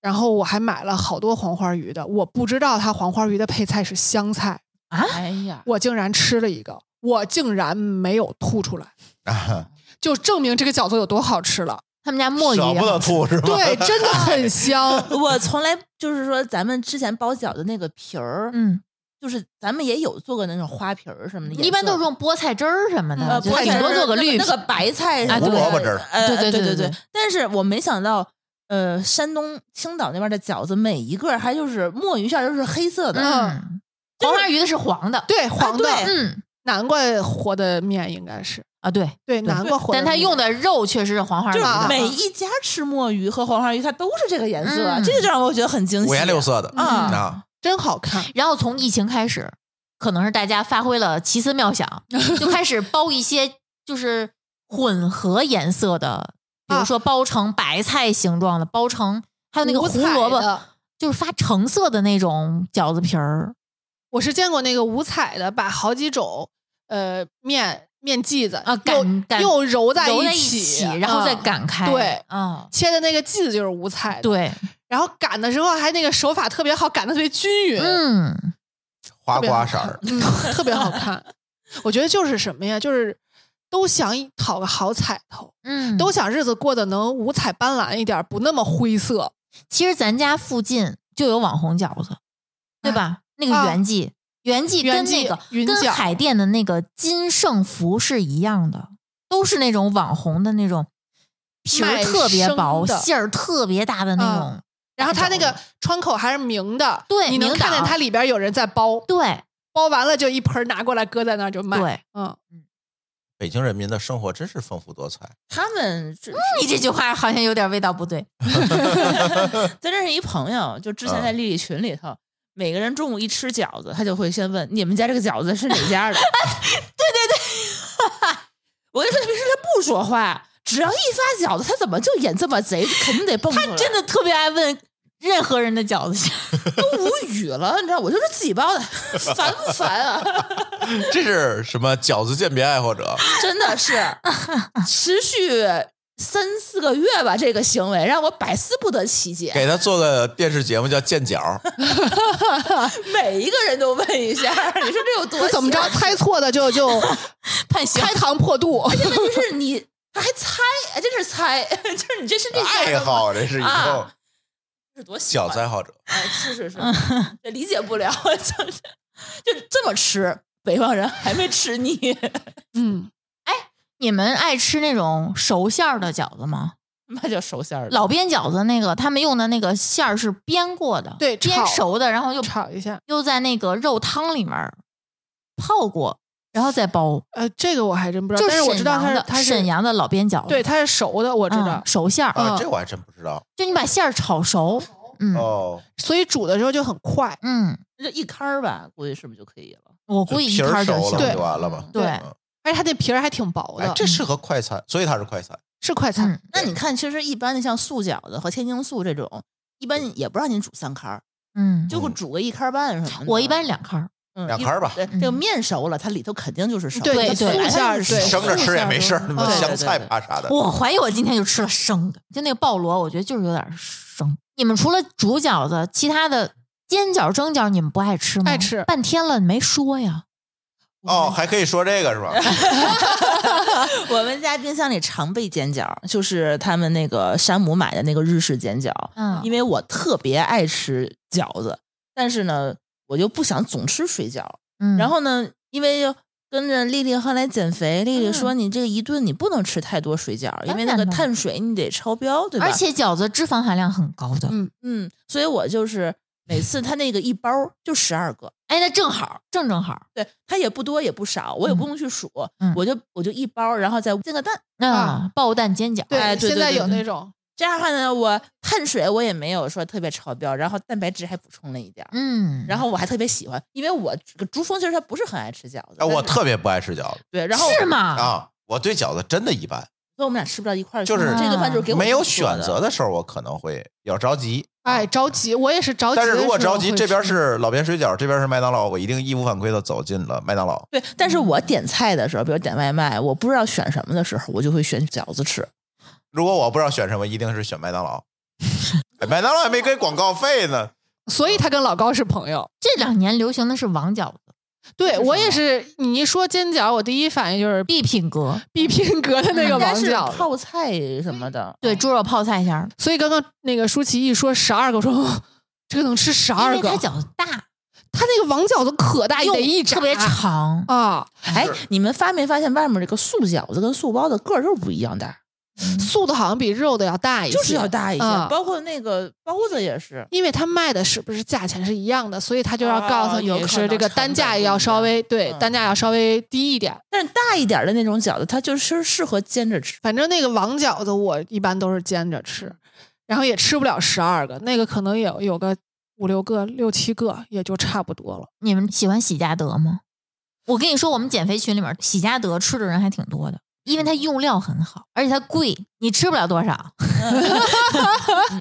B: 然后我还买了好多黄花鱼的，我不知道它黄花鱼的配菜是香菜，
E: 哎呀，
B: 我竟然吃了一个，我竟然没有吐出来，
C: 啊！
B: 就证明这个饺子有多好吃 了。
D: 他们家墨鱼啊
C: 舍
D: 也
C: 不得
D: 好吃，
C: 吐是吧？
B: 对，真的 很香。
E: 我从来就是说，咱们之前包饺子那个皮儿，
D: 嗯，
E: 就是咱们也有做过那种花皮儿什么的，
D: 一般都是用菠菜汁儿什么的，
E: 呃，
D: 就
E: 菠菜
D: 顶多
E: 汁儿
D: 做个
E: 那
D: 绿
E: 那
D: 皮
E: 个白菜
D: 啊
E: 什么
D: 对
E: 的
C: 哎胡萝卜汁儿
E: 呃
D: 对
E: 对
D: 对对对
E: 对
D: 对。
E: 但是我没想到，呃，山东青岛那边的饺子每一个还就是墨鱼馅儿都是黑色的，啊
D: 嗯，黄花鱼的是黄的，
B: 对，黄的，
E: 对
D: 嗯
B: 难怪和的面应该是
D: 啊对，
B: 对，难怪和的
D: 但
B: 面。
D: 他用的肉确实是黄花鱼
E: 就是
B: 啊
D: 的，
E: 每一家吃墨鱼和黄花鱼，它都是这个颜色，啊
D: 嗯
E: 这个就让我觉得很惊喜，
C: 五颜六色的
E: 啊。
C: 啊！
B: 真好看，
D: 然后从疫情开始，可能是大家发挥了奇思妙 想，就开始包一些就是混合颜色的，比如
B: 啊
D: 说包成白菜形状的，包成还有那个
B: 五
D: 胡
B: 彩
D: 萝卜，
B: 的。
D: 就是发橙色的那种饺子皮儿。
B: 我是见过那个五彩的，把好几种呃面面剂子
D: 啊
B: 又
D: 擀擀
B: 又揉在
D: 揉在一
B: 起，
D: 起，然后再
B: 嗯
D: 擀开。
B: 对
D: 嗯，
B: 切的那个剂子就是五彩的，。
D: 对，
B: 然后擀的时候还那个手法特别好，擀的特别均匀，
D: 嗯，
C: 花瓜色儿，
B: 嗯，特别好看。我觉得就是什么呀，就是都想讨个好彩头，
D: 嗯，
B: 都想日子过得能五彩斑斓一点，不那么灰色。
D: 其实咱家附近就有网红饺子，对吧？那个
B: 啊
D: 袁记，袁记跟
B: 袁
D: 那
B: 记
D: 个
B: 云
D: 跟
B: 饺
D: 海淀的那个金盛福是一样的，都是那种网红的那种皮儿
B: 卖
D: 特别
B: 生
D: 薄、
B: 的
D: 馅儿特别大的那
B: 啊
D: 种。
B: 然后它那个窗口还是明的，
D: 对
B: 你能
D: 明啊
B: 看见
D: 档
B: 它里边有人在包，
D: 对
B: 包完了就一盆儿拿过来搁在那儿就卖。
D: 对，
B: 嗯，
C: 北京人民的生活真是丰富多彩。
E: 他们这
D: 你这句话好像有点味道不对。
E: 咱认识一朋友，就之
D: 嗯
E: 前在丽丽群里头，每个人中午一吃 饺子，他就会先问你们家这个饺子是哪家的。对对对。 我跟你说，平时他不说话，只要一发饺子，他怎么就演这么贼？肯定得蹦出来。
D: 他真的特别爱问任何人的饺子馅 儿，
E: 都无语了，你知道，我就是自己包 的，烦不烦啊？
C: 这是什么饺子鉴别爱好者？
E: 真的 是持续三四个月吧，这个行为让我百思不得其解。
C: 给他做个电视节目叫《见饺》，
E: 每一个人都问一下，你说这有多
B: 那怎么着
E: 邪
B: 猜错的就 就
D: 判刑
B: 开膛破 肚。
E: 这问题是你他还猜，哎，真是猜， 就是你这是这
C: 爱好这是以后
E: 啊是多喜欢
C: 饺子爱好者。
E: 哎，是是是，这理解不了， 就是就这么吃，北方人还没吃腻。
B: 嗯，
D: 你们爱吃那种熟馅儿的饺子吗？
E: 那叫熟馅儿的，
D: 老边饺子那个，他们用的那个馅儿是煸过的，
B: 对
D: 煸
B: 炒
D: 熟的，然后又
B: 炒一下。
D: 又在那个肉汤里面儿泡过，然后再包。
B: 呃，这个我还真不知道，
D: 就
B: 但是我知
D: 沈
B: 道
D: 阳
B: 它是
D: 的
B: 它是
D: 沈阳的老边饺子，
B: 对，它是熟的，我知道
D: 嗯，熟馅儿，
B: 嗯
C: 啊，这我还真不知道
D: 就你把馅儿炒熟，嗯、
C: 哦。
B: 所以煮的时候就很快。
D: 嗯，
E: 那 就一摊儿吧，估计是不是就可以了？
D: 我
C: 就
D: 估计一
C: 皮儿
D: 摊儿就
C: 熟
D: 行，
C: 了就完了嘛。
D: 对，
C: 嗯
B: 而且它那皮儿还挺薄
C: 哎
B: 的，，
C: 这适合快餐，所以它是快餐。
B: 是快餐。
D: 嗯，
E: 那你看，其实一般的像素饺子和天津素这种，一般也不让你煮三开儿，
D: 嗯，
E: 就会煮个一开儿半什么的。
D: 我一般两开儿，
E: 嗯
C: 两开儿吧
E: 对这个面熟了，它里头肯定就是熟的。
B: 对
D: 对对
E: 本来它就是
B: 对
E: 熟
C: 生
E: 的
C: 着吃也没事儿，
B: 对
C: 那么
B: 对
C: 香菜
E: 对对
C: 怕啥的。
D: 我怀疑我今天就吃了生的，就那个鲍螺，我觉得就是有点生。你们除了煮饺子，其他的煎饺、蒸饺，你们不爱吃吗？
B: 爱吃
D: 半天了，你没说呀。
C: 哦，还可以说这个是吧？
E: 我们家冰箱里常备煎饺，就是他们那个山姆买的那个日式煎饺，
D: 嗯，
E: 因为我特别爱吃饺子，但是呢，我又不想总吃水饺。
D: 嗯
E: 然后呢，因为又跟着丽丽后来减肥，丽丽说你这个一顿你不能吃太多水饺，因为那
D: 嗯当
E: 个
D: 然了
E: 碳水你得超标，对吧？
D: 而且饺子脂肪含量很高的。
B: 嗯
E: 嗯，所以我就是每次他那个一包就十二个，
D: 哎，那正好，正正好。
E: 对，它也不多也不少，我也不用去数，
D: 嗯
E: 我就我就一包，然后再煎个蛋。
D: 啊
B: 啊，
D: 爆蛋煎饺，
B: 对，
E: 哎对对
B: 现在
E: 对
B: 有
E: 对
B: 那种
E: 这样的话呢，我碳水我也没有说特别超标，然后蛋白质还补充了一点儿，
D: 嗯，
E: 然
D: 后
E: 后我还特别喜欢，因为我这个珠峰其实他不是很爱吃饺子，
C: 啊，我
E: 但是
C: 特别不爱吃饺子
E: 对，然后
D: 是吗？
C: 啊，我对饺子真的一般，
E: 所以我们俩吃不到一块儿去，
C: 就是
E: 这个饭就是给我
C: 没有
E: 自己做
C: 选
E: 的
C: 择的时候，我可能会有着急。
B: 哎着急，我哦也是着急。
C: 但是如果着急，这边
B: 是。
C: 是老边水饺，这边是麦当劳，我一定义无反顾的走进了麦当劳。
E: 对，但是我点菜的时候，比如点外卖，我不知道选什么的时候，我就会选饺子吃。
C: 如果我不知道选什么，一定是选麦当劳。哎麦当劳还没给广告费呢，
B: 所以他跟老高是朋友。
D: 这两年流行的是王饺子，
B: 对我也是，你一说煎饺，我第一反应就是必
D: 必品格，
B: 必拼格的那
D: 嗯
B: 个
E: 应该
B: 王
E: 是
B: 饺子。
E: 泡菜什么的，
D: 对，猪肉泡菜馅儿，
B: 所以刚刚那个舒淇一说十二个，我说哦这个能吃十
D: 因
B: 二
D: 为
B: 个
D: 它，饺子大，
B: 他那个王饺子可大，
D: 又
B: 得一扎
D: 特别长，
B: 啊。
E: 哎，你们发没发现外面这个素饺子跟素包的个儿就是不一样大，
B: 素的好像比肉的要大一些，
E: 就是要大一些，
B: 嗯
E: 包括那个包子也是。
B: 因为他卖的是不是价钱是一样的，所以他就要告诉
E: 哦有
B: 你
E: 可
B: 是
E: 能
B: 这个
E: 成
B: 单
E: 本
B: 价
E: 不
B: 要
E: 一
B: 稍
E: 样
B: 微对
E: 嗯
B: 单价要稍微低一点。
E: 但是大一点的那种饺子，它就是适合煎着吃。
B: 反正那个王饺子我一般都是煎着吃，然后也吃不了十二个，那个可能也有个五六个、六七个，也就差不多了。
D: 你们喜欢喜家德吗？我跟你说，我们减肥群里面喜家德吃的人还挺多的，因为
B: 嗯
D: 它用料很好，而且它贵，你吃不了多 少。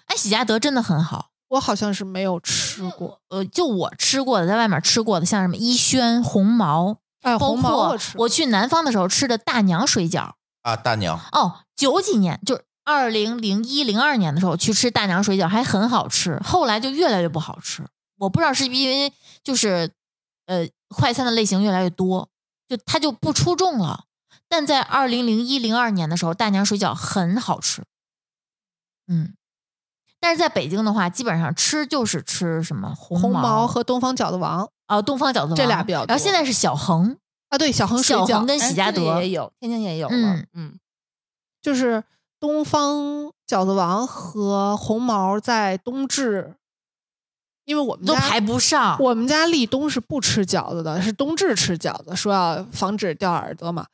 D: 哎，喜家德真的很好，
B: 我好像是没有吃过，
D: 呃，就我吃过的，在外面吃过的，像什么一轩、红毛，
B: 哎，
D: 包
B: 红毛
D: 括
B: 我吃过，
D: 我去南方的时候吃的大娘水饺，
C: 啊，大娘，
D: 哦，九几年就是二零零一零二年的时候去吃大娘水饺，还很好吃，后来就越来越不好吃。我不知道是因为就是呃快餐的类型越来越多，就它就不出众了。但在二零零一零二年的时候，大娘水饺很好吃，嗯。但是在北京的话，基本上吃就是吃什么红
B: 红
D: 毛
B: 毛和东方饺子王
D: 啊、东方饺子
B: 这
D: 王
B: 俩比较
D: 然后
B: 多
D: 现在是小恒，
B: 啊，对，小恒水
D: 小恒
B: 饺
D: 跟喜家
E: 哎这里
D: 德
E: 也有，天津也有了。
D: 嗯
E: 嗯
B: 就是东方饺子王和红毛在冬至，因为我们
D: 都
B: 家
D: 排不
E: 啊
D: 上。
B: 我们家立冬是不吃饺子 的，是冬至吃饺子，说要防止掉耳朵嘛。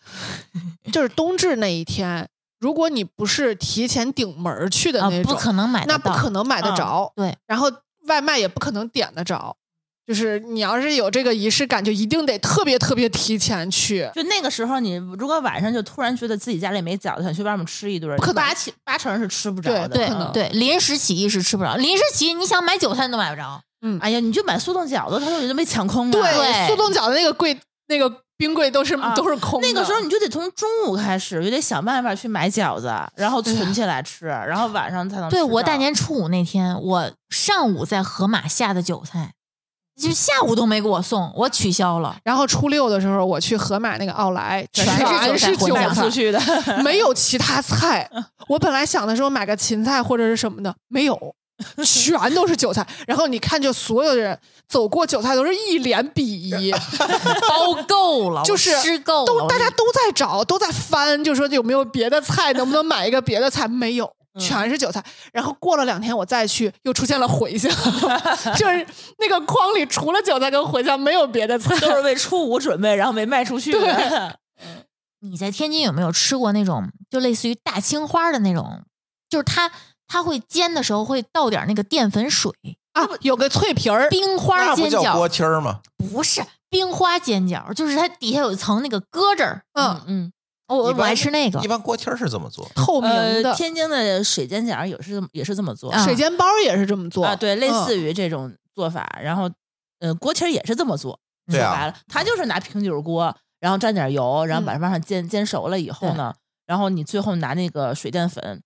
B: 就是冬至那一天，如果你不是提前顶门儿去的
D: 啊
B: 那，种，
D: 不可能买得
B: 那
D: 到，
B: 不可能买得
E: 嗯
B: 着。
D: 对，
B: 然后外卖也不可能点得着，就是你要是有这个仪式感，就一定得特别特别提前去。
E: 就那个时候，你如果晚上就突然觉得自己家里没饺子，想去外面吃一顿，
B: 不可能
E: 八七八成是吃不着的。
B: 对
D: 对
B: 可能
D: 对，临时起意是吃不着，临时起意你想买韭菜你都买不着，
B: 嗯，
E: 哎呀，你就买速冻饺子，他说你都没抢空啊。
D: 对
B: 速冻饺子那个柜、那个冰柜都是、
E: 啊
B: 都是空的。
E: 那个时候你就得从中午开始，就得想办法去买饺子，然后
B: 对啊
E: 存起来吃，然后晚上才能吃
D: 对
E: 着。
D: 我大年初五那天，我上午在盒马下的韭菜，就下午都没给我送，我取消 了。
B: 然后初六的时候，我去盒马那个奥莱，
D: 全
B: 是
D: 是
B: 韭
D: 韭菜回家
E: 卖不出
B: 菜，
E: 去的，
B: 没有其他菜。我本来想的时候买个芹菜或者是什么的，没有，全都是韭菜。然后你看，就所有的人走过韭菜都是一脸鄙夷，
D: 包够 了，
B: 就
D: 我
B: 是
D: 吃够了，
B: 都
D: 我
B: 大家都在找，都在翻，就说有没有别的菜，能不能买一个别的菜？没有，全是韭菜。然后过了两天我再去，又出现了茴香， 就是那个筐里除了韭菜跟茴香没有别的菜。
E: 都是为初五准备，然后没卖出去的。
D: 你在天津有没有吃过那种就类似于大青花的那种？就是它它会煎的时候会倒点那个淀粉水，
B: 啊，有个脆皮儿，
D: 冰花
C: 那不
D: 煎
C: 叫锅
D: 饺
C: 贴儿吗？
D: 不是冰花煎饺，就是它底下有一层那个搁子儿。
B: 嗯，
E: 嗯，
D: 哦我
C: 一般
D: 我爱吃那个
C: 一，般锅贴儿是这么做？
B: 透明的、
E: 呃，天津的水煎饺也是这么也是这么做
D: 啊
B: 水煎包也是这么做
E: 啊，对，类
B: 嗯
E: 似于这种做法。然后，呃，锅贴儿也是这么做。
C: 对
E: 说白
C: 啊，
E: 了，他就是拿平底儿锅，然后蘸点油，然后把它往上煎、煎熟了以后呢，然后你最后拿那个水淀粉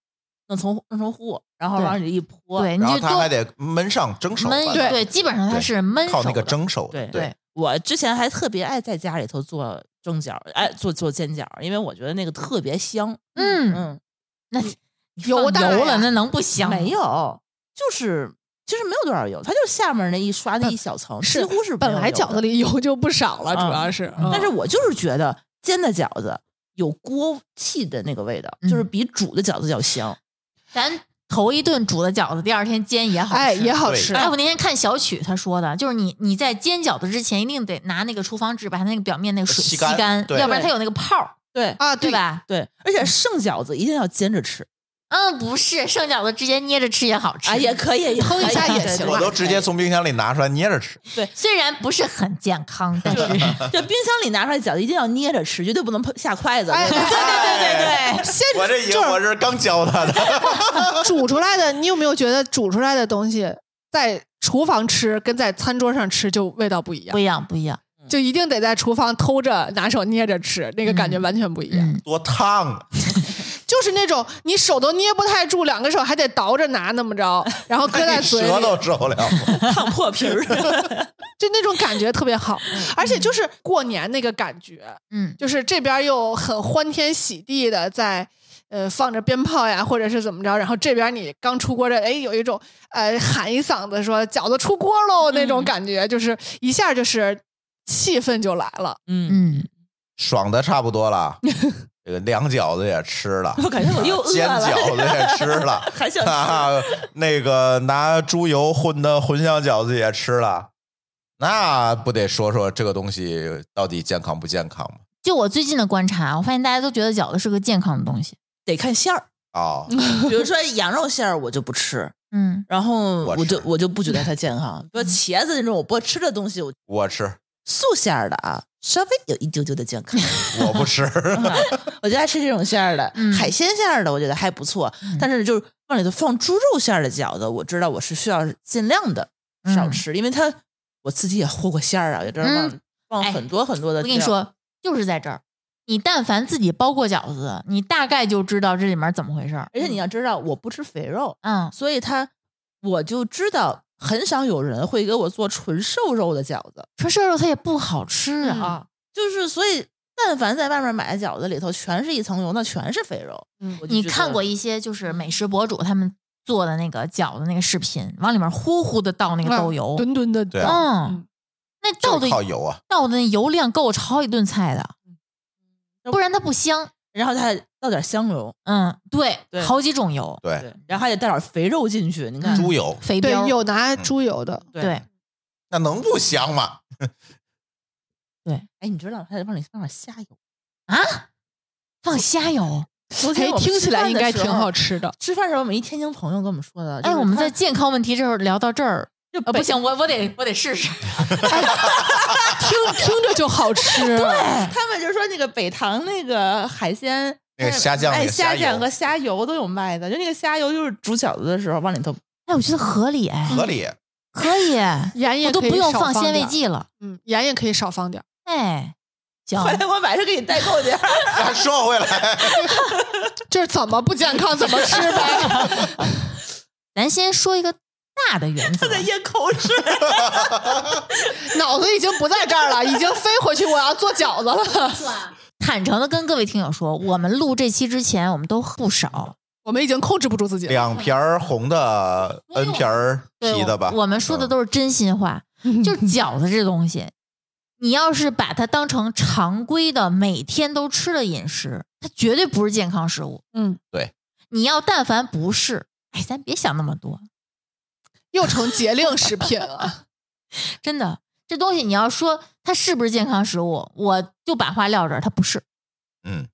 E: 弄成弄成糊，然后
D: 对
E: 往里一泼。
D: 对，你
C: 然后
D: 就
C: 他
D: 多
C: 还得焖上蒸熟吧，
D: 焖
B: 对
D: 对，基本上它
C: 对
D: 是焖
C: 靠
D: 熟
C: 那个
D: 的
C: 蒸熟。
E: 对
C: 对，
E: 我之前还特别爱在家里头做蒸饺，哎，做做煎饺，因为我觉得那个特别香。
D: 嗯，
E: 嗯，
D: 那你你
B: 油
D: 放
B: 大
D: 油
B: 呀
D: 了，那能不香？
E: 没，有，就是其实没有多少油，它就下面那一刷的一小层，
B: 是
E: 几乎是没
B: 本
E: 有
B: 来
E: 油
B: 饺
E: 的
B: 子里油就不少了，
E: 嗯
B: 主要是。嗯
E: 但是我就是觉得煎的饺子有锅气的那个味道，
D: 嗯
E: 就是比煮的饺子要香。
B: 啊
D: 咱头一顿煮的饺子，第二天煎也好吃。
B: 哎，也好
C: 对
B: 吃。
D: 哎，我那天看小曲他说的，就是你你在煎饺子之前，一定得拿那个厨房纸把它那个表面那个水
C: 吸
D: 吸
C: 干
D: 干，
C: 对
D: 要不然它有那个泡儿，
E: 哎对
B: 啊，
D: 对吧？
E: 对，而
B: 嗯
E: 且剩饺子一定要煎着吃
D: 嗯，不是，剩饺子直接捏着吃也好吃。
E: 啊可 以啊
B: 偷一下也行
C: 我都直接从冰箱里拿出来捏着吃。
D: 虽然不是很健康，但是对
E: 就冰箱里拿出来饺子一定要捏着吃，绝对不能碰下筷子。
B: 哎
E: 对吧
D: 对对对，
B: 现
C: 我这已经
B: 就是
C: 我这是刚教他的，
B: 煮出来的，你有没有觉得煮出来的东西在厨房吃跟在餐桌上吃就味道不一样
D: 不？一样不一样。
E: 嗯
B: 就一定得在厨房偷着拿手捏着吃，那个感觉
D: 嗯
B: 完全不一样。
D: 嗯，
C: 多烫啊！
B: 就是那种你手都捏不太住，两个手还得倒着拿那么着，然 后搁在嘴
C: 哎 舌
B: 里，
C: 头受不了。
E: 烫破皮儿。
B: 就那种感觉特别好。
E: 嗯
B: 而且就是过年那个感觉，
D: 嗯，
B: 就是这边又很欢天喜地的在。呃，放着鞭炮呀，或者是怎么着，然后这边你刚出锅这，哎，有一种呃喊一嗓子说饺子出锅喽那种感觉，就是一下就是气氛就来了。
E: 嗯，
D: 嗯，
C: 爽的差不多了，这个凉饺子也吃了，
E: 我感觉我又饿
C: 煎
E: 了，，
C: 饺子也吃了
E: 还想吃
C: 啊，那个拿猪油混的茴香饺子也吃了，那不得说说这个东西到底健康不健康吗？
D: 就我最近的观察，我发现大家都觉得饺子是个健康的东西。
E: 得看馅儿。
C: 哦，
E: 比如说羊肉馅儿我就不吃，
D: 嗯，
E: 然后
C: 我
E: 我就
C: 吃
E: 我就不觉得它健康。 比如茄子那种我不吃的东西，我
C: 我吃，
E: 素馅儿的啊，稍微有一丢丢的健 康。
C: 我不吃，
E: 我就爱吃这种馅儿的，
D: 嗯
E: 海鲜馅儿的我觉得还不错，但是就是往里头放猪肉馅儿的饺子，我知道我是需要尽量的
D: 嗯
E: 少吃，因为它我自己也和过馅儿啊，也知道放、
D: 嗯
E: 放很多很多的。
D: 我跟你，说，就是在这儿，你但凡自己包过饺子，你大概就知道这里面怎么回事儿。
E: 而且你要知道，我不吃肥肉，
D: 嗯，
E: 所以它我就知道很少有人会给我做纯瘦肉的饺子
D: 纯瘦肉它也不好
B: 嗯
D: 吃啊。
C: 哦
E: 啊，就是所以。但凡在外面买的饺子里头全是一层油，那全是肥肉。
B: 嗯
E: 我就
D: 你
E: 觉
D: 看
E: 得
D: 过一些就是美食博主他们做的那个饺子那个视频，往里面呼呼的倒那个豆油，
B: 吨吨的
C: 对
B: 倒
C: 啊
D: 嗯
B: 嗯，
D: 那
C: 就
D: 倒的
C: 是靠油啊，
D: 倒的那油量够炒一顿菜的，不然它不香。
E: 然后它还倒点香油，
D: 嗯，对，
E: 对
D: 好几种油，
C: 对，
E: 对，然后还得带点肥肉进去。你看，
C: 猪油
D: 肥
B: 对
D: 膘，
C: 嗯
B: 有拿猪油的，哎
D: 对，
C: 那能不香吗？
E: 哎，你知道他往里放点虾油？
D: 啊，放虾油。
E: 昨
B: 哎
E: 天，我们
B: 听
E: 吃
B: 起来
E: 饭
B: 应
E: 的
B: 该
E: 时
B: 挺
E: 候
B: 好。吃的。
E: 吃饭时候，我们一天津朋友跟我们说的，就
D: 哎，
E: 是
D: 我们
E: 他
D: 在健康问题这儿聊到这儿，
E: 就
D: 呃，
E: 北
D: 不行，我我得我得试试。
B: 哎听听着就好吃。
E: 他们就说那个北塘那个海鲜，
C: 那个虾酱那
E: 哎，
C: 个虾
E: 虾
C: 油
E: 酱和虾油都有卖的，就那个虾油就是煮饺子的时候往里头。
D: 哎，我觉得合理，哎，
C: 合理。
D: 可以，
B: 盐也
D: 我都
B: 可以
D: 不用
B: 少
D: 放鲜
B: 点
D: 味
B: 儿，
D: 剂了。
B: 嗯，盐也可以少放点儿。
D: 哎，行，
E: 回来 我晚上给你代购去。
C: 啊说回来，
B: 就是怎么不健康怎么吃 呗。
D: 咱先说一个大的原则
E: 他。在
C: 嗯
E: 咽口水，
B: 脑子已经不在这儿了，已经飞回去，我要做饺子了。
D: 坦诚的跟各位听友说，我们录这期之前，我们都不少。
B: 我们已经控制不住自己了。
C: 两瓶儿红的
D: 没有
C: ，N 瓶儿
D: 对
C: 啤的吧。
D: 我们说的都是真心话。就是饺子这东西，你要是把它当成常规的每天都吃的饮食，它绝对不是健康食物。
B: 嗯，
C: 对。
D: 你要但凡不是，哎，咱别想那么多，
B: 又成节令食 品了。
D: 真的。这东西你要说它是不是健康食物，我就把话撂这儿，它不是。
C: 嗯，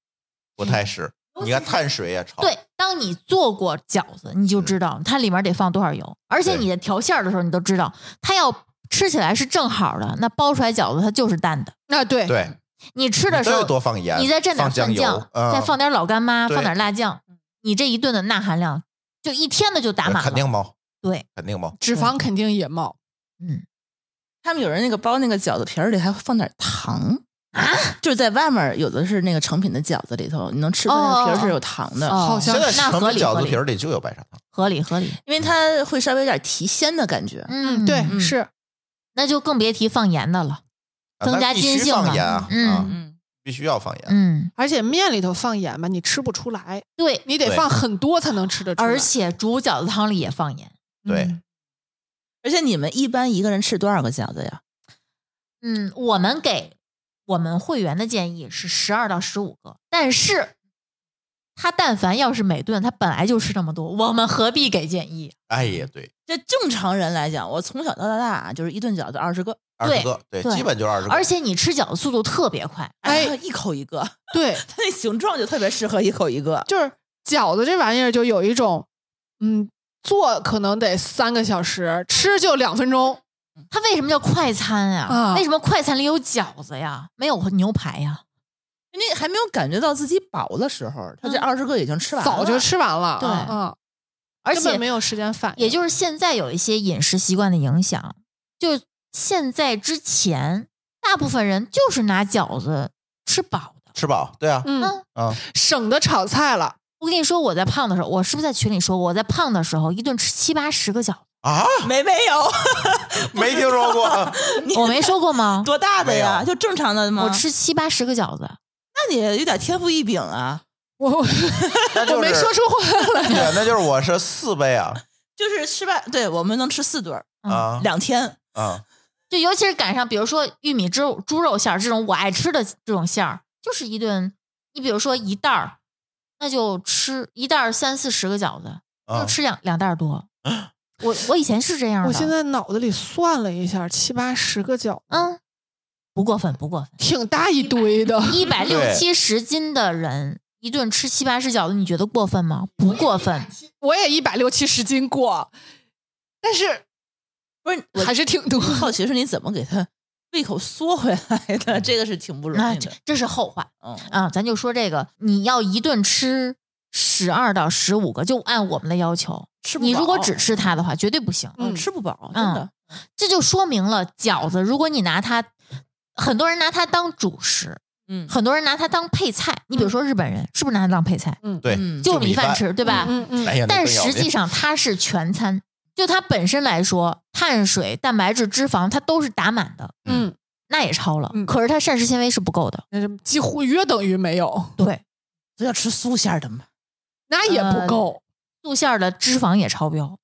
C: 不太是。
D: 嗯
C: 你看碳水也超，
D: 哦对，当你做过饺子，你就知道它里面得放多少油，而且
C: 嗯对
D: 你在调馅儿的时候，你都知道它要吃起来是正好的，那包出来饺子它就是淡的。
B: 那对，
C: 对，
D: 你吃的
C: 你
D: 时
C: 都
D: 候
C: 要多放盐，
D: 你再蘸点
C: 放
D: 蒜
C: 油
D: 酱，，
C: 嗯
D: 再放点老干妈，
C: 对
D: 放点辣酱，你这一顿的钠含量就一天的就打
C: 呃
D: 满
C: 肯
D: 了。
C: 定冒，
D: 对，
C: 肯定冒。
B: 脂肪肯定也冒。
D: 嗯，
E: 他们有人那个包那个饺子皮儿里还放点糖啊，就是在外面儿有的是那个成品的饺子里头，你能吃出来那个皮儿是有糖
C: 嗯
E: 的，
D: 哦
B: 好像
C: 现在
D: 那
C: 成
D: 合
C: 本
D: 理
C: 饺
D: 合
C: 子
D: 理
C: 皮儿里就有白砂糖，
D: 合理合理。
E: 因为它会稍微有点提鲜的感觉。
D: 嗯
B: 对，
E: 嗯
B: 是
D: 那就更别提放盐的了。
C: 啊
D: 增
C: 那
D: 加
C: 必
D: 筋
C: 须
D: 性
C: 放
D: 了
C: 盐啊，
D: 嗯
C: 啊
E: 嗯，
C: 必须要放盐。
D: 嗯，
B: 而且面里头放盐吧，你吃不出来，
D: 对，
B: 你得
C: 对
B: 放很多才能吃得出来。
D: 而且煮饺子汤里也放盐。
C: 对
B: 嗯
E: 而且你们一般一个人吃多少个饺子呀？
D: 嗯，我们给我们会员的建议是十二到十五个，但是他但凡要是每顿他本来就吃这么多，我们何必给建议？
C: 哎也对，
E: 这正常人来讲，我从小到大啊，就是一顿饺子二十个，
C: 二
D: 对
C: 十个，对，
D: 对
C: 基本就是二十个。
D: 而且你吃饺子速度特别快，
B: 哎
E: 然后一口一个，
B: 对，
E: 它那形状就特别适合一口一个。
B: 就是饺子这玩意儿就有一种，嗯，做可能得三个小时，吃就两分钟。
D: 它为什么叫快餐呀、
B: 啊
D: 为什么快餐里有饺子呀？没有牛排呀？
E: 你还没有感觉到自己饱的时候，他这
D: 嗯
E: 二十个已经吃完了，
B: 早就吃完了，
D: 对
B: 嗯，
D: 而
B: 根本
D: 且
B: 没有时间反应，
D: 也就是现在有一些饮食习惯的影响，就现在之前，大部分人就是拿饺子吃饱的。
C: 吃饱，对啊，
B: 嗯，
C: 啊，
B: 省得炒菜了，
D: 我跟你说，我在胖的时候，我是不是在群里说过，我在胖的时候一顿吃七八十个饺子？
C: 啊，
E: 没没有
C: 没听说 过，
E: 你
D: 我没说 过吗？
E: 多大的呀，
C: 没有
E: 就正常的吗？
D: 我吃七八十个饺子，
E: 那你有点天赋异禀啊，
B: 我我
C: 那就是
B: 我没说出话来，
C: 对，那就是我是四杯啊
E: 就是吃饭，对我们能吃四顿儿，
D: 嗯
C: 啊
E: 两天。
C: 啊，
D: 就尤其是赶上，比如说玉米猪猪肉馅儿这种我爱吃的这种馅儿，就是一顿。你比如说一袋儿，那就吃一袋儿三四十个饺子，
C: 啊
D: 就吃两两袋儿多。我我以前是这样的，
B: 我现在脑子里算了一下，七八十个饺，
D: 嗯，不过分不过 分，
B: 挺大一堆的，
D: 一百六
C: 对
D: 七十斤的人一顿吃七八十饺子，你觉得过分吗？不过分，
B: 我也一百六七十斤过，但是
E: 不是，我
B: 还是挺多。
E: 好奇是你怎么给他胃口缩回来的，这个是挺不容
D: 那
E: 易
D: 这
E: 的。
D: 这是后话
E: 嗯，
D: 啊。咱就说这个，你要一顿吃十二到十五个，就按我们的要求。
E: 吃不
D: 你如果
E: 饱
D: 只吃它的话，绝对不行。
E: 嗯
B: 嗯
E: 吃不饱，真
D: 嗯
E: 的。
D: 这就说明了饺子，如果你拿它，很多人拿它当主食，
E: 嗯
D: 很多人拿它当配菜。你比如说日本人，是不是拿它当配菜？
C: 对
E: 嗯，
D: 就
C: 就是
D: 米
C: 饭
D: 饭吃，对吧？
B: 嗯嗯
C: 哎呀，那
D: 但
C: 更要
D: 实
C: 命
D: 际上它是全餐，就它本身来说，碳水、蛋白质、脂肪它都是打满的，
B: 嗯，
D: 那也超了。
B: 嗯
D: 可是它膳食纤维是不够的，
B: 那就几乎约等于没有，
D: 对，
E: 都要吃素馅儿的嘛。
B: 那也不够。
D: 素馅儿的脂肪也超标，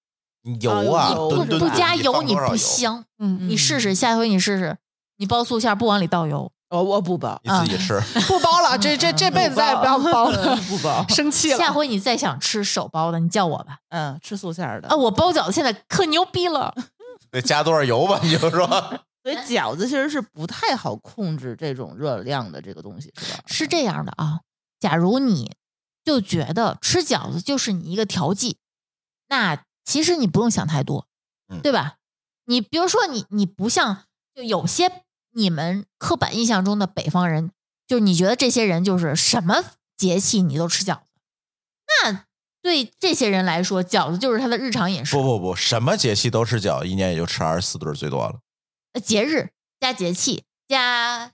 C: 油啊，
E: 啊油
C: 顿顿
E: 对
D: 不
E: 对
D: 加
C: 你
D: 油
C: 放
D: 你
C: 多少
D: 不
C: 油，
D: 香。
B: 嗯，
D: 你试试，下回你试试，你包素馅儿不往里倒油，
E: 我哦我不饱，
C: 你自
D: 啊
C: 己吃，
B: 不包了，这这这辈子嗯再也不要 包了，
E: 不包。
B: 生气
D: 下
B: 了。
D: 回你再想吃手包的，你叫我吧。
E: 嗯，吃素馅儿的
D: 啊，。我包饺子现在可牛逼了。
C: 得加多少油吧？你就说，
E: 所以饺子其实是不太好控制这种热量的这个东西，是吧？
D: 是这样的啊，假如你就觉得吃饺子就是你一个调剂，那其实你不用想太多
C: 嗯，
D: 对吧？你比如说你你不像就有些你们刻板印象中的北方人，就是你觉得这些人就是什么节气你都吃饺子，那对这些人来说，饺子就是他的日常饮 食
C: 不，不不，什么节气都吃饺，一年也就吃二十四顿最多了，
D: 呃节日加节气加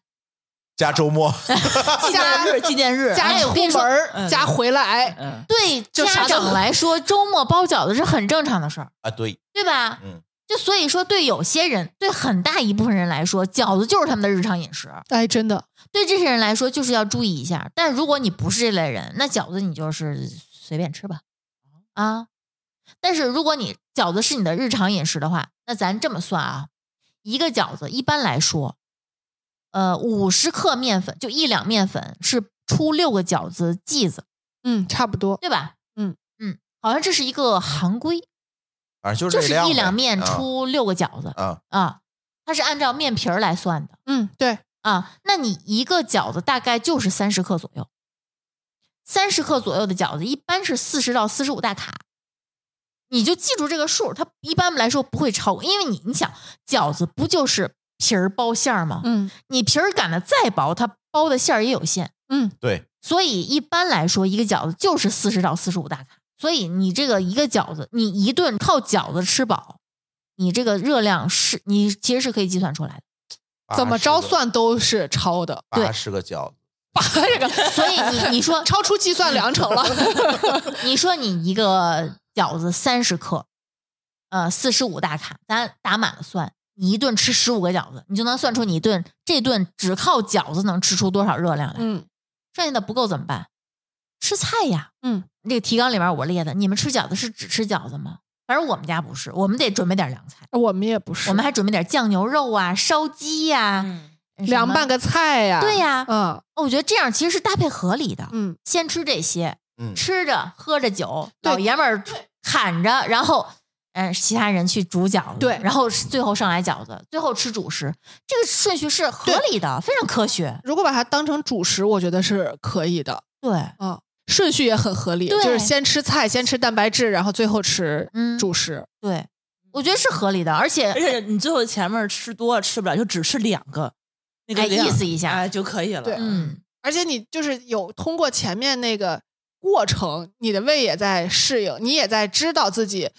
C: 加周末。
E: 纪念日，纪念日，
B: 加
D: 哎我
B: 出
D: 跟你
B: 门
D: 说
B: 儿，
E: 嗯
B: 加回来，
E: 嗯，
D: 对
B: 就啥
D: 家
B: 都
D: 长来说，周末包饺子是很正常的事儿，
C: 啊，对，
D: 对吧？
C: 嗯，
D: 就所以说，对有些人，对很大一部分人来说，饺子就是他们的日常饮食。
B: 哎，真的，
D: 对这些人来说，就是要注意一下。但如果你不是这类人，那饺子你就是随便吃吧，
C: 哦
D: 啊。但是如果你饺子是你的日常饮食的话，那咱这么算啊，一个饺子一般来说，呃，五十克面粉就一两面粉是出六个饺子剂子，
B: 嗯，差不多，
D: 对吧？
B: 嗯
D: 嗯，好像这是一个行规，
C: 反正
D: 就
C: 这
D: 是
C: 量呗。
D: 一两面
C: 啊
D: 出六个饺子
C: 啊，
D: 啊，它是按照面皮儿来算的。
B: 嗯，对，
D: 啊，那你一个饺子大概就是三十克左右，三十克左右的饺子一般是四十到四十五大卡，你就记住这个数，它一般来说不会超过，因为你你想饺子不就是皮儿包馅儿吗？
B: 嗯
D: 你皮儿擀的再薄，它包的馅儿也有限，
B: 嗯，
C: 对，
D: 所以一般来说一个饺子就是四十到四十五大卡，所以你这个一个饺子，你一顿靠饺子吃饱，你这个热量是你其实是可以计算出来的。
B: 怎么着算都是超的，
C: 八十个饺子，
B: 这个
D: 所以你你说
B: 超出计算量程了，
D: 你说你一个饺子三十克，呃，四十五大卡，咱打满了算，你一顿吃十五个饺子，你就能算出你一顿这顿只靠饺子能吃出多少热量来。
B: 嗯，
D: 剩下的不够怎么办？吃菜呀。
B: 嗯，
D: 这个提纲里面我列的，你们吃饺子是只吃饺子吗？反正我们家不是，我们得准备点凉菜，
B: 我们也不是，
D: 我们还准备点酱牛肉啊、烧鸡呀、
E: 嗯
B: 凉拌
D: 个。
B: 个菜呀，
D: 对呀、哦
B: 嗯
D: 我觉得这样其实是搭配合理的。
B: 嗯，
D: 先吃这些，
C: 嗯
D: 吃着喝着酒，
B: 对
D: 老爷们儿喊着，然后嗯、呃其他人去煮饺子，
B: 对
D: 然后是最后上来饺子，最后吃主食，这个顺序是合理的，非常科学。
B: 如果把它当成主食，我觉得是可以的，
D: 对，
B: 嗯，顺序也很合理，
D: 对
B: 就是先吃菜，先吃蛋白质，然后最后吃
D: 嗯
B: 主食，
D: 对，我觉得是合理的，而
E: 而
B: 哎
D: 且
E: 且你最后前面吃多了吃不了，就只吃两个，那个
D: 哎
E: 量
D: 意思一下
E: 哎就可以了。
B: 对
D: 嗯，
B: 而且你就是有通过前面那个过程，你的胃也在适应，你也在知道自己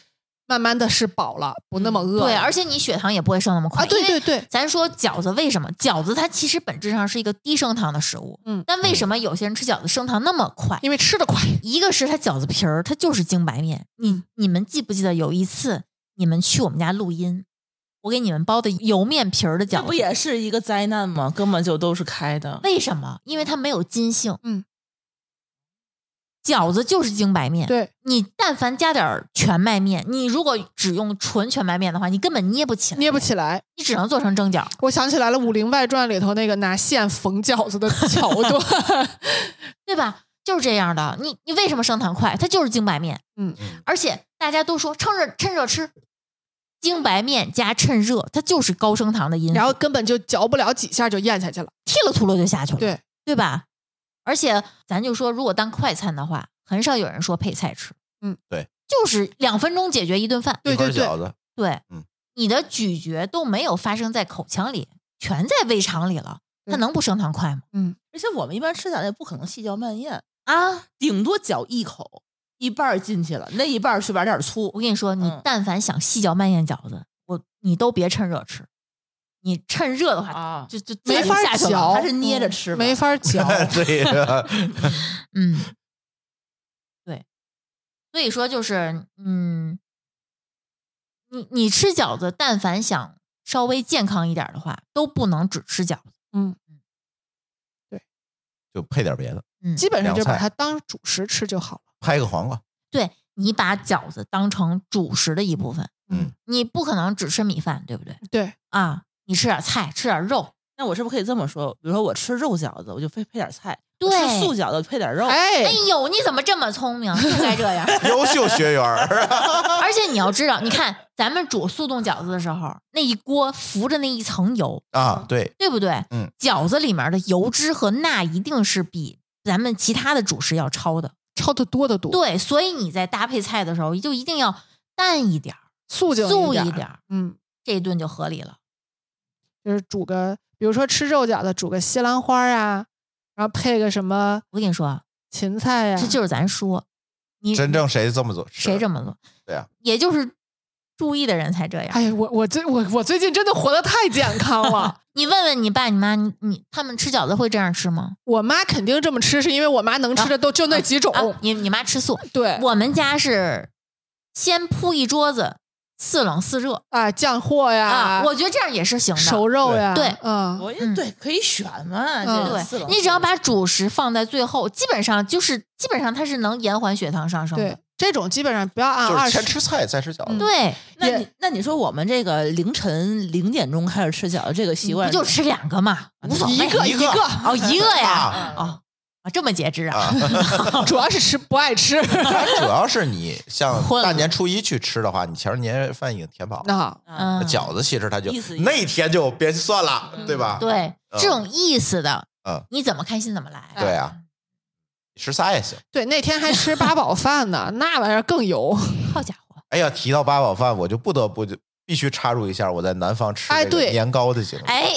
B: 慢慢的是饱了，不那么饿了，
D: 对，而且你血糖也不会升那么快，
B: 啊，对
D: 因为
B: 对对，
D: 咱说饺子为什么？饺子它其实本质上是一个低升糖的食物，
B: 嗯
D: 但为什么有些人吃饺子升糖那么快？
B: 因为 吃的快，
D: 一个是它饺子皮儿，它就是精白面。
B: 嗯
D: 你你们记不记得有一次你们去我们家录音，我给你们包的油面皮儿的
E: 这
D: 饺
E: 不
D: 子？
E: 也是一个灾难吗？根本就都是开的。
D: 为什么？因为它没有筋性。
B: 嗯，
D: 饺子就是精白面。
B: 对，
D: 你但凡加点儿全麦面，你如果只用纯全麦面的话，你根本捏不起来，
B: 捏不起来。
D: 你只能做成蒸饺。
B: 我想起来了，《武林外传》里头那个拿线缝饺子的桥段，
D: 嗯对吧？就是这样的。你你为什么升糖快？它就是精白面。
B: 嗯
C: 嗯
D: 而且大家都说趁热趁热吃，精白面加趁热，它就是高升糖的因素。
B: 然后根本就嚼不了几下就咽下去了。
D: 剃了秃噜就下去了，
B: 对
D: 对吧？而且咱就说，如果当快餐的话，很少有人说配菜吃。
B: 嗯，
C: 对，
D: 就是两分钟解决一顿饭。
B: 对
C: 一份
B: 对对
C: 饺子，
D: 对，
C: 嗯
D: 你的咀嚼都没有发生在口腔里，全在胃肠里了，它
B: 对嗯
D: 能不升糖快吗？
E: 而且我们一般吃饺子也不可能细嚼慢咽，
D: 啊，
E: 顶多嚼一口，一半儿进去了，那一半儿去玩点粗
D: 我。跟你说，你
E: 嗯
D: 但凡想细嚼慢咽饺子，我你都别趁热吃，你趁热的话，
E: 啊，
D: 就就自
B: 没
D: 己
B: 法
D: 下去了
B: 嚼，
E: 还是捏着吃吧
B: 没法嚼。
C: 对呀，
D: 嗯，对，所以说就是，嗯，你你吃饺子，但凡想稍微健康一点儿的话，都不能只吃饺子。
C: 就配点别的，
D: 嗯，
B: 基本上就把
C: 凉
B: 它当主食吃就好了。
C: 拍个黄瓜，
D: 对你把饺子当成主食的一部分，
C: 嗯，
D: 你不可能只吃米饭，对不对？
B: 对，
D: 啊，你吃点菜，吃点肉，
E: 那我是不是可以这么说？比如说我吃肉饺子，我就非配点菜；
D: 对
E: 我吃素饺子配点肉。
D: 哎
B: 哎，
D: 呦，你怎么这么聪明？就该这样。
C: 优秀学员儿，
D: 而且你要知道，你看咱们煮速冻饺子的时候，那一锅浮着那一层油，
C: 啊，对，
D: 对不对？
C: 嗯，
D: 饺子里面的油脂和钠一定是比咱们其他的主食要超的。
B: 超的多的多，，
D: 对，所以你在搭配菜的时候，就一定要淡一点儿，
B: 素净
D: 素
B: 一
D: 一
B: 儿
D: 点儿，
B: 嗯，
D: 这一顿就合理了。
B: 就是煮个，比如说吃肉饺子，煮个西兰花啊，然后配个什么
D: 我跟你说啊，
B: 芹菜呀、
D: 这就是咱说，你
C: 真正谁这么做？
D: 谁这
C: 么？
D: 么做？
C: 对啊，
D: 也就是注意的人才这样。。
B: 哎呀，我我最我我最近真的活得太健康了
D: 你问问你爸你妈，你你他们吃饺子会这样吃吗？
B: 我妈肯定这么吃，是因为我妈能吃的都就那几种。
D: 啊，你你妈吃素，
B: 哦对，
D: 我们家是先铺一桌子，似冷似热
B: 啊，酱货呀，
D: 啊，我觉得这样也是行的。
B: 熟肉呀，
D: 对对
B: 嗯，
E: 我也
D: 嗯
E: 对，可以选嘛，
B: 嗯
E: 这四
D: 对
E: 楼
D: 你只要把主食放在最后，基本上就是基本上它是能延缓血糖上升
B: 对
D: 的。，
B: 这种基本上不要按
C: 就是
B: 啊二
C: 先
B: 十，
C: 吃菜再吃饺子。
D: 对，
E: 那
B: 也
E: 你那你说我们这个凌晨零点钟开始吃饺子这个习惯
D: 嗯不
E: 是，
D: 就吃两 个嘛，无所谓。
B: 一个
C: 一
B: 一
C: 个
B: 个，
D: 哦，一个呀
C: 啊，
D: 哦啊，这么节制啊，
C: 啊，
B: 主要是吃不爱吃。
C: 主要是你像
D: 混了
C: 大年初一去吃的话，你前儿年饭已经填饱了，
B: 那
E: 啊
D: 嗯，
C: 饺子其实它就
E: 意思意思
C: 那天就别算了，对吧？
D: 对
C: 嗯
D: 这种意思的
C: 嗯，
D: 你怎么开心怎么来。
C: 对啊，十仨也行。
B: 对那天还吃八宝饭呢， 那玩意儿更油。
D: 好家伙，
C: 哎呀，提到八宝饭，我就不得不就必须插入一下我在南方吃这
B: 哎
C: 个
B: 对
C: 年糕的经历。
D: 哎，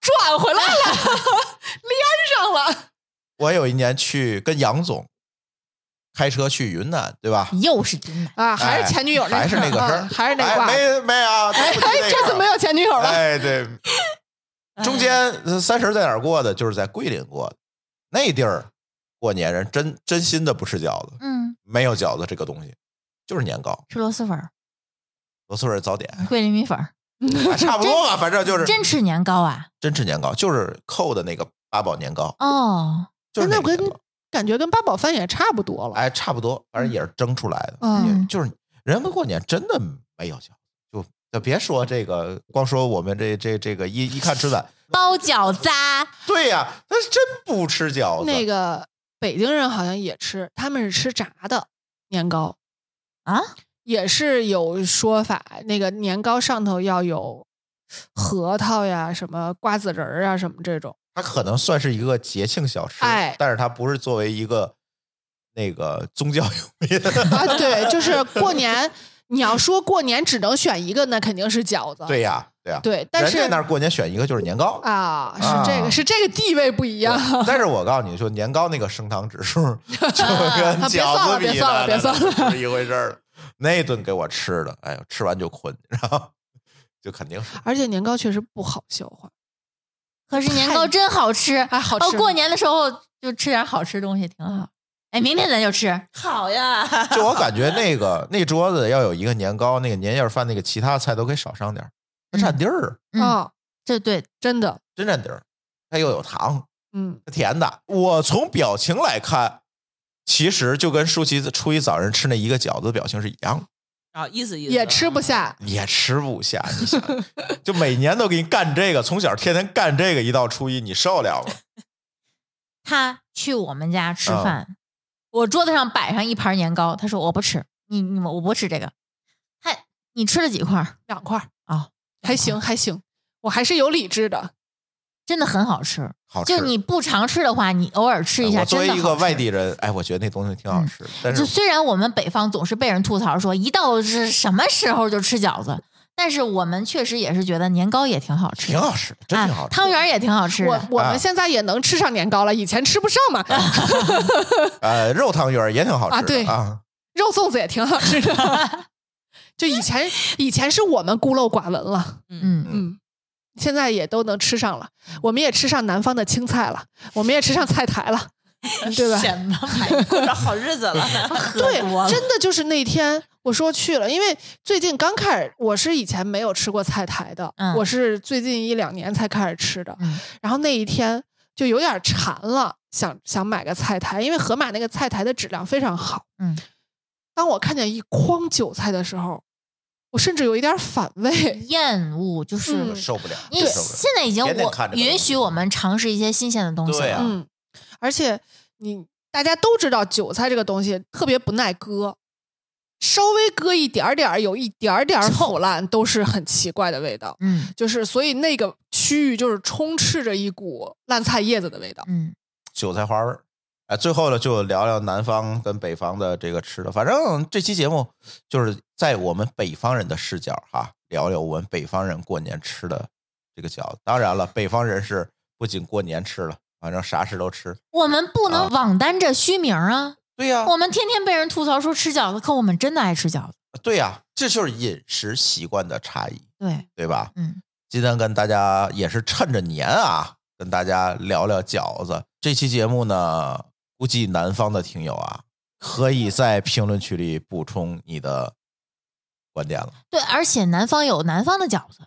B: 转回来了， 连上了。
C: 我有一年去跟杨总开车去云南，对吧？
D: 又是云南，
B: 啊，还
C: 哎
B: 是前女友那
C: 还是那个
B: 啊
C: 事儿，
B: 还是那
C: 哎
B: 挂。
C: 没没啊，对不起那个
B: 这次没有前女友了。
C: 哎，对，中间呃三十在哪儿过的？就是在桂林过的，那地儿过年人真真心的不吃饺子，
D: 嗯，
C: 没有饺子这个东西，就是年糕、
D: 吃螺蛳粉儿、
C: 螺蛳粉、早点，
D: 桂林米粉儿，
C: 哎差不多吧，反正 就是
D: 真吃年糕啊？
C: 真吃年糕，就是扣的那个八宝年糕，
D: 哦，
C: 就是那
B: 那
C: 个
B: 跟
C: 年糕，
B: 感觉跟八宝饭也差不多了。
C: 哎，差不多，反正也是蒸出来的，
B: 嗯，
D: 嗯
C: 就是人家过年真的没有饺子，就就别说这个，光说我们这这这个一一看春晚，
D: 包饺子啊，
C: 对呀、他是真不吃饺子，
B: 那个北京人好像也吃，他们是吃炸的年糕，
D: 啊
B: 也是有说法，那个年糕上头要有核桃呀、什么瓜子仁儿啊、什么这种。
C: 它可能算是一个节庆小吃，
B: 哎
C: 但是它不是作为一个那个宗教用品。
B: 啊，对，就是过年，你要说过年只能选一个，那肯定是饺子。
C: 对呀，对呀，
B: 对但是
C: 人家那儿过年选一个就是年糕。
B: 啊，是这个、
C: 啊
B: 是这个地位不
C: 对
B: 一样。
C: 但是我告诉你说，年糕那个升糖指数 就跟
B: 别算
C: 饺
B: 了
C: 子比
B: 别算了别算了
C: 那不是一回事儿了。那顿给我吃的，哎呦，吃完就困，然后就肯定是
B: 而且年糕确实不好消化，
D: 可是年糕真好吃，
E: 啊
B: 哎，好吃。
D: 哦，过年的时候就吃点好吃东西挺好。哎，明天咱就吃，
E: 好呀，
C: 就我感觉那个那桌子要有一个年糕，那个年夜饭那个其他菜都可以少上点儿，它占地儿，
D: 嗯
B: 啊，
D: 这对
B: 真的，
C: 真占地儿。它又有糖，
B: 嗯，
C: 甜的。我从表情来看，其实就跟舒淇初一早上吃那一个饺子的表情是一样的，
E: 啊，意思意思
B: 也吃不下。
C: 也吃不下。你想，就每年都给你干这个，从小天天干这个，一到初一你受得了吗？
D: 他去我们家吃
C: 啊
D: 饭，我桌子上摆上一盘年糕，他说我不吃，你你我不吃这个。他你吃了几块儿？
B: 两块儿
D: 哦，
B: 还行还行，我还是有理智的。
D: 真的很好吃。
C: 好吃。
D: 就你不常吃的话，你偶尔吃一
C: 哎
D: 下，
C: 我作
D: 真
C: 为
D: 的
C: 一个
D: 好吃嗯
C: 外。地人，哎，我觉得那东西挺好吃的，但
D: 就是虽然我们北方总是被人吐槽说一到是什么时候就吃饺子，但是我们确实也是觉得年糕也挺好吃
C: 挺
D: 的，
C: 好吃的，真挺好
D: 啊、
C: 吃的。
D: 汤圆儿也挺好吃
B: 我
D: 的。
B: 我
C: 啊
B: 们现在也能吃上年糕了，以前吃不上嘛。
C: 呃，肉汤圆儿也挺好吃的
B: 啊对
C: 啊，
B: 肉粽子也挺好吃的，就以前以前是我们孤陋寡闻了，
D: 嗯，
B: 嗯，现在也都能吃上了，我们也吃上南方的青菜了，我们也吃上菜台了，对吧？
D: 什么玩意儿？
E: 过着好日子了。
B: 对
D: 多了，
B: 真的就是那天我说去了，因为最近刚开始，我是以前没有吃过菜台的，
D: 嗯
B: 我是最近一两年才开始吃的。
D: 嗯
B: 然后那一天就有点馋了，想想买个菜台，因为盒马那个菜台的质量非常好。
D: 嗯，
B: 当我看见一筐韭菜的时候，我甚至有一点反胃。
D: 厌恶就是。
B: 嗯
C: 我受不了，
D: 因为
C: 受不了
D: 现在已经
C: 天天
D: 我
C: 看着都
D: 允许我们尝试一些新鲜的东西
C: 对
D: 了，
C: 啊
B: 嗯，而且你大家都知道，韭菜这个东西特别不耐割，稍微割一点儿点儿，有一点儿点儿腐烂，都是很奇怪的味道。
D: 嗯
B: 就是所以那个区域就是充斥着一股烂菜叶子的味道。
D: 嗯，
C: 韭菜花味儿，哎，最后呢，就聊聊南方跟北方的这个吃的。反正这期节目就是在我们北方人的视角哈，聊聊我们北方人过年吃的这个饺子。当然了，北方人是不仅过年吃了，反正啥事都吃。
D: 我们不
C: 啊
D: 能网担着虚名啊！
C: 对呀、
D: 我们天天被人吐槽说吃饺子，可我们真的爱吃饺子。
C: 对呀、这就是饮食习惯的差异，
D: 对，
C: 对吧？
D: 嗯，
C: 今天跟大家也是趁着年啊，跟大家聊聊饺子。这期节目呢，估计南方的听友啊，可
D: 嗯
C: 以在评论区里补充你的观点了，
D: 对，而且南方有南方的饺子，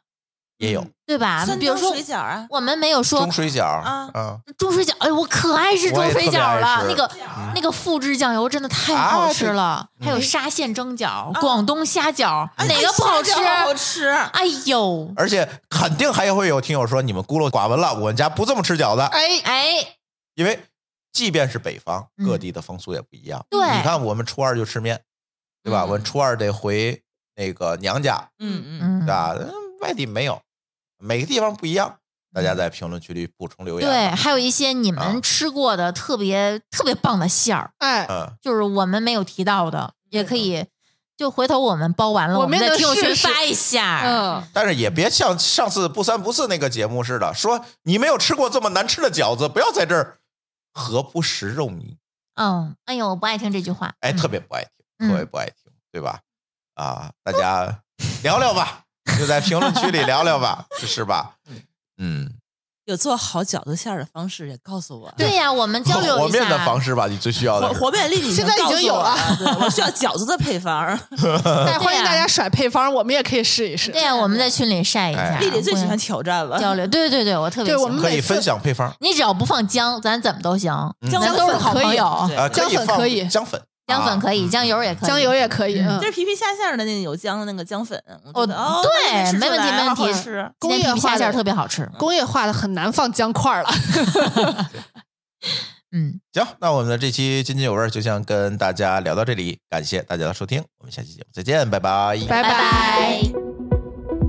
C: 也有
D: 对吧？
E: 酸
D: 比如
E: 汤
D: 说
E: 水饺啊，
D: 我们没有说
C: 中水饺
E: 啊
C: 啊
D: 中水饺，哎，我可爱吃中水饺
C: 我
D: 了。
C: 也特别
D: 那
C: 爱
D: 个
C: 吃啊
E: 嗯
D: 那个复制酱油真的太好吃了，
C: 嗯
D: 还有沙县蒸饺、广东虾饺，哪个不好吃？
E: 好吃。
D: 哎呦，
C: 而且肯定还会有听友说你们孤陋寡闻了，我们家不这么吃饺子，
D: 哎哎，
C: 因为即便是北方，
D: 嗯
C: 各地的风俗也不一样。
D: 对
C: 你看我们初二就吃面，对吧？我
D: 嗯
C: 们初二得回那个娘家，
E: 嗯嗯，
D: 嗯
C: 对，吧？嗯外地没有，每个地方不一样。大家在评论区里补充留言。
D: 对，，还有一些你
C: 啊
D: 们吃过的特别特别棒的馅儿，
B: 哎，
C: 嗯，
D: 就是我们没有提到的，也可以。就回头我们包完了，
B: 我
D: 我
B: 们
D: 们在
B: 也
D: 听友
B: 试
D: 群
B: 试
D: 发一下。
B: 嗯，
C: 但是也别像上次不三不四那个节目似的，说你没有吃过这么难吃的饺子，不要在这儿何不食肉糜？
D: 嗯，哎呦，我不爱听这句话。
C: 哎，
D: 嗯
C: 特别不爱听，
D: 嗯
C: 特别不爱听，对吧？啊，大家聊聊吧，就在评论区里聊聊吧，是吧？嗯，
E: 有做好饺子馅儿的方式也告诉我。
D: 对呀，我们 交流
C: 和
D: 一
C: 面的
D: 下
C: 方。式吧，你最需要
E: 和
C: 的是
E: 和面粒里
B: 现在已经有了
E: 告诉我了，对我需要饺子的配方。
B: 但哎 是欢
D: 对
B: 迎
D: 啊
B: 大家甩配方，我们也可以试一试
D: 对。呀，我们在群里晒一下。
C: 哎
E: 丽丽最喜欢挑战了，
D: 嗯交流，对对对，我特别
B: 对
D: 喜
B: 我
D: 欢
B: 们
C: 可以
B: 每次
C: 分享配方，
D: 你只要不放姜，咱怎么都行。
C: 嗯
E: 姜
D: 咱
E: 粉
D: 都是好
E: 可以
D: 朋友
E: 对
C: 啊，
B: 姜
C: 以
B: 粉
C: 放
B: 可以
C: 姜粉，
D: 姜粉可
C: 啊
D: 以，酱油也可以，
B: 酱嗯油也可以，
D: 嗯
B: 嗯
E: 这，是皮皮虾馅儿的那有姜的那个姜粉，我觉得
D: 哦
E: 哦，
D: 对
E: 那个吃出
D: 没问题
E: 来
D: 没问
E: 好好
D: 题
E: 吃
D: 今天
B: 工业
D: 皮皮虾
B: 化
D: 馅儿
B: 的
D: 特别好吃。
B: 工业化的很难放姜块儿了。
D: 嗯，
C: 行，那我们的这期津津有味儿就先跟大家聊到这里，感谢大家的收听，我们下期节目再见，拜拜。
B: 拜
D: 拜拜。